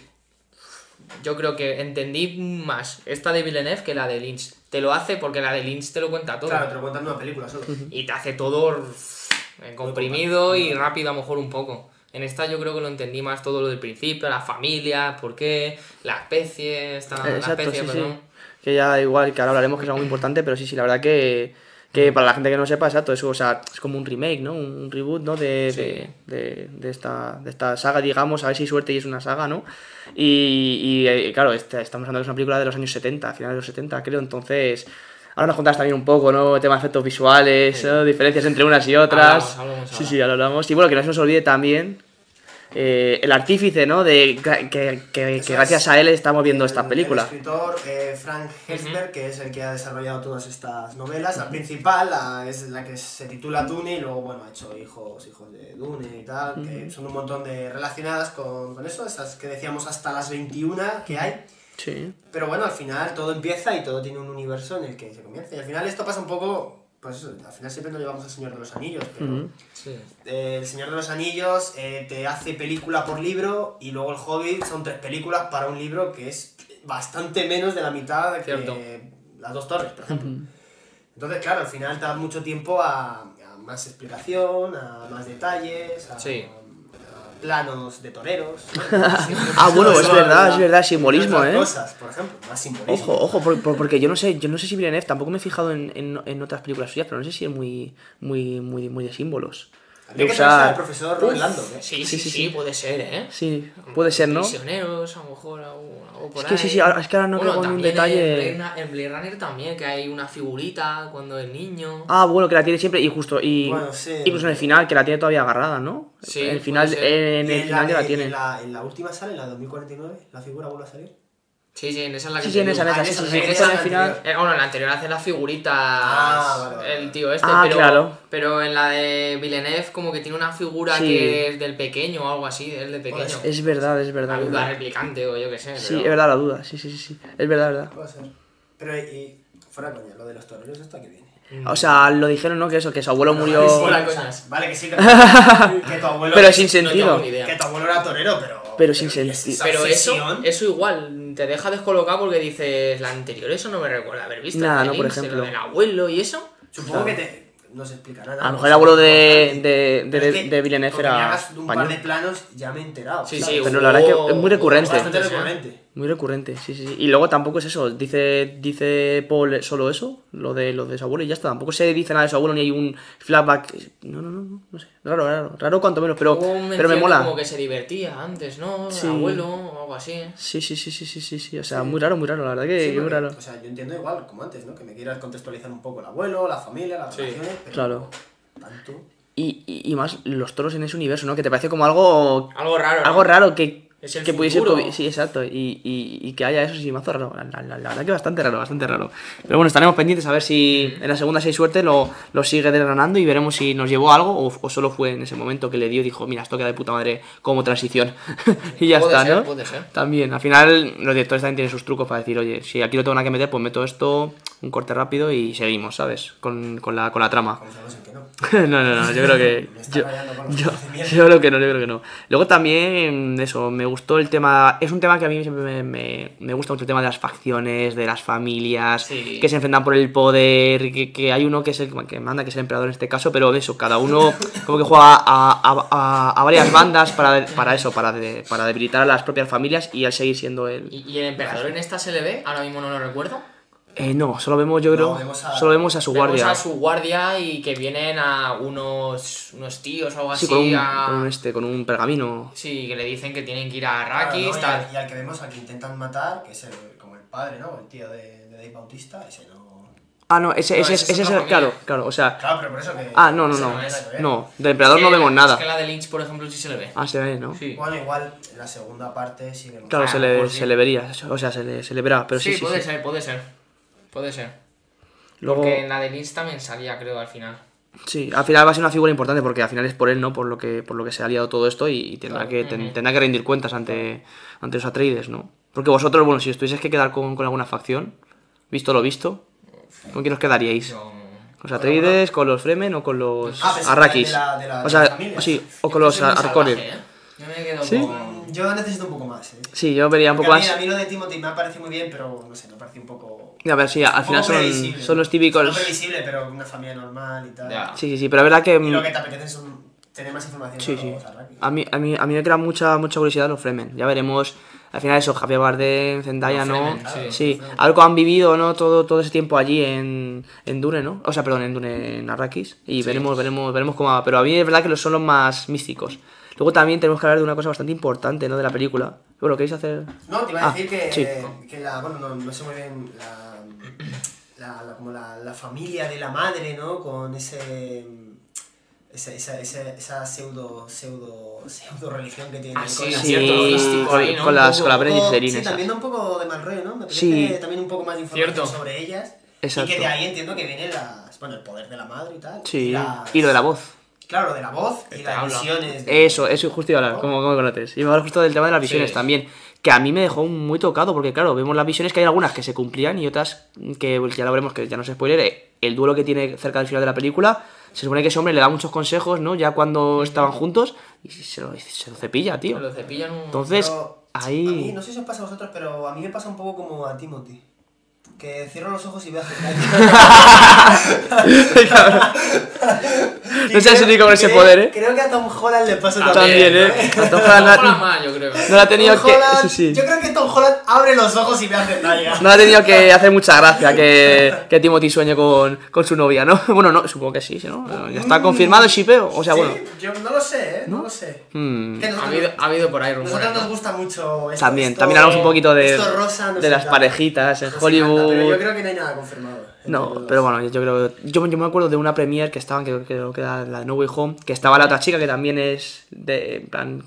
[SPEAKER 17] yo creo que entendí más esta de Villeneuve que la de Lynch. Te lo hace porque la de Lynch te lo cuenta todo.
[SPEAKER 16] Claro, te lo cuentan en una película solo.
[SPEAKER 17] Y te hace todo rf, en comprimido y rápido a lo mejor un poco. En esta yo creo que lo entendí más todo lo del principio, la familia, por qué, la especie, esta,
[SPEAKER 15] Eh,
[SPEAKER 17] la
[SPEAKER 15] Exacto,
[SPEAKER 17] especie, pues,
[SPEAKER 15] sí, sí.
[SPEAKER 17] perdón.
[SPEAKER 15] Que ya igual, que ahora hablaremos que es algo muy importante, pero sí, sí, la verdad que,
[SPEAKER 17] Mm.
[SPEAKER 15] que para la gente que no sepa, exacto, eso, o sea, es como un remake, ¿no? Un reboot, ¿no? De, de, de- de esta, de esta saga, digamos, a ver si suerte y es una saga, ¿no? Y, y, eh, claro, esta- estamos hablando de una película de los años 70, finales de los 70, creo, entonces... Ahora nos contarás también un poco, ¿no? Temas de efectos visuales, ¿no? diferencias entre unas y otras.
[SPEAKER 17] Hablamos, hablamos
[SPEAKER 15] sí, sí, ahora hablamos. Y bueno, que no se nos olvide también eh, el artífice, ¿no? De que, que- que- que gracias a él estamos viendo esta película.
[SPEAKER 16] El escritor eh, Frank Hesper, que es el que ha desarrollado todas estas novelas, la principal la, es la que se titula Dune y luego, bueno, ha hecho hijos, hijos de Dune y tal, que
[SPEAKER 15] Ujú.
[SPEAKER 16] son un montón de relacionadas con, con eso, esas que decíamos hasta las 21 que hay.
[SPEAKER 15] Sí.
[SPEAKER 16] Pero bueno, al final todo empieza y todo tiene un universo en el que se comienza. Y al final esto pasa un poco, pues eso, al final siempre nos llevamos al Señor de los Anillos, pero...
[SPEAKER 15] Ujú.
[SPEAKER 17] Sí.
[SPEAKER 16] Eh, El Señor de los Anillos eh, te hace película por libro y luego El Hobbit son tres películas para un libro que es bastante menos de la mitad que
[SPEAKER 17] Cierto.
[SPEAKER 16] Las Dos Torres, por ejemplo. Entonces, claro, al final te da mucho tiempo a, a más explicación, a más detalles, a,
[SPEAKER 17] Sí.
[SPEAKER 16] a planos de toreros.
[SPEAKER 15] Ah, bueno, es
[SPEAKER 16] Eso,
[SPEAKER 15] verdad, es verdad,
[SPEAKER 16] entre
[SPEAKER 15] simbolismo,
[SPEAKER 16] otras
[SPEAKER 15] ¿eh?
[SPEAKER 16] cosas, por ejemplo, más simbolismo.
[SPEAKER 15] Ojo, ojo, por- por- porque yo no sé, yo no sé si Villeneuve, tampoco me he fijado en, en- en otras películas suyas, pero no sé si es muy, muy, muy, muy de símbolos.
[SPEAKER 16] Habría
[SPEAKER 15] De
[SPEAKER 16] que traer al
[SPEAKER 15] usar-
[SPEAKER 16] profesor Robert Lando, ¿eh?
[SPEAKER 17] Sí, sí, sí, puede ser, ¿eh?
[SPEAKER 15] Sí, Mm. puede ser, ¿no?
[SPEAKER 17] Prisioneros, a lo mejor algo, algo por
[SPEAKER 15] Es que sí,
[SPEAKER 17] ahí.
[SPEAKER 15] sí, ahora- es que ahora no
[SPEAKER 17] Bueno,
[SPEAKER 15] caigo en un
[SPEAKER 17] también
[SPEAKER 15] detalle.
[SPEAKER 17] En Blade, Ra- en Blade Runner también, que hay una figurita cuando el niño.
[SPEAKER 15] Ah, bueno, que la tiene siempre, y justo, y
[SPEAKER 16] Bueno, sí.
[SPEAKER 15] incluso en el final, que la tiene todavía agarrada, ¿no?
[SPEAKER 17] Sí,
[SPEAKER 15] En
[SPEAKER 17] puede
[SPEAKER 15] el final, en,
[SPEAKER 17] ser.
[SPEAKER 16] Y
[SPEAKER 15] el
[SPEAKER 16] en
[SPEAKER 15] final
[SPEAKER 16] la,
[SPEAKER 15] que la
[SPEAKER 16] en-
[SPEAKER 15] tiene.
[SPEAKER 16] En la, en la última sale, en la 2049, la figura vuelve a salir.
[SPEAKER 17] Sí, sí, en esa es la que
[SPEAKER 15] Sí,
[SPEAKER 17] te
[SPEAKER 15] sí, en
[SPEAKER 17] digo.
[SPEAKER 15] esa, en esa,
[SPEAKER 17] Ah,
[SPEAKER 15] sí,
[SPEAKER 16] esa,
[SPEAKER 15] sí, sí,
[SPEAKER 16] en
[SPEAKER 15] en
[SPEAKER 16] esa
[SPEAKER 15] esa, en el
[SPEAKER 16] la
[SPEAKER 15] final.
[SPEAKER 16] anterior.
[SPEAKER 17] Eh, bueno, en la anterior hace las figuritas
[SPEAKER 16] Ah, vale, vale,
[SPEAKER 17] el tío este,
[SPEAKER 15] Ah,
[SPEAKER 17] pero,
[SPEAKER 15] claro.
[SPEAKER 17] pero en la de Villeneuve como que tiene una figura
[SPEAKER 15] Sí.
[SPEAKER 17] que es del pequeño o algo así, es de pequeño.
[SPEAKER 15] Es verdad, es
[SPEAKER 17] la
[SPEAKER 15] verdad. es
[SPEAKER 17] duda
[SPEAKER 15] verdad.
[SPEAKER 17] replicante o yo qué sé.
[SPEAKER 15] Sí,
[SPEAKER 17] pero-
[SPEAKER 15] es verdad la duda, sí, sí, sí, sí. Es verdad, es verdad.
[SPEAKER 16] Puede ser. Pero y, fuera coña, lo de los toreros, esto que viene.
[SPEAKER 15] O sea, lo dijeron, ¿no? Que eso, que su abuelo murió.
[SPEAKER 17] fuera coña.
[SPEAKER 16] Vale, que sí, que, que tu abuelo.
[SPEAKER 15] Pero sin
[SPEAKER 16] no tengo
[SPEAKER 15] sentido.
[SPEAKER 16] ni idea. Que tu abuelo era torero, pero.
[SPEAKER 15] Pero sin
[SPEAKER 16] ¿y es
[SPEAKER 15] sentido.
[SPEAKER 16] esa
[SPEAKER 17] Pero eso,
[SPEAKER 16] obsesión?
[SPEAKER 17] eso igual te deja descolocado porque dices, la anterior, eso no me recuerda haber visto.
[SPEAKER 15] Nada,
[SPEAKER 17] la de
[SPEAKER 15] no, por
[SPEAKER 17] Lynch,
[SPEAKER 15] ejemplo.
[SPEAKER 17] Lo del abuelo y eso.
[SPEAKER 16] Supongo
[SPEAKER 15] Claro.
[SPEAKER 16] que te. Nos explicarán.
[SPEAKER 15] A lo mejor el abuelo de, de, de,
[SPEAKER 16] Pero
[SPEAKER 15] de,
[SPEAKER 16] es que,
[SPEAKER 15] de Villeneuve
[SPEAKER 16] porque me
[SPEAKER 15] era
[SPEAKER 16] hagas un par de
[SPEAKER 15] español.
[SPEAKER 16] planos, ya me he enterado.
[SPEAKER 17] Sí,
[SPEAKER 16] ¿sabes?
[SPEAKER 17] sí,
[SPEAKER 15] Pero la verdad que es muy recurrente.
[SPEAKER 16] Bastante
[SPEAKER 17] sí.
[SPEAKER 16] recurrente.
[SPEAKER 15] Muy recurrente, sí, sí. sí. Y luego tampoco es eso. Dice, dice Paul solo eso, lo de, lo de su abuelo y ya está. Tampoco se dice nada de su abuelo ni hay un flashback. No, no, no, no, no sé. Raro, raro. Raro cuanto menos, pero,
[SPEAKER 17] Hubo un
[SPEAKER 15] pero me
[SPEAKER 17] mención
[SPEAKER 15] mola.
[SPEAKER 17] Como que se divertía antes, ¿no? El
[SPEAKER 15] Sí.
[SPEAKER 17] abuelo o algo así.
[SPEAKER 15] Sí, sí, sí, sí, sí, sí, sí. O sea, muy raro, muy raro, la verdad que
[SPEAKER 16] Sí,
[SPEAKER 15] que muy
[SPEAKER 16] porque,
[SPEAKER 15] raro.
[SPEAKER 16] O sea, yo entiendo igual, como antes, ¿no? Que me quieras contextualizar un poco el abuelo, la familia, las relaciones. Pero
[SPEAKER 15] Claro.
[SPEAKER 16] Tanto.
[SPEAKER 15] Y, y, y más los toros en ese universo, ¿no? Que te parece como algo.
[SPEAKER 17] Algo raro, ¿no?
[SPEAKER 15] Algo raro que,
[SPEAKER 17] Es el
[SPEAKER 15] que pudiese.
[SPEAKER 17] futuro.
[SPEAKER 15] Sí, exacto. Y, y, y que haya eso, sí, mazo raro. La, la- la- la verdad que bastante raro, bastante raro. Pero bueno, estaremos pendientes a ver si
[SPEAKER 17] Mm.
[SPEAKER 15] en la segunda, si hay suerte, lo, lo sigue desgranando y veremos si nos llevó a algo o, o solo fue en ese momento que le dio y dijo, mira, esto queda de puta madre como transición. y ya
[SPEAKER 17] Puede
[SPEAKER 15] está,
[SPEAKER 17] ser,
[SPEAKER 15] ¿no?
[SPEAKER 17] puede ser.
[SPEAKER 15] También, al final, los directores también tienen sus trucos para decir, oye, si aquí lo tengo nada que meter, pues meto esto, un corte rápido y seguimos, ¿sabes? Con, con la, con la trama.
[SPEAKER 16] Confiamos en que no.
[SPEAKER 15] no, no, no, yo creo que.
[SPEAKER 16] Me está
[SPEAKER 15] Yo,
[SPEAKER 16] rayando con los
[SPEAKER 15] yo,
[SPEAKER 16] ojos de mierda.
[SPEAKER 15] yo creo que no, yo creo que no. Luego también, eso, me gustó el tema. Es un tema que a mí siempre me, me- me gusta mucho el tema de las facciones, de las familias,
[SPEAKER 17] Sí.
[SPEAKER 15] que se enfrentan por el poder, que, que hay uno que es el que manda, que es el emperador en este caso, pero eso, cada uno como que juega a, a- a- a varias bandas para, para eso, para, de- para debilitar a las propias familias y al seguir siendo el.
[SPEAKER 17] ¿Y, y el emperador en esta se le ve? Ahora mismo no lo recuerdo.
[SPEAKER 15] Eh, no, solo vemos, yo creo, no, vemos a, solo vemos a su
[SPEAKER 17] vemos
[SPEAKER 15] guardia.
[SPEAKER 17] a su guardia y que vienen a unos, unos tíos o algo
[SPEAKER 15] Sí,
[SPEAKER 17] así.
[SPEAKER 15] con un,
[SPEAKER 17] a-
[SPEAKER 15] con un este, con un pergamino.
[SPEAKER 17] Sí, que le dicen que tienen que ir a
[SPEAKER 16] Claro, ¿no?
[SPEAKER 17] Arrakis,
[SPEAKER 16] Y
[SPEAKER 17] tal.
[SPEAKER 16] al- Y, al que vemos al que intentan matar, que es el- como el padre, ¿no? El tío de, de Dave Bautista, ese no.
[SPEAKER 15] Ah, no, ese,
[SPEAKER 16] No,
[SPEAKER 15] ese,
[SPEAKER 16] ese es
[SPEAKER 15] ese es
[SPEAKER 16] otra
[SPEAKER 15] el. Claro, claro, o sea.
[SPEAKER 16] Claro, pero por eso que-
[SPEAKER 15] Ah, no, no,
[SPEAKER 16] ese
[SPEAKER 15] no.
[SPEAKER 16] no es, ¿eh?
[SPEAKER 15] No, del emperador no
[SPEAKER 17] Es que-
[SPEAKER 15] vemos
[SPEAKER 17] Es que
[SPEAKER 15] nada.
[SPEAKER 17] la de Lynch, por ejemplo, sí se le ve.
[SPEAKER 15] Ah, se ve, ¿no?
[SPEAKER 16] Bueno, igual en la segunda parte sí vemos.
[SPEAKER 15] Claro,
[SPEAKER 17] Ah,
[SPEAKER 15] se, le,
[SPEAKER 17] pues sí.
[SPEAKER 15] se le vería, o sea, se le, se le verá, pero sí, sí.
[SPEAKER 17] puede
[SPEAKER 15] sí.
[SPEAKER 17] ser, puede ser. Puede ser.
[SPEAKER 15] Luego-
[SPEAKER 17] Porque en la de Lynch también salía, creo, al final.
[SPEAKER 15] Sí, al final va a ser una figura importante porque al final es por él, ¿no? Por lo que, por lo que se ha liado todo esto y, y tendrá,
[SPEAKER 17] Claro,
[SPEAKER 15] que, ten-
[SPEAKER 17] ujú.
[SPEAKER 15] tendrá que rendir cuentas ante, ante los Atreides, ¿no? Porque vosotros, bueno, si os tuvieseis que quedar con, con alguna facción, visto lo visto, ¿con quién os quedaríais? ¿Con los Atreides, con los Fremen o con los
[SPEAKER 16] Ah, pensé
[SPEAKER 15] Arrakis?
[SPEAKER 16] que era de la- de la-
[SPEAKER 15] o
[SPEAKER 16] de las
[SPEAKER 15] sea,
[SPEAKER 16] familias.
[SPEAKER 15] sí, o con los Arcones.
[SPEAKER 17] ¿eh? Yo me quedo
[SPEAKER 15] ¿Sí?
[SPEAKER 16] con- Yo necesito un poco más, ¿eh?
[SPEAKER 15] Sí, yo vería un
[SPEAKER 16] Porque
[SPEAKER 15] poco
[SPEAKER 16] a, mí,
[SPEAKER 15] más.
[SPEAKER 16] a mí lo de Timothy me ha parecido muy bien, pero no sé, me parece un poco.
[SPEAKER 15] A ver, sí, al
[SPEAKER 16] un
[SPEAKER 15] final
[SPEAKER 16] poco
[SPEAKER 15] son-
[SPEAKER 16] previsible,
[SPEAKER 15] son los
[SPEAKER 16] ¿no?
[SPEAKER 15] típicos-
[SPEAKER 16] No previsible, pero una familia normal y tal.
[SPEAKER 15] Sí, sí, sí, pero la verdad que.
[SPEAKER 16] Y lo que te apetece es un- tener más información
[SPEAKER 15] Sí,
[SPEAKER 16] sobre
[SPEAKER 15] sí.
[SPEAKER 16] los Arrakis.
[SPEAKER 15] A mí, a, mí, a mí me crea mucha, mucha curiosidad los Fremen. Ya veremos. Al final eso, Javier Bardem, Zendaya,
[SPEAKER 17] Los
[SPEAKER 15] ¿no?
[SPEAKER 17] Fremen, claro,
[SPEAKER 15] sí. Algo han vivido, ¿no? Todo, todo ese tiempo allí en, en Dune, ¿no? O sea, perdón, en Dune, en Arrakis. Y veremos, veremos, veremos cómo va. Pero a mí es verdad que los son los más místicos. Luego también tenemos que hablar de una cosa bastante importante, ¿no? De la película. Bueno, ¿queréis hacer...?
[SPEAKER 16] No, te iba a
[SPEAKER 15] Ah,
[SPEAKER 16] decir que,
[SPEAKER 15] sí.
[SPEAKER 16] que la, bueno, no, no sé muy bien, la, la, la- como la, la familia de la madre, ¿no? Con ese, esa, esa, esa, esa peudo, peudo, pseudo religión que tiene.
[SPEAKER 17] Ah, sí,
[SPEAKER 16] con
[SPEAKER 17] es
[SPEAKER 16] las-
[SPEAKER 17] cierto,
[SPEAKER 15] Sí,
[SPEAKER 17] logístico
[SPEAKER 15] con-
[SPEAKER 17] ahí, ¿no?
[SPEAKER 15] con
[SPEAKER 17] Un
[SPEAKER 15] las-
[SPEAKER 17] poco-
[SPEAKER 15] con las Brenny
[SPEAKER 17] poco-
[SPEAKER 15] Serine
[SPEAKER 16] Oh, Sí,
[SPEAKER 15] esas.
[SPEAKER 16] también da un poco de mal rollo, ¿no? Me parece
[SPEAKER 15] Sí.
[SPEAKER 16] también un poco más de información
[SPEAKER 17] Cierto.
[SPEAKER 16] sobre ellas.
[SPEAKER 15] Exacto.
[SPEAKER 16] Y que de ahí entiendo que viene las, bueno, el poder de la madre y tal.
[SPEAKER 15] Sí.
[SPEAKER 16] Y, las-
[SPEAKER 15] Y lo de la voz.
[SPEAKER 16] Claro, de la voz y las
[SPEAKER 17] habla.
[SPEAKER 16] visiones. de-
[SPEAKER 15] Eso, eso, justo iba a hablar, como, como conoces. Y iba a hablar justo del tema de las visiones
[SPEAKER 17] Sí.
[SPEAKER 15] también. Que a mí me dejó muy tocado, porque claro, vemos las visiones que hay algunas que se cumplían y otras que que ya lo veremos, que ya no es spoiler. eh, El duelo que tiene cerca del final de la película, se supone que ese hombre le da muchos consejos, ¿no? Ya cuando estaban juntos, y se lo, se lo cepilla, tío.
[SPEAKER 17] Se lo cepillan un...
[SPEAKER 15] Entonces,
[SPEAKER 16] Pero A mí,
[SPEAKER 15] Pues, ahí.
[SPEAKER 16] no sé si os pasa a vosotros, pero a mí me pasa un poco como a Timothy. Que cierro los ojos y veo a Zendaya.
[SPEAKER 15] Cabrón.
[SPEAKER 16] Y
[SPEAKER 15] No seas
[SPEAKER 16] creo-
[SPEAKER 15] único con ese
[SPEAKER 16] creo-
[SPEAKER 15] poder, ¿eh?
[SPEAKER 16] Creo que a Tom Holland le pasa
[SPEAKER 15] También, ¿eh? A Tom Holland
[SPEAKER 17] Ojalá más, yo creo.
[SPEAKER 15] No la ha tenido
[SPEAKER 16] Tom
[SPEAKER 15] que.
[SPEAKER 16] Holland-
[SPEAKER 15] Sí, sí.
[SPEAKER 16] Yo creo que Tom Holland abre los ojos y ve a Zendaya.
[SPEAKER 15] No ha tenido que hacer mucha gracia que, que Timothy sueñe con, con su novia, ¿no? Bueno, no, supongo que sí, ¿sí, ¿no? Ya está confirmado el shipeo, o sea,
[SPEAKER 16] Sí,
[SPEAKER 15] bueno.
[SPEAKER 16] Yo no lo sé, ¿eh? No, lo sé.
[SPEAKER 15] mm,
[SPEAKER 16] Que
[SPEAKER 17] Ha
[SPEAKER 16] nosotros-
[SPEAKER 17] habido, ha habido por ahí rumores,
[SPEAKER 16] Nosotros nos
[SPEAKER 17] ¿no?
[SPEAKER 16] gusta mucho esto,
[SPEAKER 15] también,
[SPEAKER 16] esto-
[SPEAKER 15] también hablamos un poquito de,
[SPEAKER 16] esto rosa, nos
[SPEAKER 15] de las
[SPEAKER 16] encanta.
[SPEAKER 15] parejitas en
[SPEAKER 16] Nos encanta, Pero yo
[SPEAKER 15] Hollywood.
[SPEAKER 16] creo que no hay nada confirmado. entre los
[SPEAKER 15] No,
[SPEAKER 16] dos.
[SPEAKER 15] pero bueno, yo creo. Yo, yo me acuerdo de una premiere que estaban, creo, creo que era la de No Way Home, que estaba la otra chica que también es de. En plan.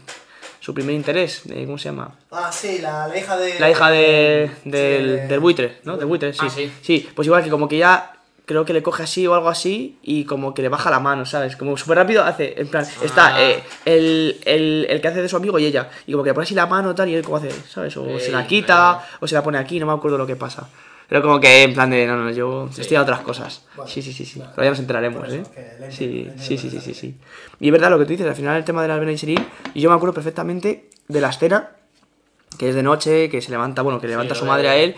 [SPEAKER 15] Su primer interés, eh, ¿cómo se llama?
[SPEAKER 16] Ah, sí, la, la hija de.
[SPEAKER 15] La hija de,
[SPEAKER 16] Sí,
[SPEAKER 15] del,
[SPEAKER 16] de-
[SPEAKER 15] del buitre, ¿no? Del buitre, sí.
[SPEAKER 17] Ah, sí.
[SPEAKER 15] pues igual que como que ya creo que le coge así o algo así y como que le baja la mano, ¿sabes? Como súper rápido hace, en plan, está
[SPEAKER 17] Ah.
[SPEAKER 15] eh, el, el, el que hace de su amigo y ella. Y como que le pone así la mano tal y él como hace, ¿sabes? O se la
[SPEAKER 17] Ey,
[SPEAKER 15] quita
[SPEAKER 17] vale.
[SPEAKER 15] o se la pone aquí, no me acuerdo lo que pasa. Pero como que en plan de, no, no, yo estoy a otras cosas.
[SPEAKER 16] Bueno,
[SPEAKER 15] sí, sí, sí, sí.
[SPEAKER 16] vale.
[SPEAKER 15] Pero ya nos enteraremos,
[SPEAKER 16] Por eso,
[SPEAKER 15] ¿eh?
[SPEAKER 16] que le entiendo, le
[SPEAKER 15] Sí,
[SPEAKER 16] entiendo
[SPEAKER 15] sí, sí, sí, sí,
[SPEAKER 16] perfectamente.
[SPEAKER 15] sí. Y es verdad lo que tú dices, al final el tema de las Ben Serine, y yo me acuerdo perfectamente de la escena que es de noche, que se levanta, bueno, que levanta
[SPEAKER 17] lo
[SPEAKER 15] su
[SPEAKER 17] de-
[SPEAKER 15] madre a él.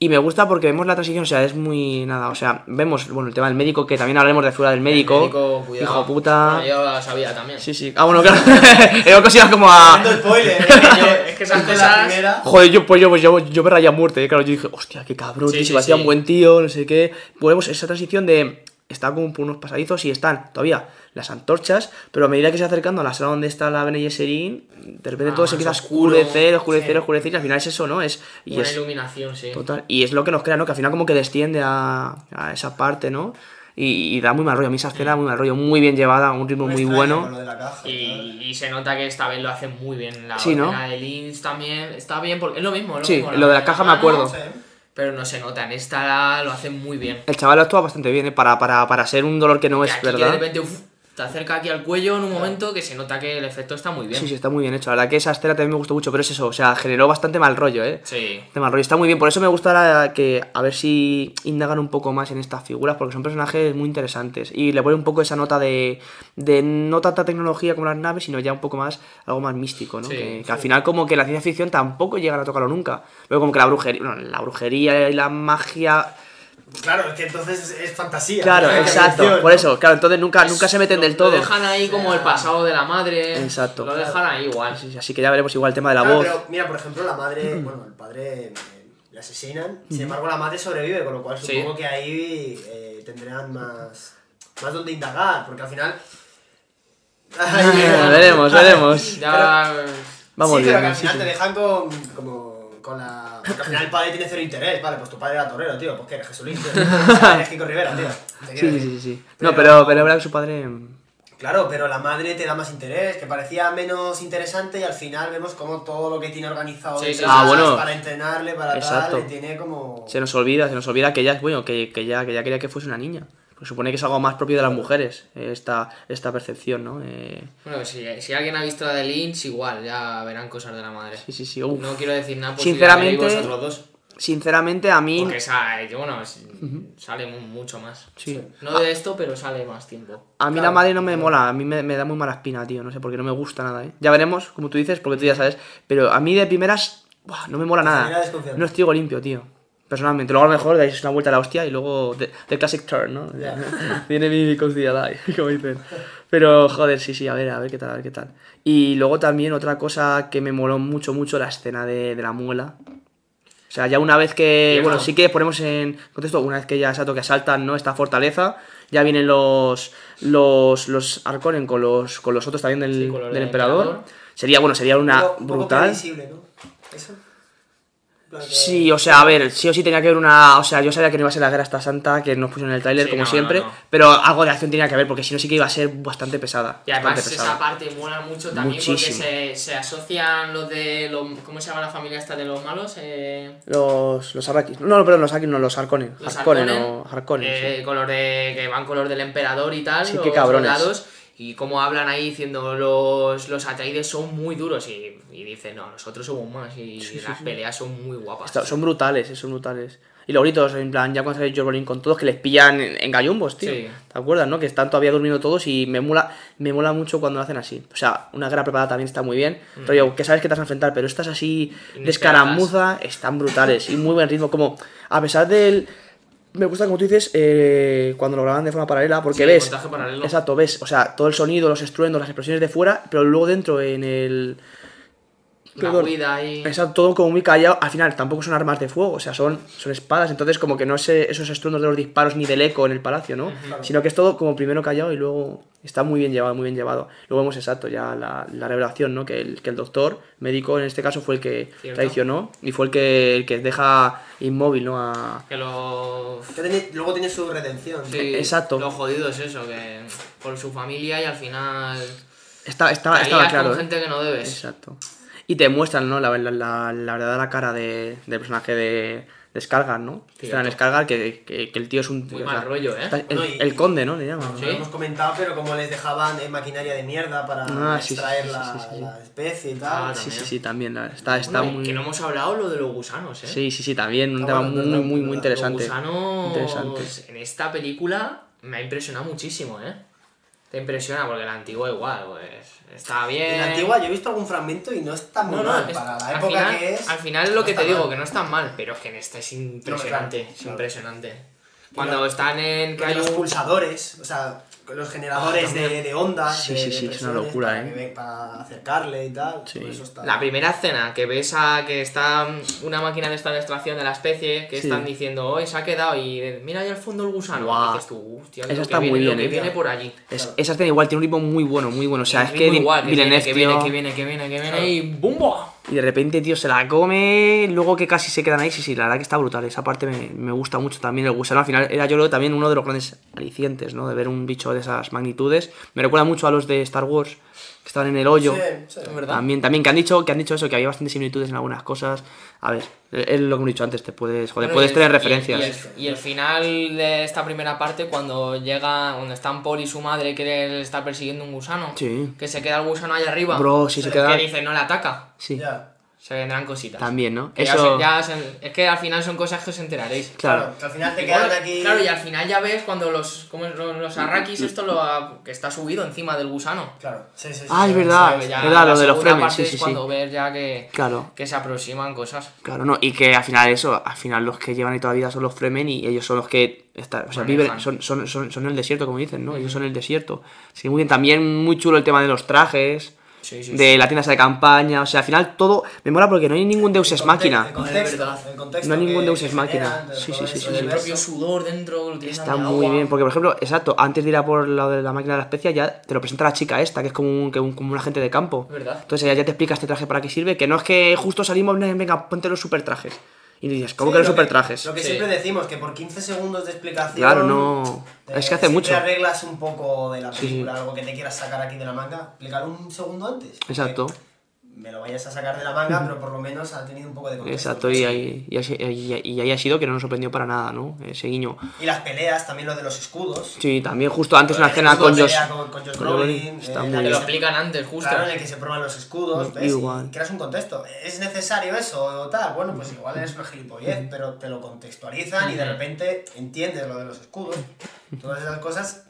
[SPEAKER 15] Y me gusta porque vemos la transición, o sea, es muy nada, o sea, vemos, bueno, el tema del médico, que también hablaremos de la figura del médico.
[SPEAKER 17] cuidado.
[SPEAKER 15] hijo puta.
[SPEAKER 17] Bueno, yo la sabía también.
[SPEAKER 15] Sí, sí. Ah, bueno, claro. Era cosas como
[SPEAKER 16] Haciendo
[SPEAKER 15] a.
[SPEAKER 16] spoiler, ¿eh?
[SPEAKER 17] Yo- es que esas
[SPEAKER 16] Antes de
[SPEAKER 17] cosas-
[SPEAKER 16] La primera,
[SPEAKER 15] Joder, yo, pues yo, yo, yo me rayé a muerte, ¿eh? claro, yo dije, hostia, qué cabrón,
[SPEAKER 17] Sí,
[SPEAKER 15] tío,
[SPEAKER 17] sí,
[SPEAKER 15] se me hacía
[SPEAKER 17] sí.
[SPEAKER 15] un buen tío, no sé qué. Volvemos a esa transición de. Está como por unos pasadizos y están todavía las antorchas, pero a medida que se va acercando a la sala donde está la Bene Gesserit, de repente
[SPEAKER 17] Ah,
[SPEAKER 15] todo se
[SPEAKER 17] más
[SPEAKER 15] empieza a
[SPEAKER 17] oscuro,
[SPEAKER 15] oscurecer, oscurecer,
[SPEAKER 17] sí.
[SPEAKER 15] oscurecer, y al final es eso, ¿no? Es, y
[SPEAKER 17] Buena
[SPEAKER 15] es-
[SPEAKER 17] iluminación, sí.
[SPEAKER 15] Total. Y es lo que nos crea, ¿no? Que al final como que desciende a, a esa parte, ¿no? Y, y da muy mal rollo. A mí esa escena muy mal rollo, muy bien llevada, un ritmo muy
[SPEAKER 16] extraña
[SPEAKER 15] bueno.
[SPEAKER 16] con lo de la caja tal.
[SPEAKER 17] Y, y se nota que esta vez lo hacen muy bien. La,
[SPEAKER 15] Sí, ¿no?
[SPEAKER 17] la de Lynch también está bien porque es lo mismo.
[SPEAKER 15] Sí,
[SPEAKER 17] mismo,
[SPEAKER 15] lo de la caja me
[SPEAKER 17] mano,
[SPEAKER 15] acuerdo.
[SPEAKER 17] Pero no se nota, en esta lo hacen muy bien.
[SPEAKER 15] El chaval actúa bastante bien, ¿eh? Para, para, para ser un dolor que no
[SPEAKER 17] Y
[SPEAKER 15] es
[SPEAKER 17] aquí que de
[SPEAKER 15] Pues, verdad.
[SPEAKER 17] repente uf, te acerca aquí al cuello en un momento que se nota que el efecto está muy bien.
[SPEAKER 15] Sí, sí, está muy bien hecho. La verdad que esa escena también me gustó mucho, pero es eso, o sea, generó bastante mal rollo, ¿eh?
[SPEAKER 17] Sí.
[SPEAKER 15] Bastante mal rollo. Está muy bien, por eso me gustará que a ver si indagan un poco más en estas figuras, porque son personajes muy interesantes. Y le pone un poco esa nota de, de no tanta tecnología como las naves, sino ya un poco más, algo más místico, ¿no?
[SPEAKER 17] Sí,
[SPEAKER 15] que, que al final como que la ciencia ficción tampoco llegan a tocarlo nunca. Luego como que la brujería, bueno, la brujería y la magia...
[SPEAKER 16] Claro, es que entonces es fantasía.
[SPEAKER 15] Claro,
[SPEAKER 16] es ciencia
[SPEAKER 15] exacto,
[SPEAKER 16] ficción,
[SPEAKER 15] por
[SPEAKER 16] ¿no?
[SPEAKER 15] eso, claro, entonces nunca, nunca se meten
[SPEAKER 17] Lo-
[SPEAKER 15] del todo.
[SPEAKER 17] Lo dejan ahí como el pasado de la madre.
[SPEAKER 15] Exacto.
[SPEAKER 17] Lo dejan ahí igual.
[SPEAKER 15] Así que ya veremos igual el tema de la
[SPEAKER 16] Claro,
[SPEAKER 15] voz. Mm.
[SPEAKER 16] pero mira, por ejemplo, la madre, bueno, el padre, eh, le asesinan. Sin embargo, la madre sobrevive, con lo cual supongo sí. que ahí eh, tendrán más, más donde indagar, porque al final.
[SPEAKER 15] Ay, bueno, veremos, veremos. Ya. Pero,
[SPEAKER 16] Vamos sí, bien, pero que al final sí, te dejan con, como, con la. Porque al final el padre tiene cero interés, vale, pues tu padre era torero, tío, pues que eres Jesucristo, eres Kiko Rivera, tío.
[SPEAKER 15] Sí, sí, sí, sí. Pero, no, pero, pero era que su padre.
[SPEAKER 16] Claro, pero la madre te da más interés, que parecía menos interesante y al final vemos como todo lo que tiene organizado
[SPEAKER 15] sí, sí. Ah, bueno.
[SPEAKER 16] para entrenarle, para Exacto. tal, le tiene como...
[SPEAKER 15] Se nos olvida, se nos olvida que ella, bueno, que, que, ya, que ya quería que fuese una niña. Porque supone que es algo más propio de las mujeres, eh, esta, esta percepción, ¿no? Eh...
[SPEAKER 17] Bueno, si, si, alguien ha visto la de Lynch, igual, ya verán cosas de la madre.
[SPEAKER 15] Sí, sí, sí. Uf.
[SPEAKER 17] No quiero decir nada,
[SPEAKER 15] sinceramente, vosotros dos. Sinceramente, a mí...
[SPEAKER 17] Porque sale, bueno, uh -huh. sale mucho más. Sí. No de esto, pero sale más tiempo.
[SPEAKER 15] A mí claro, la madre no me mola, a mí me, me, da muy mala espina, tío. No sé, porque no me gusta nada, ¿eh? Ya veremos, como tú dices, porque tú ya sabes. Pero a mí de primeras, buah, no me mola nada. No estoy limpio, tío. Personalmente. Luego a lo mejor dais una vuelta a la hostia y luego The, the Classic Turn, ¿no? Yeah. Tiene mi, mi como dicen. Pero joder, sí, sí, a ver, a ver qué tal, a ver qué tal. Y luego también otra cosa que me moló mucho, mucho, la escena de, de la muela. O sea, ya una vez que. bueno, sí que ponemos en contexto, una vez que ya exacto que asaltan ¿no? esta fortaleza, ya vienen los. los. los Arconen con los. con los otros también del, sí, del, del emperador. emperador. Sería, bueno, sería una
[SPEAKER 16] un poco
[SPEAKER 15] brutal.
[SPEAKER 16] ¿no? ¿Eso?
[SPEAKER 15] Sí, o sea, a ver, sí o sí tenía que haber una. O sea, yo sabía que no iba a ser la guerra hasta santa, que nos pusieron en el tráiler, sí, como no, siempre. No, no. Pero algo de acción tenía que haber, porque si no, sí que iba a ser bastante pesada.
[SPEAKER 17] Y además, bastante pesada. esa parte mola mucho también, Muchísimo. porque se, se, asocian los de. Los, ¿Cómo se llama la familia esta de los malos? Eh...
[SPEAKER 15] Los. Los Arrakis. No, perdón, los Arrakis, no, los Harkonnen. Los Harkonnen, o Harkonnen.
[SPEAKER 17] Eh, sí. color de, que van color del emperador y tal.
[SPEAKER 15] Sí, qué cabrones.
[SPEAKER 17] Soldados, y cómo hablan ahí diciendo los, los Atreides son muy duros y, y dicen, no, nosotros somos más y sí, las sí, peleas sí. son muy guapas.
[SPEAKER 15] Está, son brutales, eh, son brutales. Y los gritos, en plan, ya cuando sale Jorbolín con todos, que les pillan en, en gallumbos, tío. ¿Te acuerdas, no? Que están todavía durmiendo todos y me mola, me mola mucho cuando lo hacen así. O sea, una guerra preparada también está muy bien. Mm. Pero yo, que sabes que te vas a enfrentar, pero estas así de escaramuza están brutales y muy buen ritmo. Como, a pesar del me gusta como tú dices eh, cuando lo graban de forma paralela porque
[SPEAKER 17] sí,
[SPEAKER 15] ves
[SPEAKER 17] paralelo.
[SPEAKER 15] exacto ves o sea todo el sonido los estruendos las expresiones de fuera pero luego dentro en el
[SPEAKER 17] la huida y...
[SPEAKER 15] Exacto, todo como muy callado. Al final, tampoco son armas de fuego, o sea, son, son espadas. Entonces, como que no es esos estruendos de los disparos ni del eco en el palacio, ¿no? Claro. Sino que es todo como primero callado y luego está muy bien llevado, muy bien llevado. Luego vemos exacto ya la, la revelación, ¿no? Que el, que el doctor médico en este caso fue el que ¿Cierto? traicionó y fue el que, el que deja inmóvil, ¿no? A...
[SPEAKER 17] Que lo...
[SPEAKER 16] que tiene, luego tiene su redención.
[SPEAKER 17] Sí,
[SPEAKER 15] exacto.
[SPEAKER 17] Lo jodido es eso, que por su familia y al final.
[SPEAKER 15] Está, está, estaba claro. ¿eh?
[SPEAKER 17] Con gente que no debes.
[SPEAKER 15] Exacto y te muestran ¿no? la, la, la, la verdad la cara de, del personaje de, de Scargar, ¿no? Fran Scargar, que, que, que, el tío es un...
[SPEAKER 17] Muy mal sea, rollo, ¿eh?
[SPEAKER 15] El, bueno, y, el, conde, ¿no? Le llaman.
[SPEAKER 16] ¿Sí? Lo hemos comentado, pero como les dejaban en maquinaria de mierda para ah, sí, extraer sí, la, especie y tal.
[SPEAKER 15] Ah, sí, sí, sí, también. Está, está
[SPEAKER 17] bueno,
[SPEAKER 15] muy...
[SPEAKER 17] Que no hemos hablado lo de los gusanos, ¿eh?
[SPEAKER 15] Sí, sí, sí, también. Un está tema muy, muy, muy interesante.
[SPEAKER 17] Los gusanos interesante. en esta película me ha impresionado muchísimo, ¿eh? te impresiona porque la antigua igual, pues está bien.
[SPEAKER 16] La antigua yo he visto algún fragmento y no está muy no, no, mal es, para la época
[SPEAKER 17] final,
[SPEAKER 16] que es.
[SPEAKER 17] Al final lo no que te digo, mal. que no está mal, pero es que en esta es impresionante, no, claro, es claro. impresionante. Cuando pero, están en...
[SPEAKER 16] Que hay los un... pulsadores, o sea, los generadores ah, de, de ondas.
[SPEAKER 15] Sí,
[SPEAKER 16] de,
[SPEAKER 15] sí, sí,
[SPEAKER 16] de
[SPEAKER 15] es una locura,
[SPEAKER 16] para
[SPEAKER 15] ¿eh?
[SPEAKER 16] Para acercarle y tal. Sí. Por eso está.
[SPEAKER 17] La primera escena que ves a que está una máquina de esta extracción de la especie, que sí. están diciendo, hoy oh, se ha quedado y mira ahí al fondo el gusano.
[SPEAKER 15] Wow.
[SPEAKER 17] Y dices tú, hostia,
[SPEAKER 15] Esa
[SPEAKER 17] lo
[SPEAKER 15] está
[SPEAKER 17] que
[SPEAKER 15] muy
[SPEAKER 17] viene,
[SPEAKER 15] bien,
[SPEAKER 17] que viene por allí.
[SPEAKER 15] Es, claro. Esa escena igual tiene un ritmo muy bueno, muy bueno. O sea, es, es que,
[SPEAKER 17] igual, que, viene, que viene, que viene, que viene, que viene, claro. y ¡bumbo!
[SPEAKER 15] Y de repente, tío, se la come, luego que casi se quedan ahí. Sí, sí, la verdad que está brutal. Esa parte me, me gusta mucho también. El gusano al final era yo creo también uno de los grandes alicientes, ¿no? De ver un bicho de esas magnitudes. Me recuerda mucho a los de Star Wars, que estaban en el hoyo.
[SPEAKER 16] Sí, sí,
[SPEAKER 15] también, también, que han dicho, que han dicho eso, que había bastantes similitudes en algunas cosas. A ver, es lo que hemos dicho antes, te puedes, joder,
[SPEAKER 17] bueno,
[SPEAKER 15] puedes
[SPEAKER 17] el,
[SPEAKER 15] tener referencias.
[SPEAKER 17] Y el, y, el, y el, final de esta primera parte, cuando llega, donde están Paul y su madre que le está persiguiendo un gusano.
[SPEAKER 15] Sí.
[SPEAKER 17] Que se queda el gusano allá arriba.
[SPEAKER 15] Bro, sí, se queda.
[SPEAKER 17] Que dice, no le ataca.
[SPEAKER 15] Sí.
[SPEAKER 16] Yeah.
[SPEAKER 17] Se vendrán cositas.
[SPEAKER 15] También, ¿no?
[SPEAKER 17] Que Eso... Ya se, ya se, es que al final son cosas que os enteraréis.
[SPEAKER 15] Claro.
[SPEAKER 16] Que al final te quedan aquí...
[SPEAKER 17] Claro, y al final ya ves cuando los, como los, los arrakis, esto lo ha, que está subido encima del gusano.
[SPEAKER 16] Claro, sí, sí. sí
[SPEAKER 15] ah,
[SPEAKER 16] sí,
[SPEAKER 15] es verdad,
[SPEAKER 17] ya
[SPEAKER 15] es verdad, lo de los
[SPEAKER 17] frames,
[SPEAKER 15] sí, sí,
[SPEAKER 17] es cuando ves ya que,
[SPEAKER 15] claro.
[SPEAKER 17] que se aproximan cosas.
[SPEAKER 15] Claro, no, y que al final eso, al final los que llevan ahí toda la vida son los Fremen y ellos son los que Está, o sea, viven, son, son, son, son, el desierto, como dicen, ¿no? Ellos son el desierto. Sí, muy bien. También muy chulo el tema de los trajes. Sí, sí, de sí. la tienda esa de campaña, o sea, al final todo me mola porque no hay ningún Deus es máquina.
[SPEAKER 16] El contexto, el contexto
[SPEAKER 15] no hay ningún Deus es máquina. Sí, sí, sí,
[SPEAKER 19] El propio sudor dentro, lo tienes
[SPEAKER 15] Está muy bien, porque por ejemplo, exacto, antes de ir a por lo de la máquina de la especia ya te lo presenta la chica esta, que es como un, que un, como un agente de campo.
[SPEAKER 19] ¿Verdad?
[SPEAKER 15] Entonces ella ya te explica este traje para qué sirve, que no es que justo salimos, venga, ponte los super trajes. Y dices, ¿cómo sí, que los super trajes?
[SPEAKER 16] Lo que sí. siempre decimos, que por 15 segundos de explicación.
[SPEAKER 15] Claro, no. Eh, es que hace mucho.
[SPEAKER 16] arreglas un poco de la película, sí. algo que te quieras sacar aquí de la manga, explicar un segundo antes.
[SPEAKER 15] Exacto.
[SPEAKER 16] Me lo vayas a sacar de la manga, pero por lo menos ha tenido un poco de contexto.
[SPEAKER 15] Exacto, y ahí, y, ahí, y ahí, ha sido que no nos sorprendió para nada, ¿no? Ese guiño.
[SPEAKER 16] Y las peleas, también lo de los escudos.
[SPEAKER 15] Sí, también justo antes una escena con Josh.
[SPEAKER 16] Con, con eh, Josh Brolin.
[SPEAKER 19] Está muy bien. lo explican antes, justo.
[SPEAKER 16] Claro, en el que se prueban los escudos, ¿ves? Igual. Y creas un contexto. ¿Es necesario eso o tal? Bueno, pues igual eres una gilipollez, pero te lo contextualizan y de repente entiendes lo de los escudos. Todas esas cosas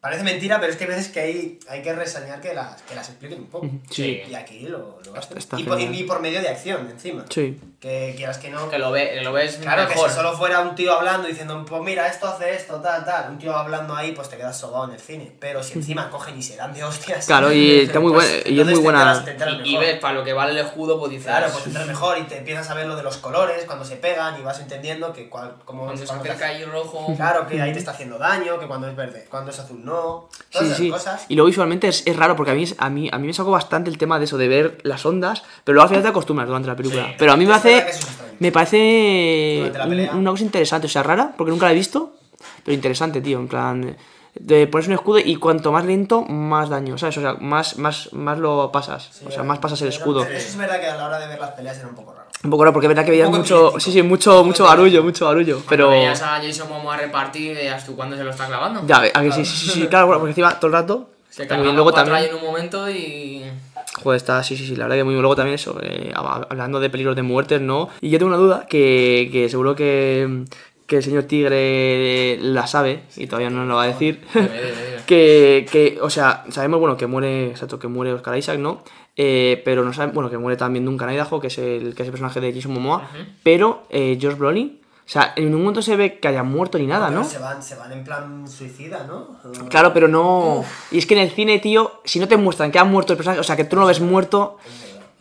[SPEAKER 16] Parece mentira, pero es que hay veces que hay, hay que reseñar que las, que las expliquen un poco.
[SPEAKER 15] Sí.
[SPEAKER 16] Y aquí lo, lo hacen. Y por, y, por, medio de acción, encima.
[SPEAKER 15] Sí.
[SPEAKER 16] Que quieras que no.
[SPEAKER 19] Que lo, ve, lo ves
[SPEAKER 16] Claro,
[SPEAKER 19] mejor.
[SPEAKER 16] que si solo fuera un tío hablando diciendo, pues mira, esto hace esto, tal, tal. Un tío hablando ahí, pues te quedas sobado en el cine. Pero si encima cogen y se dan de hostias.
[SPEAKER 15] Claro, y está muy buena. y es muy buena.
[SPEAKER 19] y, ves, para lo que vale el escudo, pues dices.
[SPEAKER 16] Claro, pues entras mejor y te empiezas a ver lo de los colores, cuando se pegan y vas entendiendo que cual, como
[SPEAKER 19] cuando, cuando es te... rojo.
[SPEAKER 16] Claro, que ahí te está haciendo daño, que cuando es verde, cuando es azul no. No, todas sí, sí. Cosas.
[SPEAKER 15] Y luego visualmente es, es, raro porque a mí, a, mí, a mí me sacó bastante el tema de eso, de ver las ondas, pero luego al final te acostumbras durante la película. Sí, pero a mí me hace. Me parece un, una cosa interesante, o sea, rara, porque nunca la he visto, pero interesante, tío, en plan. De pones un escudo y cuanto más lento, más daño, ¿sabes? O sea, más, más, más lo pasas. o sea, más pasas el escudo.
[SPEAKER 16] Pero eh, eso es verdad que a la hora de ver las peleas era un poco raro.
[SPEAKER 15] Un poco raro, porque es verdad que veías mucho. Crítico. Sí, sí, mucho, mucho barullo, mucho barullo. Pero.
[SPEAKER 19] Veías a Jason Momoa repartir y veías tú cuándo se lo está clavando.
[SPEAKER 15] Ya, a ver, claro. sí, sí, sí, claro, porque encima todo el rato.
[SPEAKER 19] Se y luego también. en un momento y.
[SPEAKER 15] Joder, está, sí, sí, sí, la verdad que muy bien. Luego también eso, eh, hablando de peligros de muertes, ¿no? Y yo tengo una duda que, que seguro que, que el señor Tigre la sabe y todavía no nos lo va a decir.
[SPEAKER 19] Debe, debe.
[SPEAKER 15] que, que, o sea, sabemos, bueno, que muere, exacto, que muere Oscar Isaac, ¿no? Eh, pero no sabemos, bueno, que muere también Duncan Idaho, que es el, que es el personaje de Jason Momoa. Uh -huh. Pero eh, George Brolin, o sea, en ningún momento se ve que haya muerto ni nada, ¿no?
[SPEAKER 16] Se van, se van en plan suicida, ¿no?
[SPEAKER 15] Claro, pero no. Uf. Y es que en el cine, tío, si no te muestran que ha muerto el personaje, o sea, que tú no lo ves muerto,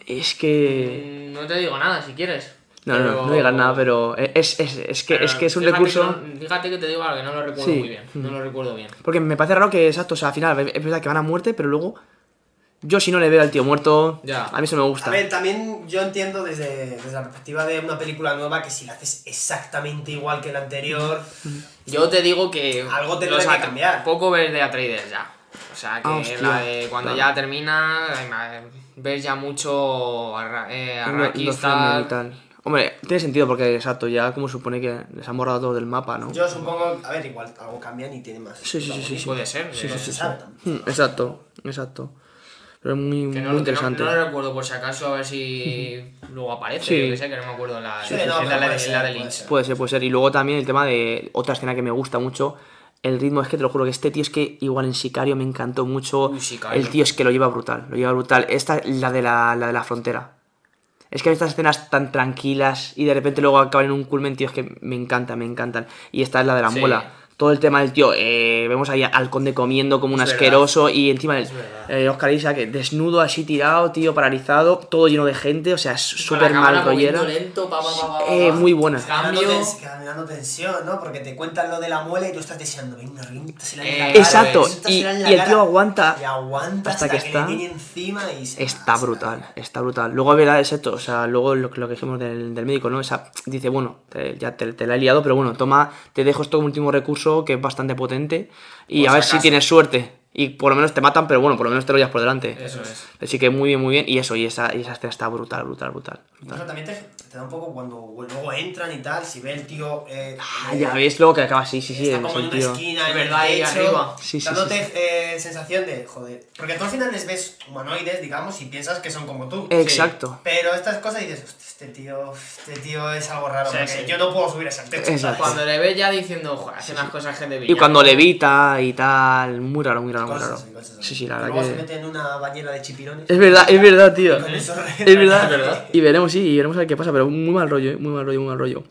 [SPEAKER 15] es que.
[SPEAKER 19] Mm, No te digo nada si quieres.
[SPEAKER 15] No, pero... no, no digas nada, pero es, es, es que, pero es que es un recurso. Mm.
[SPEAKER 19] Que no, fíjate que te digo algo que no lo recuerdo sí. muy bien. No lo recuerdo bien.
[SPEAKER 15] Porque me parece raro que, exacto, o sea, al final es verdad que van a muerte, pero luego. Yo si no le veo al tío muerto,
[SPEAKER 19] ya.
[SPEAKER 15] a mí eso me gusta.
[SPEAKER 16] A ver, también yo entiendo desde, desde la perspectiva de una película nueva que si la haces exactamente igual que la anterior...
[SPEAKER 19] yo te digo que...
[SPEAKER 16] Algo te que cambiar.
[SPEAKER 19] Poco ves de Atreides ya. O sea, que
[SPEAKER 15] Ah,
[SPEAKER 19] oh, la de cuando claro. ya termina, ves ya mucho a, eh, a
[SPEAKER 15] no, y tal. Hombre, tiene sentido porque, exacto, ya como supone que les han borrado todo del mapa, ¿no?
[SPEAKER 16] Yo supongo, a ver, igual algo cambian y tiene más.
[SPEAKER 15] Sí, sí, sí, sí.
[SPEAKER 19] Puede ser,
[SPEAKER 15] sí, sí, sí, sí. Exacto, exacto. Pero es muy,
[SPEAKER 19] que
[SPEAKER 15] no, muy interesante.
[SPEAKER 19] Que no, no, lo recuerdo por si acaso, a ver si luego aparece. Sí. Yo que sé, que no me acuerdo en la, sí, en no, la, la, ser, la, de Lynch.
[SPEAKER 15] Puede ser, puede ser. Y luego también el tema de otra escena que me gusta mucho. El ritmo es que te lo juro que este tío es que igual en Sicario me encantó mucho.
[SPEAKER 19] Uy,
[SPEAKER 15] el tío es que lo lleva brutal, lo lleva brutal. Esta, la de la, la de la frontera. Es que estas escenas tan tranquilas y de repente luego acaban en un culmen, tío, es que me encantan, me encantan. Y esta es la de la sí. muela. Todo el tema del tío, eh, vemos ahí al conde comiendo como un es asqueroso verdad. y encima el, eh, Oscar Isaac desnudo, así tirado, tío, paralizado, todo lleno de gente, o sea, súper mal rollera.
[SPEAKER 19] Lento, pa, pa,
[SPEAKER 15] pa, eh, muy buena.
[SPEAKER 16] Cambio. Ganando tensión, ¿no? Porque te cuentan lo de la muela y tú estás deseando, venga, ríntasela
[SPEAKER 15] en la cara, Exacto, y, y, el
[SPEAKER 16] cara,
[SPEAKER 15] tío aguanta,
[SPEAKER 16] y aguanta hasta, hasta que, que, está. Le encima y se
[SPEAKER 15] está brutal, está brutal. Luego, verá, es esto, o sea, luego lo, lo que dijimos del, del, médico, ¿no? O sea, dice, bueno, te, ya te, te la he liado, pero bueno, toma, te dejo esto como último recurso que es bastante potente y pues a ver si tienes suerte. Y por lo menos te matan, pero bueno, por lo menos te lo llevas por delante.
[SPEAKER 19] Eso es.
[SPEAKER 15] Así que muy bien, muy bien. Y eso, y esa, y esa escena está brutal, brutal, brutal. brutal.
[SPEAKER 16] Eso también te, te, da un poco cuando luego entran y tal, si ve el tío. Eh,
[SPEAKER 15] ah, ya ves luego que acaba, sí, sí, sí.
[SPEAKER 16] Está sí, como en una tío. esquina, en verdad, ahí arriba. Sí, sí, dándote eh, sensación de, joder. Porque tú al final les ves humanoides, digamos, y piensas que son como tú.
[SPEAKER 15] Exacto.
[SPEAKER 16] Pero estas cosas dices, hostia, este tío, este tío es algo raro. porque yo no puedo subir a techo.
[SPEAKER 19] Exacto. Cuando le ves ya diciendo, joder, hace unas cosas que de
[SPEAKER 15] villano. Y cuando levita y tal, muy raro, muy raro. Claro. Sí, sí, la verdad
[SPEAKER 16] luego que... se mete en una bañera de chipirones.
[SPEAKER 15] Es verdad, es verdad, tío. Es verdad. es verdad. Y veremos, sí, y veremos a ver qué pasa, pero muy mal rollo, ¿eh? muy mal rollo, muy mal rollo.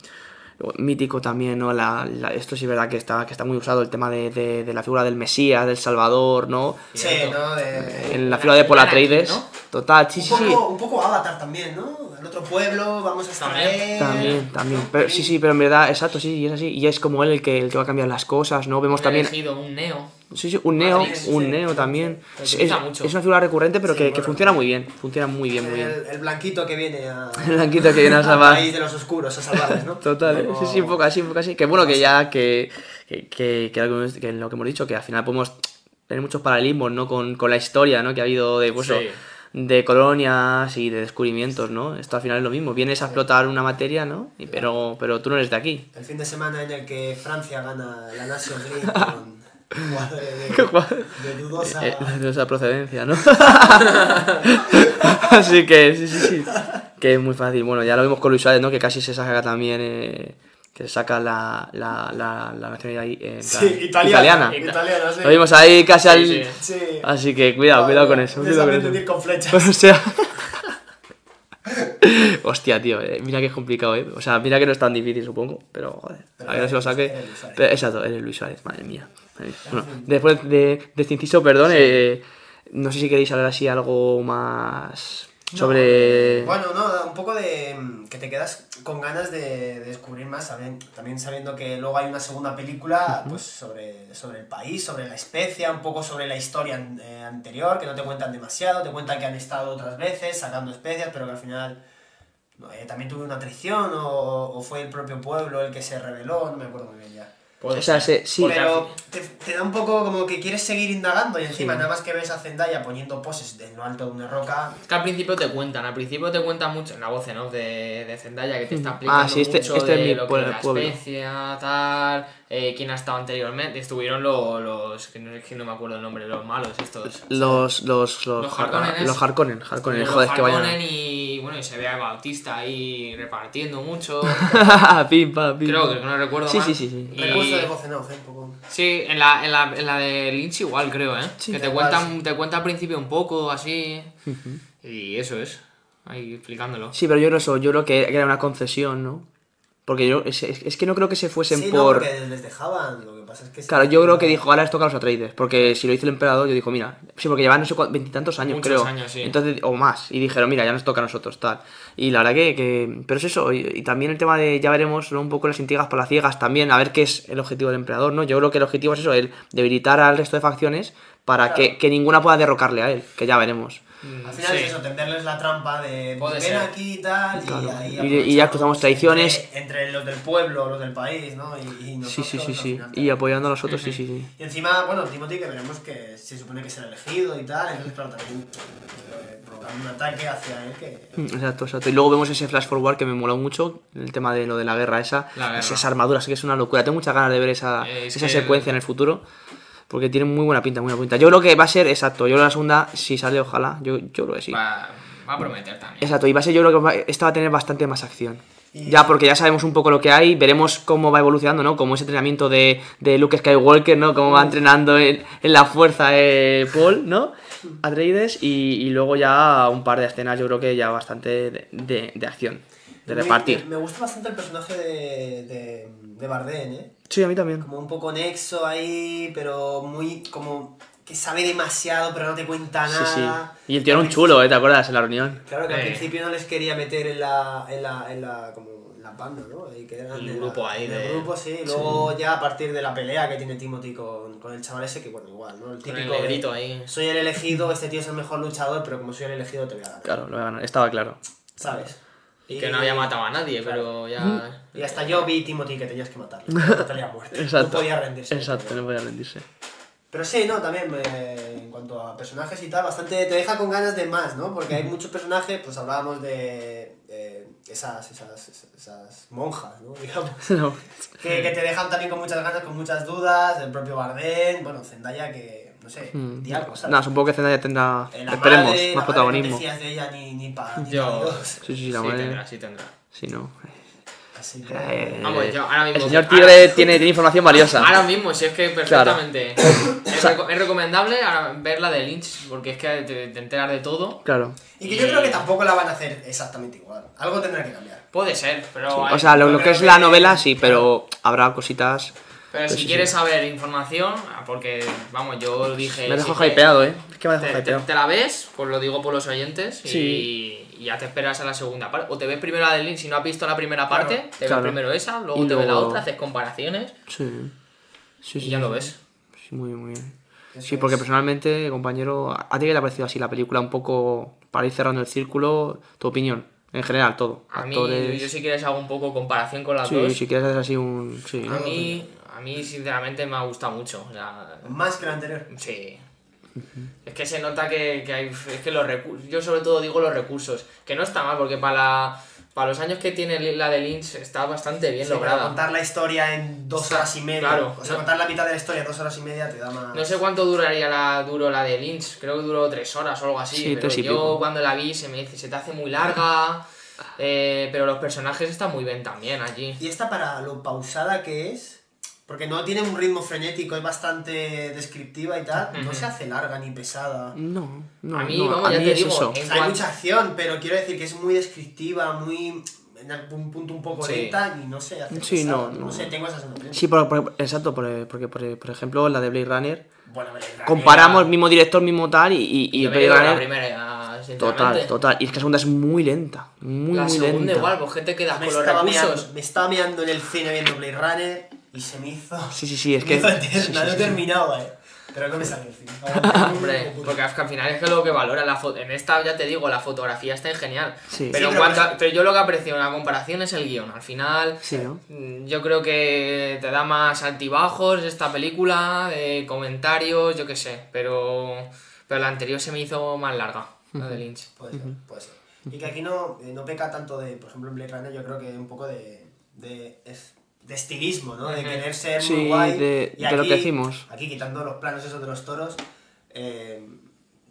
[SPEAKER 15] mítico también, ¿no? La, la, esto sí es verdad que está, que está muy usado, el tema de, de, de la figura del Mesías, del Salvador, ¿no?
[SPEAKER 16] Sí, ¿no? De,
[SPEAKER 15] en la figura de Polatrides. ¿no? Total, sí,
[SPEAKER 16] un
[SPEAKER 15] sí,
[SPEAKER 16] poco,
[SPEAKER 15] sí.
[SPEAKER 16] Un poco Avatar también, ¿no? El otro pueblo, vamos a
[SPEAKER 15] extraer... También, también. Pero, sí, sí, pero en verdad, exacto, sí, es así. Y es como él el que, el que va a cambiar las cosas, ¿no? Vemos
[SPEAKER 19] Un
[SPEAKER 15] también...
[SPEAKER 19] elegido, un Neo.
[SPEAKER 15] Sí, sí, un Neo, Matrix, un sí. Neo también. Es, es, una figura recurrente, pero sí, que, bueno, que, funciona muy bien. Funciona muy bien,
[SPEAKER 16] el,
[SPEAKER 15] muy bien.
[SPEAKER 16] El blanquito que viene a.
[SPEAKER 15] el blanquito que viene a salvar.
[SPEAKER 16] país de los oscuros, a salvarles, ¿no?
[SPEAKER 15] Total, como... sí, sí, un poco así, un poco así. Que bueno, que ya que. Que, que, que, que lo que hemos dicho, que al final podemos tener muchos paralelismos, ¿no? Con, con la historia, ¿no? Que ha habido de. Pues, sí. de colonias y de descubrimientos, ¿no? Esto al final es lo mismo. Vienes a explotar una materia, ¿no? Y, pero, pero tú no eres de aquí.
[SPEAKER 16] El fin de semana en el que Francia gana la Nations League con...
[SPEAKER 15] De,
[SPEAKER 16] de, de, dudosa... Eh,
[SPEAKER 15] de, dudosa... procedencia, ¿no? Así que sí, sí, sí. Que es muy fácil. Bueno, ya lo vimos con Luis Suárez, ¿no? Que casi se saca también. Eh, que se saca la, la, la, la nacionalidad eh,
[SPEAKER 16] sí, italiana. italiana. italiana sí.
[SPEAKER 15] Lo vimos ahí casi al. Sí, Así que cuidado, cuidado con eso. Cuidado
[SPEAKER 16] con, eso. con flechas.
[SPEAKER 15] O sea. Hostia, tío, eh, mira que es complicado, ¿eh? O sea, mira que no es tan difícil, supongo, pero joder, pero a ver si lo saque. Pero, exacto, eres Luis Suárez, madre mía. Madre mía. Bueno, después de, de este inciso, perdón, sí. eh, no sé si queréis hablar así algo más sobre...
[SPEAKER 16] No, eh, bueno, no, un poco de mm, que te quedas con ganas de, de descubrir más, saben, también sabiendo que luego hay una segunda película uh -huh. pues, sobre, sobre el país, sobre la especie, un poco sobre la historia eh, anterior, que no te cuentan demasiado, te cuentan que han estado otras veces sacando especias, pero que al final eh, también tuvo una traición o, o, fue el propio pueblo el que se rebeló, no me acuerdo muy bien ya.
[SPEAKER 15] Pues, o sea, se, sí,
[SPEAKER 16] pero te, te, da un poco como que quieres seguir indagando y encima sí. nada más que ves a Zendaya poniendo poses en lo alto de una roca.
[SPEAKER 19] Es que al principio te cuentan, al principio te cuentan mucho en la voz ¿no? de, de Zendaya que te está explicando ah, sí, este, mucho este de es mi, lo que es la especie, tal, eh, quién ha estado anteriormente. Estuvieron los, los que, no, que no, me acuerdo el nombre, los malos estos.
[SPEAKER 15] Los los los
[SPEAKER 19] los Harkonnen,
[SPEAKER 15] los Harkonnen, Harkonnen joder,
[SPEAKER 19] los
[SPEAKER 15] que vayan.
[SPEAKER 19] y bueno, y se ve a Bautista ahí repartiendo mucho.
[SPEAKER 15] pim, pa, pim.
[SPEAKER 19] Creo que no recuerdo
[SPEAKER 15] sí,
[SPEAKER 19] mal.
[SPEAKER 15] Sí, sí, sí.
[SPEAKER 16] Y... de voz en off, ¿eh? un poco.
[SPEAKER 19] Sí, en la, en, la, en la de Lynch igual creo, ¿eh? Sí, que te cuentan sí. te cuenta al principio un poco así. Uh -huh. Y eso es. Ahí explicándolo.
[SPEAKER 15] Sí, pero yo no eso, yo creo que era una concesión, ¿no? Porque yo es, es, que no creo que se fuesen
[SPEAKER 16] sí,
[SPEAKER 15] por.
[SPEAKER 16] No, porque les dejaban, lo que pasa es que.
[SPEAKER 15] Claro, yo creo que dijo, ahora esto toca a los Atreides. Porque si lo hizo el emperador, yo dijo, mira. Sí, porque llevan no sé veintitantos años,
[SPEAKER 19] Muchos
[SPEAKER 15] creo.
[SPEAKER 19] Años, sí.
[SPEAKER 15] Entonces, o más. Y dijeron, mira, ya nos toca a nosotros, tal. Y la verdad que. que... Pero es eso. Y, y, también el tema de. Ya veremos ¿no? un poco las intrigas palaciegas también. A ver qué es el objetivo del emperador, ¿no? Yo creo que el objetivo es eso, el debilitar al resto de facciones para claro. que, que ninguna pueda derrocarle a él. Que ya veremos.
[SPEAKER 19] Mm,
[SPEAKER 16] Al final sí. es eso, tenderles la trampa de ven ser? aquí y tal, claro. y,
[SPEAKER 15] ahí y, y, ya cruzamos traiciones.
[SPEAKER 16] Entre, entre, los del pueblo, los del país, ¿no? Y, y nosotros,
[SPEAKER 15] sí, sí, sí, sí. Final, y apoyando a los otros, sí, sí, sí.
[SPEAKER 16] Y encima, bueno, Timothy que veremos que se supone que será elegido y tal, entonces claro, también eh, provocando un ataque hacia él que...
[SPEAKER 15] Mm, Exacto, exacto. Y luego vemos ese flash forward que me moló mucho, el tema de lo de la guerra esa,
[SPEAKER 19] la guerra.
[SPEAKER 15] esas armaduras, que es una locura. Tengo muchas ganas de ver esa, es esa secuencia el... en el futuro porque tiene muy buena pinta, muy buena pinta. Yo creo que va a ser exacto. Yo creo que la segunda, si sale, ojalá. Yo, yo creo que sí.
[SPEAKER 19] Va, va a prometer también.
[SPEAKER 15] Exacto, y va a ser, yo creo que va, esta va a tener bastante más acción. Y... Ya, porque ya sabemos un poco lo que hay, veremos cómo va evolucionando, ¿no? Como ese entrenamiento de, de Luke Skywalker, ¿no? Cómo va entrenando en, en la fuerza eh, Paul, ¿no? Atreides, y, y luego ya un par de escenas, yo creo que ya bastante de, de, de acción, de
[SPEAKER 16] me,
[SPEAKER 15] repartir.
[SPEAKER 16] Me gusta bastante el personaje de, de, de Bardem, ¿eh?
[SPEAKER 15] Sí, a mí también.
[SPEAKER 16] Como un poco nexo ahí, pero muy como que sabe demasiado, pero no te cuenta nada. Sí, sí.
[SPEAKER 15] Y el tío era un chulo, ¿eh? ¿te acuerdas? En la reunión.
[SPEAKER 16] Claro que eh. al principio no les quería meter en la, en la, en la, como en la banda, ¿no? Y que eran
[SPEAKER 19] el
[SPEAKER 16] de
[SPEAKER 19] grupo
[SPEAKER 16] la,
[SPEAKER 19] ahí
[SPEAKER 16] de... El grupo, sí. Luego sí. ya a partir de la pelea que tiene Timothy con, con el chaval ese, que bueno, igual, ¿no? El típico...
[SPEAKER 19] Con el de, ahí.
[SPEAKER 16] Soy el elegido, este tío es el mejor luchador, pero como soy el elegido te voy a ganar.
[SPEAKER 15] Claro, lo voy a ganar. Estaba claro.
[SPEAKER 16] ¿Sabes?
[SPEAKER 19] Y que no había matado a nadie, claro. pero
[SPEAKER 15] Mm.
[SPEAKER 19] ya.
[SPEAKER 16] Y hasta yo vi Timothy que tenías que matarlo. Te muerte. Exacto. No podía rendirse.
[SPEAKER 15] Exacto, no podía rendirse.
[SPEAKER 16] Pero sí, no, también me... en cuanto a personajes y tal, bastante te deja con ganas de más, ¿no? Porque hay muchos personajes, pues hablábamos de, de esas, esas, esas, monjas, ¿no? Digamos. No. Que, que, te dejan también con muchas ganas, con muchas dudas, el propio Bardem, bueno, Zendaya que, no sé, mm. di algo, ¿sabes?
[SPEAKER 15] No, supongo que Zendaya tendrá,
[SPEAKER 16] la
[SPEAKER 15] esperemos,
[SPEAKER 16] madre,
[SPEAKER 15] más
[SPEAKER 16] la
[SPEAKER 15] protagonismo.
[SPEAKER 16] Madre no decías de ella ni, ni para
[SPEAKER 19] Yo...
[SPEAKER 15] Sí, sí, la
[SPEAKER 19] sí
[SPEAKER 15] madre...
[SPEAKER 19] tendrá, sí tendrá.
[SPEAKER 15] Sí, no...
[SPEAKER 16] Así que. Eh,
[SPEAKER 17] Vamos, yo ahora mismo.
[SPEAKER 15] El señor Tigre ahora, tiene, tiene, información valiosa.
[SPEAKER 17] Ahora mismo, si es que perfectamente. Claro. Es, reco es, recomendable ver la de Lynch, porque es que te, te enteras de todo.
[SPEAKER 15] Claro.
[SPEAKER 16] Y que yo creo que
[SPEAKER 15] eh.
[SPEAKER 16] tampoco la van a hacer exactamente igual. Algo tendrá que cambiar.
[SPEAKER 17] Puede ser, pero.
[SPEAKER 15] Sí. Hay, o sea, lo, lo que es la novela, sí, pero habrá cositas.
[SPEAKER 17] Pero pues si sí, quieres sí. saber información, ah, porque vamos, yo dije.
[SPEAKER 15] Me dejo si hypeado, ¿eh? Es que me
[SPEAKER 17] dejo te, hypeado. Te, te, la ves, pues lo digo por los oyentes, sí. y, y, ya te esperas a la segunda parte. O te ves primero la de Link, si no has visto la primera parte, claro. te claro. ves primero esa, luego y te luego... ves la otra, haces comparaciones.
[SPEAKER 15] Sí. Sí,
[SPEAKER 17] y ya lo ves.
[SPEAKER 15] Sí, muy, muy bien. Sí, porque personalmente, compañero, ¿a ti qué te ha parecido así la película? Un poco para ir cerrando el círculo, tu opinión. En general, todo.
[SPEAKER 17] A Actores... mí, yo si quieres hago un poco comparación con las
[SPEAKER 15] sí,
[SPEAKER 17] dos.
[SPEAKER 15] Sí, si quieres hacer así un... Sí,
[SPEAKER 17] a mí, a mí sinceramente me ha gustado mucho. O sea,
[SPEAKER 16] Más que la anterior.
[SPEAKER 17] Sí. Uh -huh. Es que se nota que, que hay. Es que los recursos. Yo sobre todo digo los recursos. Que no está mal, porque para la, Para los años que tiene la de Lynch está bastante bien sí, lograda. Para
[SPEAKER 16] contar la historia en dos está, horas y media. Claro. O sea, no, contar la mitad de la historia en dos horas y media te da más.
[SPEAKER 17] No sé cuánto duraría la duro la de Lynch. Creo que duró tres horas o algo así. Sí, pero yo pico. cuando la vi se me dice, se te hace muy larga. Eh, pero los personajes están muy bien también allí.
[SPEAKER 16] Y esta para lo pausada que es. Porque no tiene un ritmo frenético, es bastante descriptiva y tal. No uh -huh. se hace larga ni pesada.
[SPEAKER 15] No, no.
[SPEAKER 17] A mí,
[SPEAKER 15] no,
[SPEAKER 17] vamos, a ya mí te es digo, eh.
[SPEAKER 16] eso. hay cuanto... mucha acción, pero quiero decir que es muy descriptiva, muy. En algún punto un poco sí. lenta y no se hace.
[SPEAKER 15] Sí,
[SPEAKER 16] pesada.
[SPEAKER 15] no, no.
[SPEAKER 16] No sé, tengo esa sensación.
[SPEAKER 15] Sí, por, por, exacto, por, porque por, ejemplo la de Blade Runner.
[SPEAKER 16] Bueno, Blade Runner.
[SPEAKER 15] Comparamos mismo director, mismo tal y, y, y
[SPEAKER 17] Blade Runner. La primera, eh,
[SPEAKER 15] total, total. Y es que la segunda es muy lenta. Muy,
[SPEAKER 17] la
[SPEAKER 15] muy
[SPEAKER 17] segunda
[SPEAKER 15] lenta.
[SPEAKER 17] igual, pues gente queda
[SPEAKER 16] me
[SPEAKER 17] con los recursos.
[SPEAKER 16] Meando, me estaba meando en el cine viendo Blade Runner y se me hizo.
[SPEAKER 15] Sí, sí, sí, es
[SPEAKER 16] me
[SPEAKER 15] que.
[SPEAKER 16] Hizo eterna, sí, sí, sí. no terminaba, eh. Pero no me salió el fin.
[SPEAKER 17] Hombre, porque al final es que lo que valora la foto. En esta, ya te digo, la fotografía está en genial. Pero, pero, en cuanto a, pero yo lo que aprecio en la comparación es el guión. Al final,
[SPEAKER 15] ¿no?
[SPEAKER 17] Mm, yo creo que te da más altibajos esta película, de comentarios, yo qué sé. Pero, pero la anterior se me hizo más larga, la de Lynch.
[SPEAKER 16] Puede ser, puede ser. Y que aquí no, eh, no peca tanto de, por ejemplo, en Blade Runner, yo creo que un poco de. de es, de estilismo, ¿no? De querer ser
[SPEAKER 15] sí,
[SPEAKER 16] muy guay.
[SPEAKER 15] De,
[SPEAKER 16] y aquí,
[SPEAKER 15] de lo que decimos.
[SPEAKER 16] Aquí quitando los planos esos de los toros. Eh,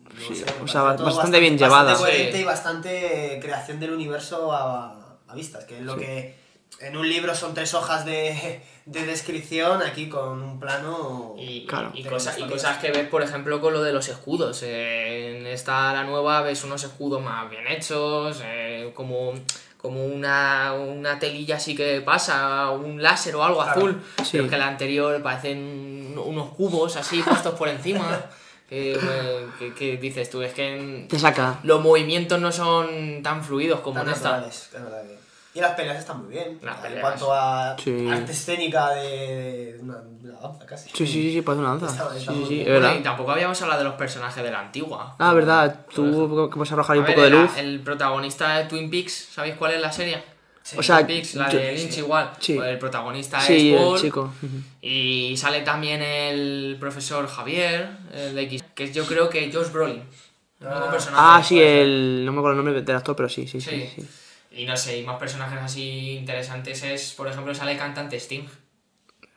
[SPEAKER 15] no sí, sé, o sea, bastante, bastante, bien llevada.
[SPEAKER 16] Bastante coherente sí. y bastante creación del universo a, a vistas, que es lo que en un libro son tres hojas de, de descripción, aquí con un plano.
[SPEAKER 17] Y, claro. y, cosas, y, cosas, que ves, por ejemplo, con lo de los escudos. en esta, la nueva, ves unos escudos más bien hechos, eh, como como una, una, telilla así que pasa, un láser o algo claro, azul, sí. pero que la anterior parecen unos cubos así puestos por encima. Que, que, que, dices tú, es que
[SPEAKER 15] Te saca.
[SPEAKER 17] los movimientos no son tan fluidos como en esta.
[SPEAKER 16] Es verdad que... Y las peleas están muy bien. Las en cuanto a sí. arte escénica de, de una, una, danza casi.
[SPEAKER 15] Sí, sí, sí, parece una danza.
[SPEAKER 16] Está, está
[SPEAKER 15] sí, sí,
[SPEAKER 17] es verdad. Y tampoco habíamos hablado de los personajes de la antigua.
[SPEAKER 15] Ah, verdad. Tú que vas a arrojar a un ver, poco de luz.
[SPEAKER 17] La, el protagonista de Twin Peaks, ¿sabéis cuál es la serie?
[SPEAKER 15] Sí, o sea,
[SPEAKER 17] Twin Peaks, la de Lynch igual. Pues el protagonista es Paul. El chico. Uh -huh. Y sale también el profesor Javier, el X, que yo creo que Josh Brolin.
[SPEAKER 15] Ah, ah sí, el. No me acuerdo el nombre del actor, pero sí, sí.
[SPEAKER 17] eh,
[SPEAKER 15] sí. sí
[SPEAKER 17] y no sé, y más personajes así interesantes es, por ejemplo, sale el cantante Sting.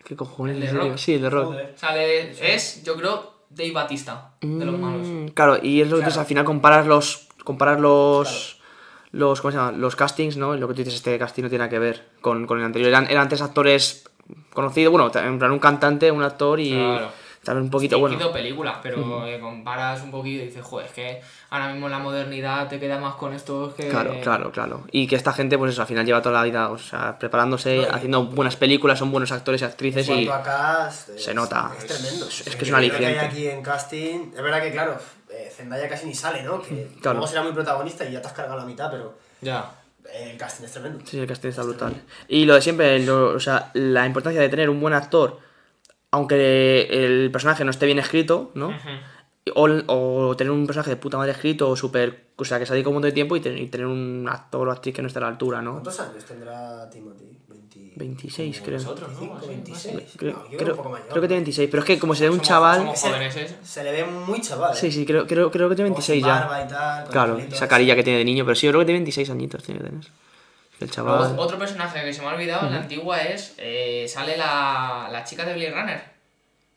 [SPEAKER 15] ¿Qué cojones? El de rock. Sí, el de rock. Joder.
[SPEAKER 17] Sale, es, yo creo, Dave Batista, mm, de los malos.
[SPEAKER 15] Claro, y es lo que dices, al final comparas los... Comparas los... Claro. Los, ¿cómo se llama? los castings, ¿no? Lo que tú dices, este casting no tiene nada que ver con, con el anterior. Eran, eran tres actores conocidos, bueno, en plan un cantante, un actor y... Claro también un poquito
[SPEAKER 17] bueno.
[SPEAKER 15] He
[SPEAKER 17] películas, pero uh -huh. comparas un poquito y dices, joder, es que ahora mismo la modernidad te queda más con estos que...
[SPEAKER 15] Claro, claro, claro. Y que esta gente, pues eso, al final lleva toda la vida, o sea, preparándose, no, haciendo que... buenas películas, son buenos actores y actrices y...
[SPEAKER 16] Acá,
[SPEAKER 15] se es, nota.
[SPEAKER 16] Es tremendo.
[SPEAKER 15] Es, es que es una aliciente.
[SPEAKER 16] Que hay aquí en casting, es verdad que, claro, eh, Zendaya casi ni sale, ¿no? Que
[SPEAKER 15] Mm,
[SPEAKER 16] claro. luego será muy protagonista y ya te has cargado la mitad, pero... eh,
[SPEAKER 17] Ya.
[SPEAKER 16] El casting es tremendo.
[SPEAKER 15] Sí, el casting está brutal. Y lo de siempre, lo, o sea, la importancia de tener un buen actor aunque el personaje no esté bien escrito, ¿no? Uh -huh. o, o, tener un personaje de puta madre escrito o súper. O sea, que se dedica un montón de tiempo y, ten, y, tener un actor o actriz que no esté a la altura, ¿no?
[SPEAKER 16] ¿Cuántos años tendrá Timothy? 20,
[SPEAKER 15] 26, creo.
[SPEAKER 16] Nosotros, ¿no? 26.
[SPEAKER 15] Creo,
[SPEAKER 16] no,
[SPEAKER 15] yo creo, un poco mayor. creo que tiene 26, pero es que como se ve un chaval.
[SPEAKER 17] Somos jóvenes, ¿eh?
[SPEAKER 16] se, le ve muy chaval. ¿eh?
[SPEAKER 15] Sí, sí, creo, creo, creo que tiene 26
[SPEAKER 16] barba ya. Y tal,
[SPEAKER 15] claro, esa carilla que tiene de niño, pero sí, yo creo que tiene 26 añitos, tiene que tener. El chaval.
[SPEAKER 17] Otro personaje que se me ha olvidado en uh -huh. la antigua es. Eh, sale la, la chica de Blade Runner.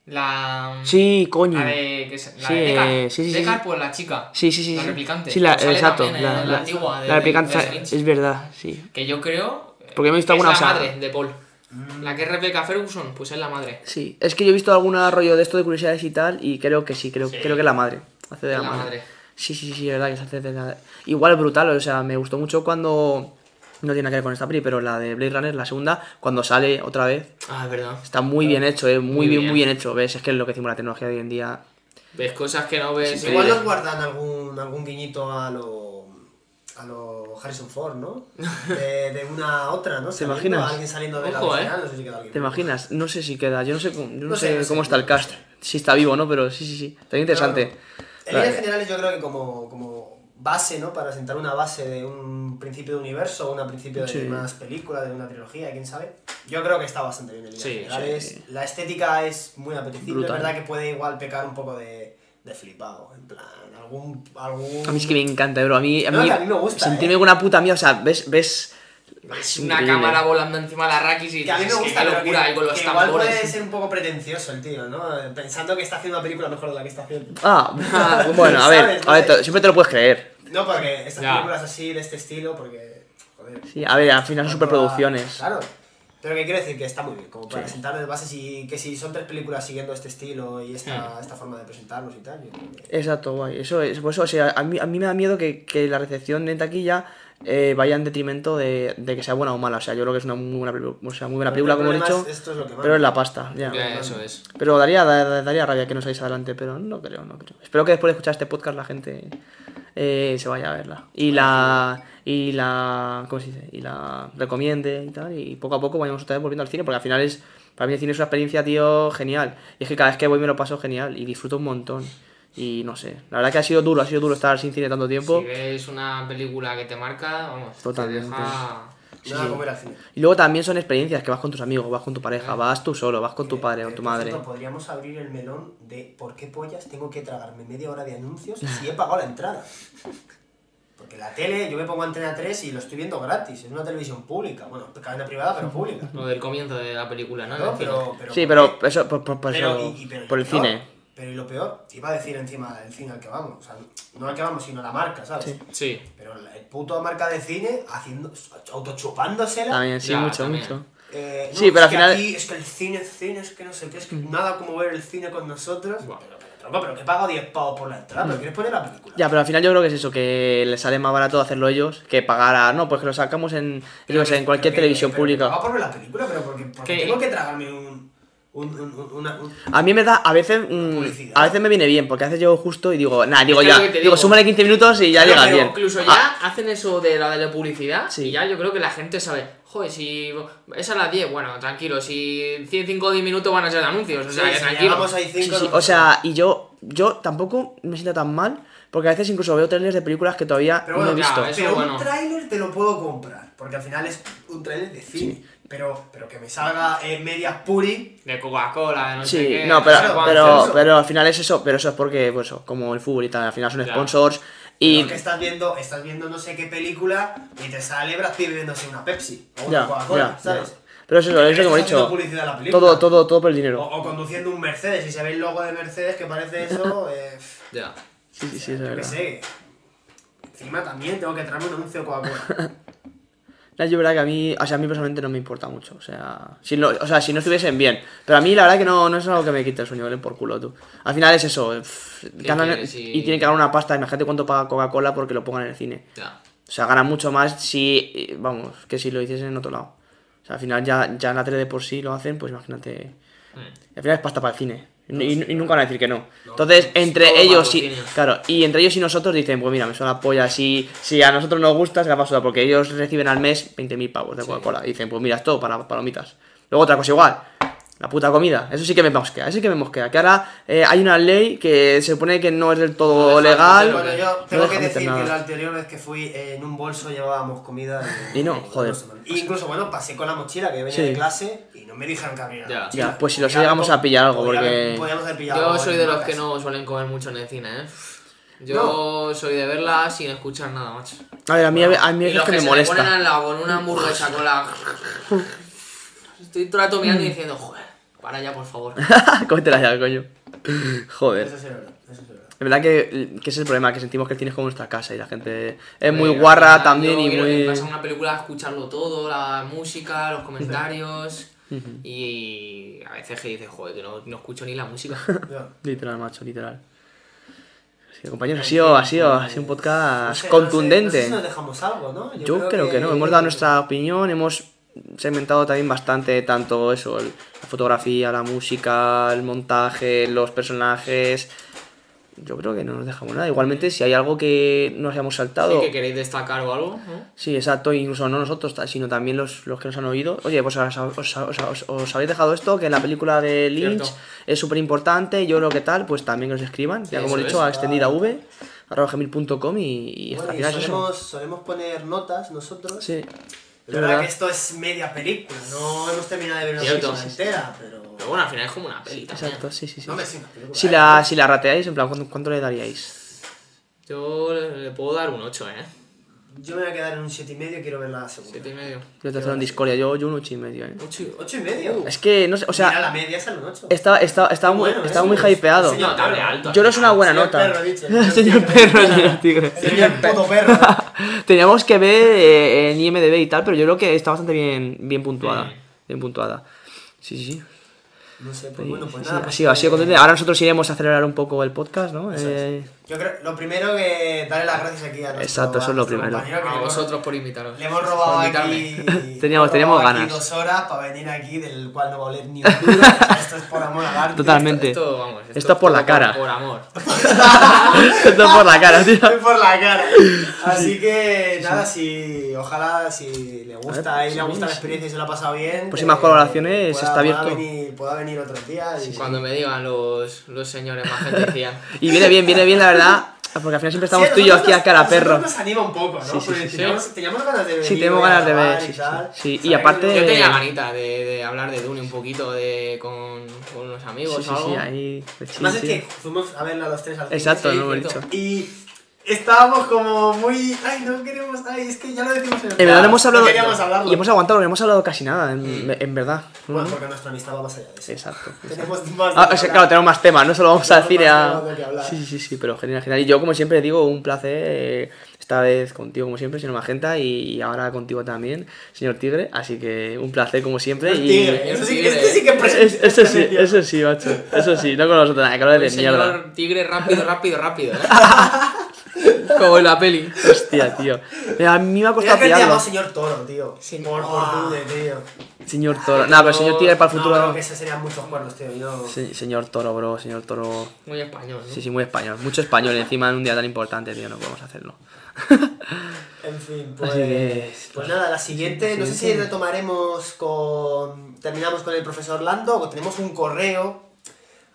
[SPEAKER 17] La. mm,
[SPEAKER 15] Sí, coño.
[SPEAKER 17] La de. Que, la sí, de Deckard. Eh, sí, sí, Deckard, pues la chica.
[SPEAKER 15] Sí, sí, sí.
[SPEAKER 17] La replicante.
[SPEAKER 15] Sí, la, exacto.
[SPEAKER 17] La, la, antigua.
[SPEAKER 15] De, replicante, es verdad, sí.
[SPEAKER 17] Que yo creo.
[SPEAKER 15] Porque me he visto
[SPEAKER 19] es
[SPEAKER 15] alguna
[SPEAKER 19] la madre de Paul. La que es Rebecca Ferguson, pues es la madre.
[SPEAKER 15] Sí, es que yo he visto algún rollo de esto de curiosidades y tal, y creo que sí, creo, sí. creo que es la madre. Hace de la, la madre. madre. Sí, sí, sí, es verdad que se hace de la... Igual es brutal, o sea, me gustó mucho cuando... No tiene nada que ver con esta peli, pero la de Blade Runner, la segunda, cuando sale otra vez.
[SPEAKER 19] Ah, es verdad.
[SPEAKER 15] Está muy bien hecho, eh, muy, muy bien, bien, muy bien hecho. ¿Ves? Es que es lo que decimos la tecnología de hoy en día.
[SPEAKER 19] Ves cosas que no ves. eh,
[SPEAKER 16] Sí, igual nos guardan algún, algún guiñito a lo. a lo Harrison Ford, ¿no? De, de una a otra, ¿no?
[SPEAKER 15] ¿Te imaginas?
[SPEAKER 16] A alguien saliendo de Ojo, la eh. final, no sé si queda alguien.
[SPEAKER 15] ¿Te imaginas? No sé si queda, yo no sé, yo no, no sé, sé, cómo está el cast. Si está vivo, ¿no? Pero sí, sí, sí. Está interesante.
[SPEAKER 16] Claro. En claro. líneas generales, yo creo que como, como base, ¿no? Para sentar una base de un principio de universo, una principio de sí. más películas, de una trilogía, quién sabe. Yo creo que está bastante bien en líneas sí, generales. Sí. La estética es muy apetecible. Es verdad que puede igual pecar un poco de, de flipado. En plan, algún, algún.
[SPEAKER 15] A mí es que me encanta, bro. A mí, a mí,
[SPEAKER 16] a mí me gusta.
[SPEAKER 15] Sentirme eh. con una puta mía, o sea, ves. ves
[SPEAKER 19] es una increíble. cámara volando encima de la raquis y
[SPEAKER 16] que a mí me gusta
[SPEAKER 19] que
[SPEAKER 16] locura
[SPEAKER 19] que, y con los
[SPEAKER 16] que
[SPEAKER 19] tambores.
[SPEAKER 16] Igual puede ser un poco pretencioso el tío, ¿no? Pensando que está haciendo una película mejor de la que está haciendo.
[SPEAKER 15] Ah, ah bueno, a ver, a ver, siempre te lo puedes creer.
[SPEAKER 16] No, porque estas ya. películas así, de este estilo, porque. Joder,
[SPEAKER 15] sí, a ver, al final son superproducciones.
[SPEAKER 16] Claro. Pero que quiero decir que está muy bien, como para sí. sentar de bases y que si son tres películas siguiendo este estilo y
[SPEAKER 19] Hmm.
[SPEAKER 16] esta, esta forma de presentarlos y tal.
[SPEAKER 15] Que... Exacto, guay. Eso es, por eso, o sea, a mí, a mí me da miedo que, que la recepción en taquilla eh, vaya en detrimento de, de, que sea buena o mala. O sea, yo creo que es una muy buena, o sea, muy buena película, como he dicho,
[SPEAKER 16] es lo que
[SPEAKER 15] pero es la pasta. Ya.
[SPEAKER 19] Yeah, eso es.
[SPEAKER 15] Pero daría, daría, daría rabia que no salís adelante, pero no creo, no creo. Espero que después de escuchar este podcast la gente eh, se vaya a verla. Y la. Y la. ¿Cómo se dice? Y la recomiende y tal. Y poco a poco vayamos otra vez volviendo al cine. Porque al final es. Para mí el cine es una experiencia, tío, genial. Y es que cada vez que voy me lo paso genial. Y disfruto un montón. Y no sé. La verdad que ha sido duro, ha sido duro estar sin cine tanto tiempo.
[SPEAKER 19] Si ves una película que te marca, vamos.
[SPEAKER 15] Totalmente.
[SPEAKER 19] Te deja...
[SPEAKER 16] Sí, Nada, sí. Comer al cine.
[SPEAKER 15] Y luego también son experiencias que vas con tus amigos, vas con tu pareja, sí. vas tú solo, vas con tu padre o tu madre.
[SPEAKER 16] Cierto, podríamos abrir el melón de por qué pollas tengo que tragarme media hora de anuncios si he pagado la entrada. Porque la tele, yo me pongo antena 3 y lo estoy viendo gratis, es una televisión pública, bueno, cadena privada, pero pública.
[SPEAKER 19] Lo del comienzo de la película, ¿no?
[SPEAKER 16] no pero, pero,
[SPEAKER 15] sí, pero eso, por, por, por, pero, eso, y, y, pero por el
[SPEAKER 16] peor,
[SPEAKER 15] cine.
[SPEAKER 16] Pero y lo peor, iba a decir encima del cine al que vamos, o sea, no al que vamos, sino la marca, ¿sabes?
[SPEAKER 19] Sí. sí.
[SPEAKER 16] Pero la puto marca de cine haciendo autochupándosela.
[SPEAKER 15] También, sí, ya, mucho, también. mucho.
[SPEAKER 16] Eh, no,
[SPEAKER 15] sí, pero
[SPEAKER 16] es
[SPEAKER 15] al final.
[SPEAKER 16] Que aquí, es que el cine, el cine, es que no sé qué, es que mm. nada como ver el cine con nosotros. Bueno. Pero, pero, pero, pero que pago 10 pavos por la entrada, mm. pero quieres poner la película.
[SPEAKER 15] Ya, pero al final yo creo que es eso, que les sale más barato hacerlo ellos que pagar a. No, pues que lo sacamos en, yo que sé, en cualquier
[SPEAKER 16] que,
[SPEAKER 15] televisión pública.
[SPEAKER 16] Pago por la película, pero porque, porque tengo que tragarme un. Un, un, una, un...
[SPEAKER 15] a mí me da, a veces, mm, a veces me viene bien, porque a veces llego justo y digo, nada, digo ya, digo, digo, súmale 15 minutos y ya
[SPEAKER 19] no,
[SPEAKER 15] llega bien.
[SPEAKER 19] Incluso ya ah. hacen eso de la de la publicidad sí. y ya yo creo que la gente sabe, joder, si es a las 10, bueno, tranquilo, si 5 o 10 minutos van a ser anuncios, o sea,
[SPEAKER 16] sí,
[SPEAKER 19] ya
[SPEAKER 16] si
[SPEAKER 19] tranquilo.
[SPEAKER 16] Ahí cinco,
[SPEAKER 15] sí, o sea, y yo, yo tampoco me siento tan mal, porque a veces incluso veo trailers de películas que todavía
[SPEAKER 16] pero bueno,
[SPEAKER 15] no he visto.
[SPEAKER 16] Claro, pero bueno. un trailer te lo puedo comprar, porque al final es un trailer de cine. Pero, pero, que me salga eh, medias puri
[SPEAKER 19] de Coca-Cola, de no
[SPEAKER 15] sí,
[SPEAKER 19] sé qué.
[SPEAKER 15] No, pero, pero, pero, pero, al final es eso, pero eso es porque, pues, como el fútbol y tal, al final son claro. sponsors. Y...
[SPEAKER 16] Pero que estás viendo, estás viendo no sé qué película y te sale Brad Pitt bebiéndose una Pepsi o una Coca-Cola, ¿sabes? Ya.
[SPEAKER 15] Pero es eso, es eso como he dicho. Todo, todo, todo por el dinero.
[SPEAKER 16] O, o, conduciendo un Mercedes, y se ve el logo de Mercedes que parece eso. eh,
[SPEAKER 19] ya.
[SPEAKER 15] Sí, sí, sí, o sea,
[SPEAKER 16] es verdad. Que Encima también tengo que traerme un anuncio de Coca-Cola.
[SPEAKER 15] La verdad que a mí, o sea, a mí personalmente no me importa mucho. O sea, si no, o sea, si no estuviesen bien. Pero a mí la verdad que no, no es algo que me quite el sueño, ¿vale? por culo tú. Al final es eso. eh, Pff, ganan, quiere, sí. Y tienen que ganar una pasta. Imagínate cuánto paga Coca-Cola porque lo pongan en el cine.
[SPEAKER 19] Ya.
[SPEAKER 15] O sea, ganan mucho más si, vamos, que si lo hiciesen en otro lado. O sea, al final ya, ya en la tele de por sí lo hacen, pues imagínate. Mm. Al final es pasta para el cine. No, y, sí, y, nunca van a decir que no. no Entonces, entre ellos y. Cine. Claro, y entre ellos y nosotros dicen, pues mira, me suena polla. Si, si a nosotros nos gusta, se la basura, porque ellos reciben al mes 20.000 pavos de Coca-Cola. Sí. Dicen, pues mira, esto para palomitas. Luego otra cosa igual. La puta comida, eso sí que me mosquea, eso sí que me mosquea. Que ahora eh, hay una ley que se supone que no es del todo
[SPEAKER 16] no,
[SPEAKER 15] legal.
[SPEAKER 16] Bueno, yo tengo que decir nada. que la anterior vez que fui eh, en un bolso llevábamos comida.
[SPEAKER 15] Y, y no, joder.
[SPEAKER 16] Y E incluso, bueno, pasé con la mochila que yo venía sí. de clase y no me dijeron que había
[SPEAKER 15] ya. ya, pues si los llegamos a pillar algo, porque.
[SPEAKER 16] Haber
[SPEAKER 19] pillado yo soy de los que no suelen comer mucho en el cine, ¿eh? Yo no. soy de verla sin escuchar nada, macho.
[SPEAKER 15] A ver, a mí, a mí es
[SPEAKER 19] y
[SPEAKER 15] que,
[SPEAKER 19] que
[SPEAKER 15] me molesta.
[SPEAKER 19] Me ponen al lado con una hamburguesa con la. Estoy todo el rato mirando y diciendo, joder, para ya, por favor.
[SPEAKER 15] Cómetela ya, coño. Joder.
[SPEAKER 16] Eso es verdad, eso es verdad.
[SPEAKER 15] La verdad que, que ese es el problema, que sentimos que el cine es como nuestra casa y la gente es muy Oye, guarra también y muy...
[SPEAKER 19] Pasa una película escucharlo todo, la música, los comentarios... Uh -huh. Y a veces que dices, joder, que no, no escucho ni la música.
[SPEAKER 15] literal, macho, literal. Sí, compañeros, ha sido, ha sido, ha sido un podcast no sé, contundente.
[SPEAKER 16] Eh, No sé, no sé si nos dejamos algo, ¿no?
[SPEAKER 15] Yo, Yo creo, creo que... que... no. Hemos dado nuestra opinión, hemos segmentado también bastante tanto eso, el, la fotografía, la música, el montaje, los personajes. Yo creo que no nos dejamos nada. Igualmente, si hay algo que nos hayamos saltado.
[SPEAKER 19] Sí, que queréis destacar o algo, ¿no?
[SPEAKER 15] Sí, exacto. Incluso no nosotros, sino también los, los que nos han oído. Oye, pues os, os, os, os habéis dejado esto, que en la película de Lynch Cierto. es súper importante. Yo lo que tal, pues también que os escriban. Ya sí, como he dicho, es, a extendida claro. v arroba gmail.com y, y
[SPEAKER 16] bueno, hasta y solemos, eso. solemos poner notas nosotros.
[SPEAKER 15] Sí.
[SPEAKER 16] La verdad, que esto es media película, no hemos terminado de ver una película entera, pero...
[SPEAKER 19] Pero bueno, al final es como una peli
[SPEAKER 15] también. Exacto, sí, sí, sí.
[SPEAKER 16] No me siento,
[SPEAKER 15] si, la, si la rateáis, en plan, ¿cuánto, cuánto le daríais?
[SPEAKER 19] Yo le, le, puedo dar un 8, ¿eh?
[SPEAKER 16] Yo me voy a quedar en un 7,5, quiero ver la segunda.
[SPEAKER 19] 7,5.
[SPEAKER 15] Yo te hacer un discordia, yo, yo un 8,5,
[SPEAKER 16] ¿eh? 8, 8,5.
[SPEAKER 15] Uh, es que, no sé, o sea...
[SPEAKER 16] Mira, la ¿eh? media sale un 8.
[SPEAKER 15] Estaba, estaba, estaba muy, bueno, estaba muy hypeado.
[SPEAKER 19] Señor, dale alto.
[SPEAKER 15] Yo no es una buena
[SPEAKER 16] señor
[SPEAKER 15] nota.
[SPEAKER 16] Perro, dicho,
[SPEAKER 15] señor perro, señor tigre.
[SPEAKER 16] Señor todo perro.
[SPEAKER 15] Teníamos que ver eh, en IMDB y tal, pero yo creo que está bastante bien, bien puntuada. Sí. Bien puntuada. Sí, sí, sí.
[SPEAKER 16] No sé, pues bueno, pues nada.
[SPEAKER 15] Ha sido, ha sido contento. Ahora nosotros iremos a acelerar un poco el podcast, ¿no?
[SPEAKER 16] Eh... Yo creo, lo primero que darle las gracias aquí a nuestro,
[SPEAKER 15] Exacto, eso es lo primero.
[SPEAKER 19] A vosotros por invitaros.
[SPEAKER 16] Le hemos robado aquí.
[SPEAKER 15] teníamos, teníamos ganas.
[SPEAKER 16] Aquí dos horas para venir aquí, del cual no va a oler ni un duro. esto es por amor al arte.
[SPEAKER 15] Totalmente.
[SPEAKER 19] Esto, esto, vamos, esto,
[SPEAKER 15] esto es por la cara.
[SPEAKER 19] Por, por amor.
[SPEAKER 15] esto es por la cara, tío.
[SPEAKER 16] Esto es por la cara. Así que nada, si ojalá si le gusta ver, pues, y le gusta sí, la experiencia y se lo ha pasado bien. eh,
[SPEAKER 15] Próximas Pues colaboraciones, está abierto.
[SPEAKER 16] Pueda venir, pueda venir otros días. Sí, y...
[SPEAKER 19] Cuando me digan los, los señores más gente decían.
[SPEAKER 15] y viene bien, viene bien, la verdad. Porque al final siempre estamos sí, tú y yo aquí a cara perro.
[SPEAKER 16] nos anima un poco, ¿no? Sí, sí, Porque teníamos, teníamos, ganas de ver.
[SPEAKER 15] Sí, tenemos ganas de ver. Sí, sí, y aparte.
[SPEAKER 19] Yo tenía ganita de, de hablar de Dune un poquito de, con, con unos amigos
[SPEAKER 15] sí,
[SPEAKER 19] o algo.
[SPEAKER 15] Sí, ahí.
[SPEAKER 16] Además es que fuimos a verla los tres al cine.
[SPEAKER 15] Exacto, no lo he dicho.
[SPEAKER 16] Y estábamos como muy. Ay, no queremos. Ay, es que ya lo decimos en el.
[SPEAKER 15] En verdad hemos hablado.
[SPEAKER 16] No queríamos hablarlo. Mm.
[SPEAKER 15] Y hemos aguantado, no hemos hablado casi nada, en, en verdad.
[SPEAKER 16] Bueno, porque nuestra amistad va más allá de eso.
[SPEAKER 15] Exacto.
[SPEAKER 16] tenemos más.
[SPEAKER 15] Ah, o sea, claro, tenemos más temas, no solo vamos a decir a. Sí, sí, sí, pero genial, genial. Y yo, como siempre, digo, un placer. eh, Esta vez contigo, como siempre, señor Magenta, y ahora contigo también, señor Tigre. Así que un placer, como siempre.
[SPEAKER 16] El tigre,
[SPEAKER 15] y...
[SPEAKER 16] eso sí, este sí que
[SPEAKER 15] es, Eso sí, eso sí, macho. Eso sí, no con nosotros, nada, que hablar de mierda.
[SPEAKER 19] Señor Tigre, rápido, rápido, rápido, ¿eh? Como en la peli.
[SPEAKER 15] Hostia, tío. Mira, a mí me ha costado
[SPEAKER 16] pillarlo.
[SPEAKER 15] Yo
[SPEAKER 16] que señor Toro, tío. Señor
[SPEAKER 15] ah.
[SPEAKER 16] Toro, tío.
[SPEAKER 15] Señor Toro. Nah, pero señor Tigre para el futuro.
[SPEAKER 16] No, no, que ese serían muchos cuernos, tío. Yo...
[SPEAKER 15] Se, señor Toro, bro. Señor Toro.
[SPEAKER 19] Muy español, ¿no?
[SPEAKER 15] Sí, sí, muy español. Mucho español encima en un día tan importante, tío. No podemos hacerlo.
[SPEAKER 16] en fin, pues, que, pues nada, la siguiente, sí, no sé sí. si retomaremos con... Terminamos con el profesor Lando o tenemos un correo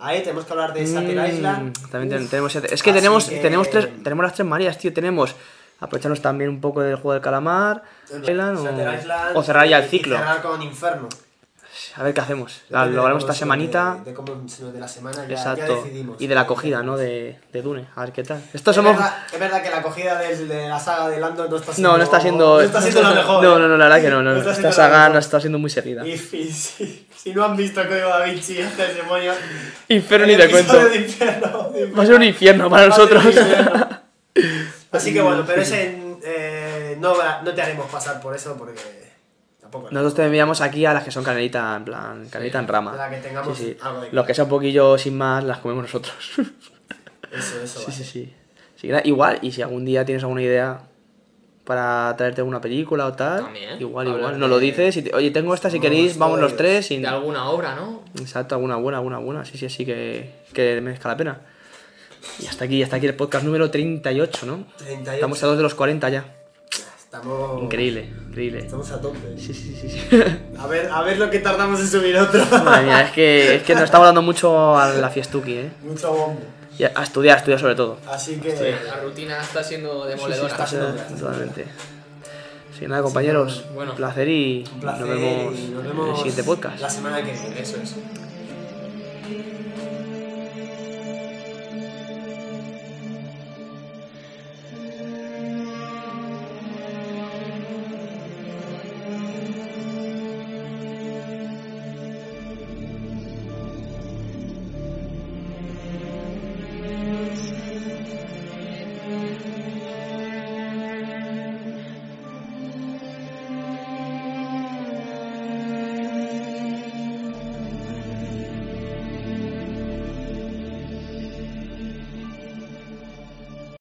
[SPEAKER 16] Ahí tenemos que hablar de Sater Island.
[SPEAKER 15] Mm, también Uf, tenemos. Es que tenemos, que... tenemos tres, tenemos las tres Marías, tío. Tenemos aprovecharnos también un poco del juego del calamar, no, Island, o,
[SPEAKER 16] Island,
[SPEAKER 15] o, cerrar ya el ciclo.
[SPEAKER 16] cerrar con Inferno.
[SPEAKER 15] A ver qué hacemos. La, lo haremos esta semanita.
[SPEAKER 16] De, de, de, de la semana ya, Exacto. Ya decidimos.
[SPEAKER 15] Y de la acogida, ¿no? De, Dune. A ver qué tal. Esto somos.
[SPEAKER 16] Verdad, es verdad que la acogida de, la saga de Lando no está
[SPEAKER 15] siendo. No, no está siendo.
[SPEAKER 16] No está siendo la mejor. ¿eh?
[SPEAKER 15] No, no, no, la verdad que no. no, no esta saga no está siendo muy seguida.
[SPEAKER 16] Y, y si, si, no han visto Código Da Vinci este demonio.
[SPEAKER 15] Inferno ni te cuento.
[SPEAKER 16] De infierno, infierno.
[SPEAKER 15] Va a ser un infierno para nosotros. Infierno.
[SPEAKER 16] Así que bueno, pero ese. Eh, no, no te haremos pasar por eso porque.
[SPEAKER 15] Nosotros te enviamos aquí a las que son canelita en plan, canelita en rama.
[SPEAKER 16] La que tengamos sí, sí. Algo de
[SPEAKER 15] Los que son un poquillo sin más, las comemos nosotros.
[SPEAKER 16] eso, eso.
[SPEAKER 15] Sí,
[SPEAKER 16] vale.
[SPEAKER 15] sí, sí, sí, Igual, y si algún día tienes alguna idea para traerte alguna película o tal,
[SPEAKER 19] También,
[SPEAKER 15] igual, igual, de... nos lo dices. Y te... Oye, tengo esta si no, queréis, vamos los tres. Sin...
[SPEAKER 19] De alguna obra, ¿no?
[SPEAKER 15] Exacto, alguna buena, alguna buena. Sí, sí, sí, que, que merezca la pena. Y hasta aquí, hasta aquí el podcast número 38,
[SPEAKER 16] ¿no? 38.
[SPEAKER 15] Estamos a dos de los 40 ya.
[SPEAKER 16] Estamos.
[SPEAKER 15] Increíble, increíble.
[SPEAKER 16] Estamos a tope.
[SPEAKER 15] Sí, sí, sí. sí.
[SPEAKER 16] a, ver, a ver lo que tardamos en subir otro.
[SPEAKER 15] Madre mía, es que, es que nos estamos dando mucho a la fiestuki, ¿eh?
[SPEAKER 16] Mucho bombo.
[SPEAKER 15] Y a, a estudiar, a estudiar sobre todo.
[SPEAKER 16] Así que estudiar.
[SPEAKER 19] la rutina está siendo demoledora.
[SPEAKER 15] Sí, sí, está siendo, totalmente. Así que nada, compañeros, bueno, un placer y
[SPEAKER 16] un placer
[SPEAKER 15] nos, vemos
[SPEAKER 16] y nos vemos
[SPEAKER 15] en el siguiente podcast.
[SPEAKER 16] La semana que viene, eso es.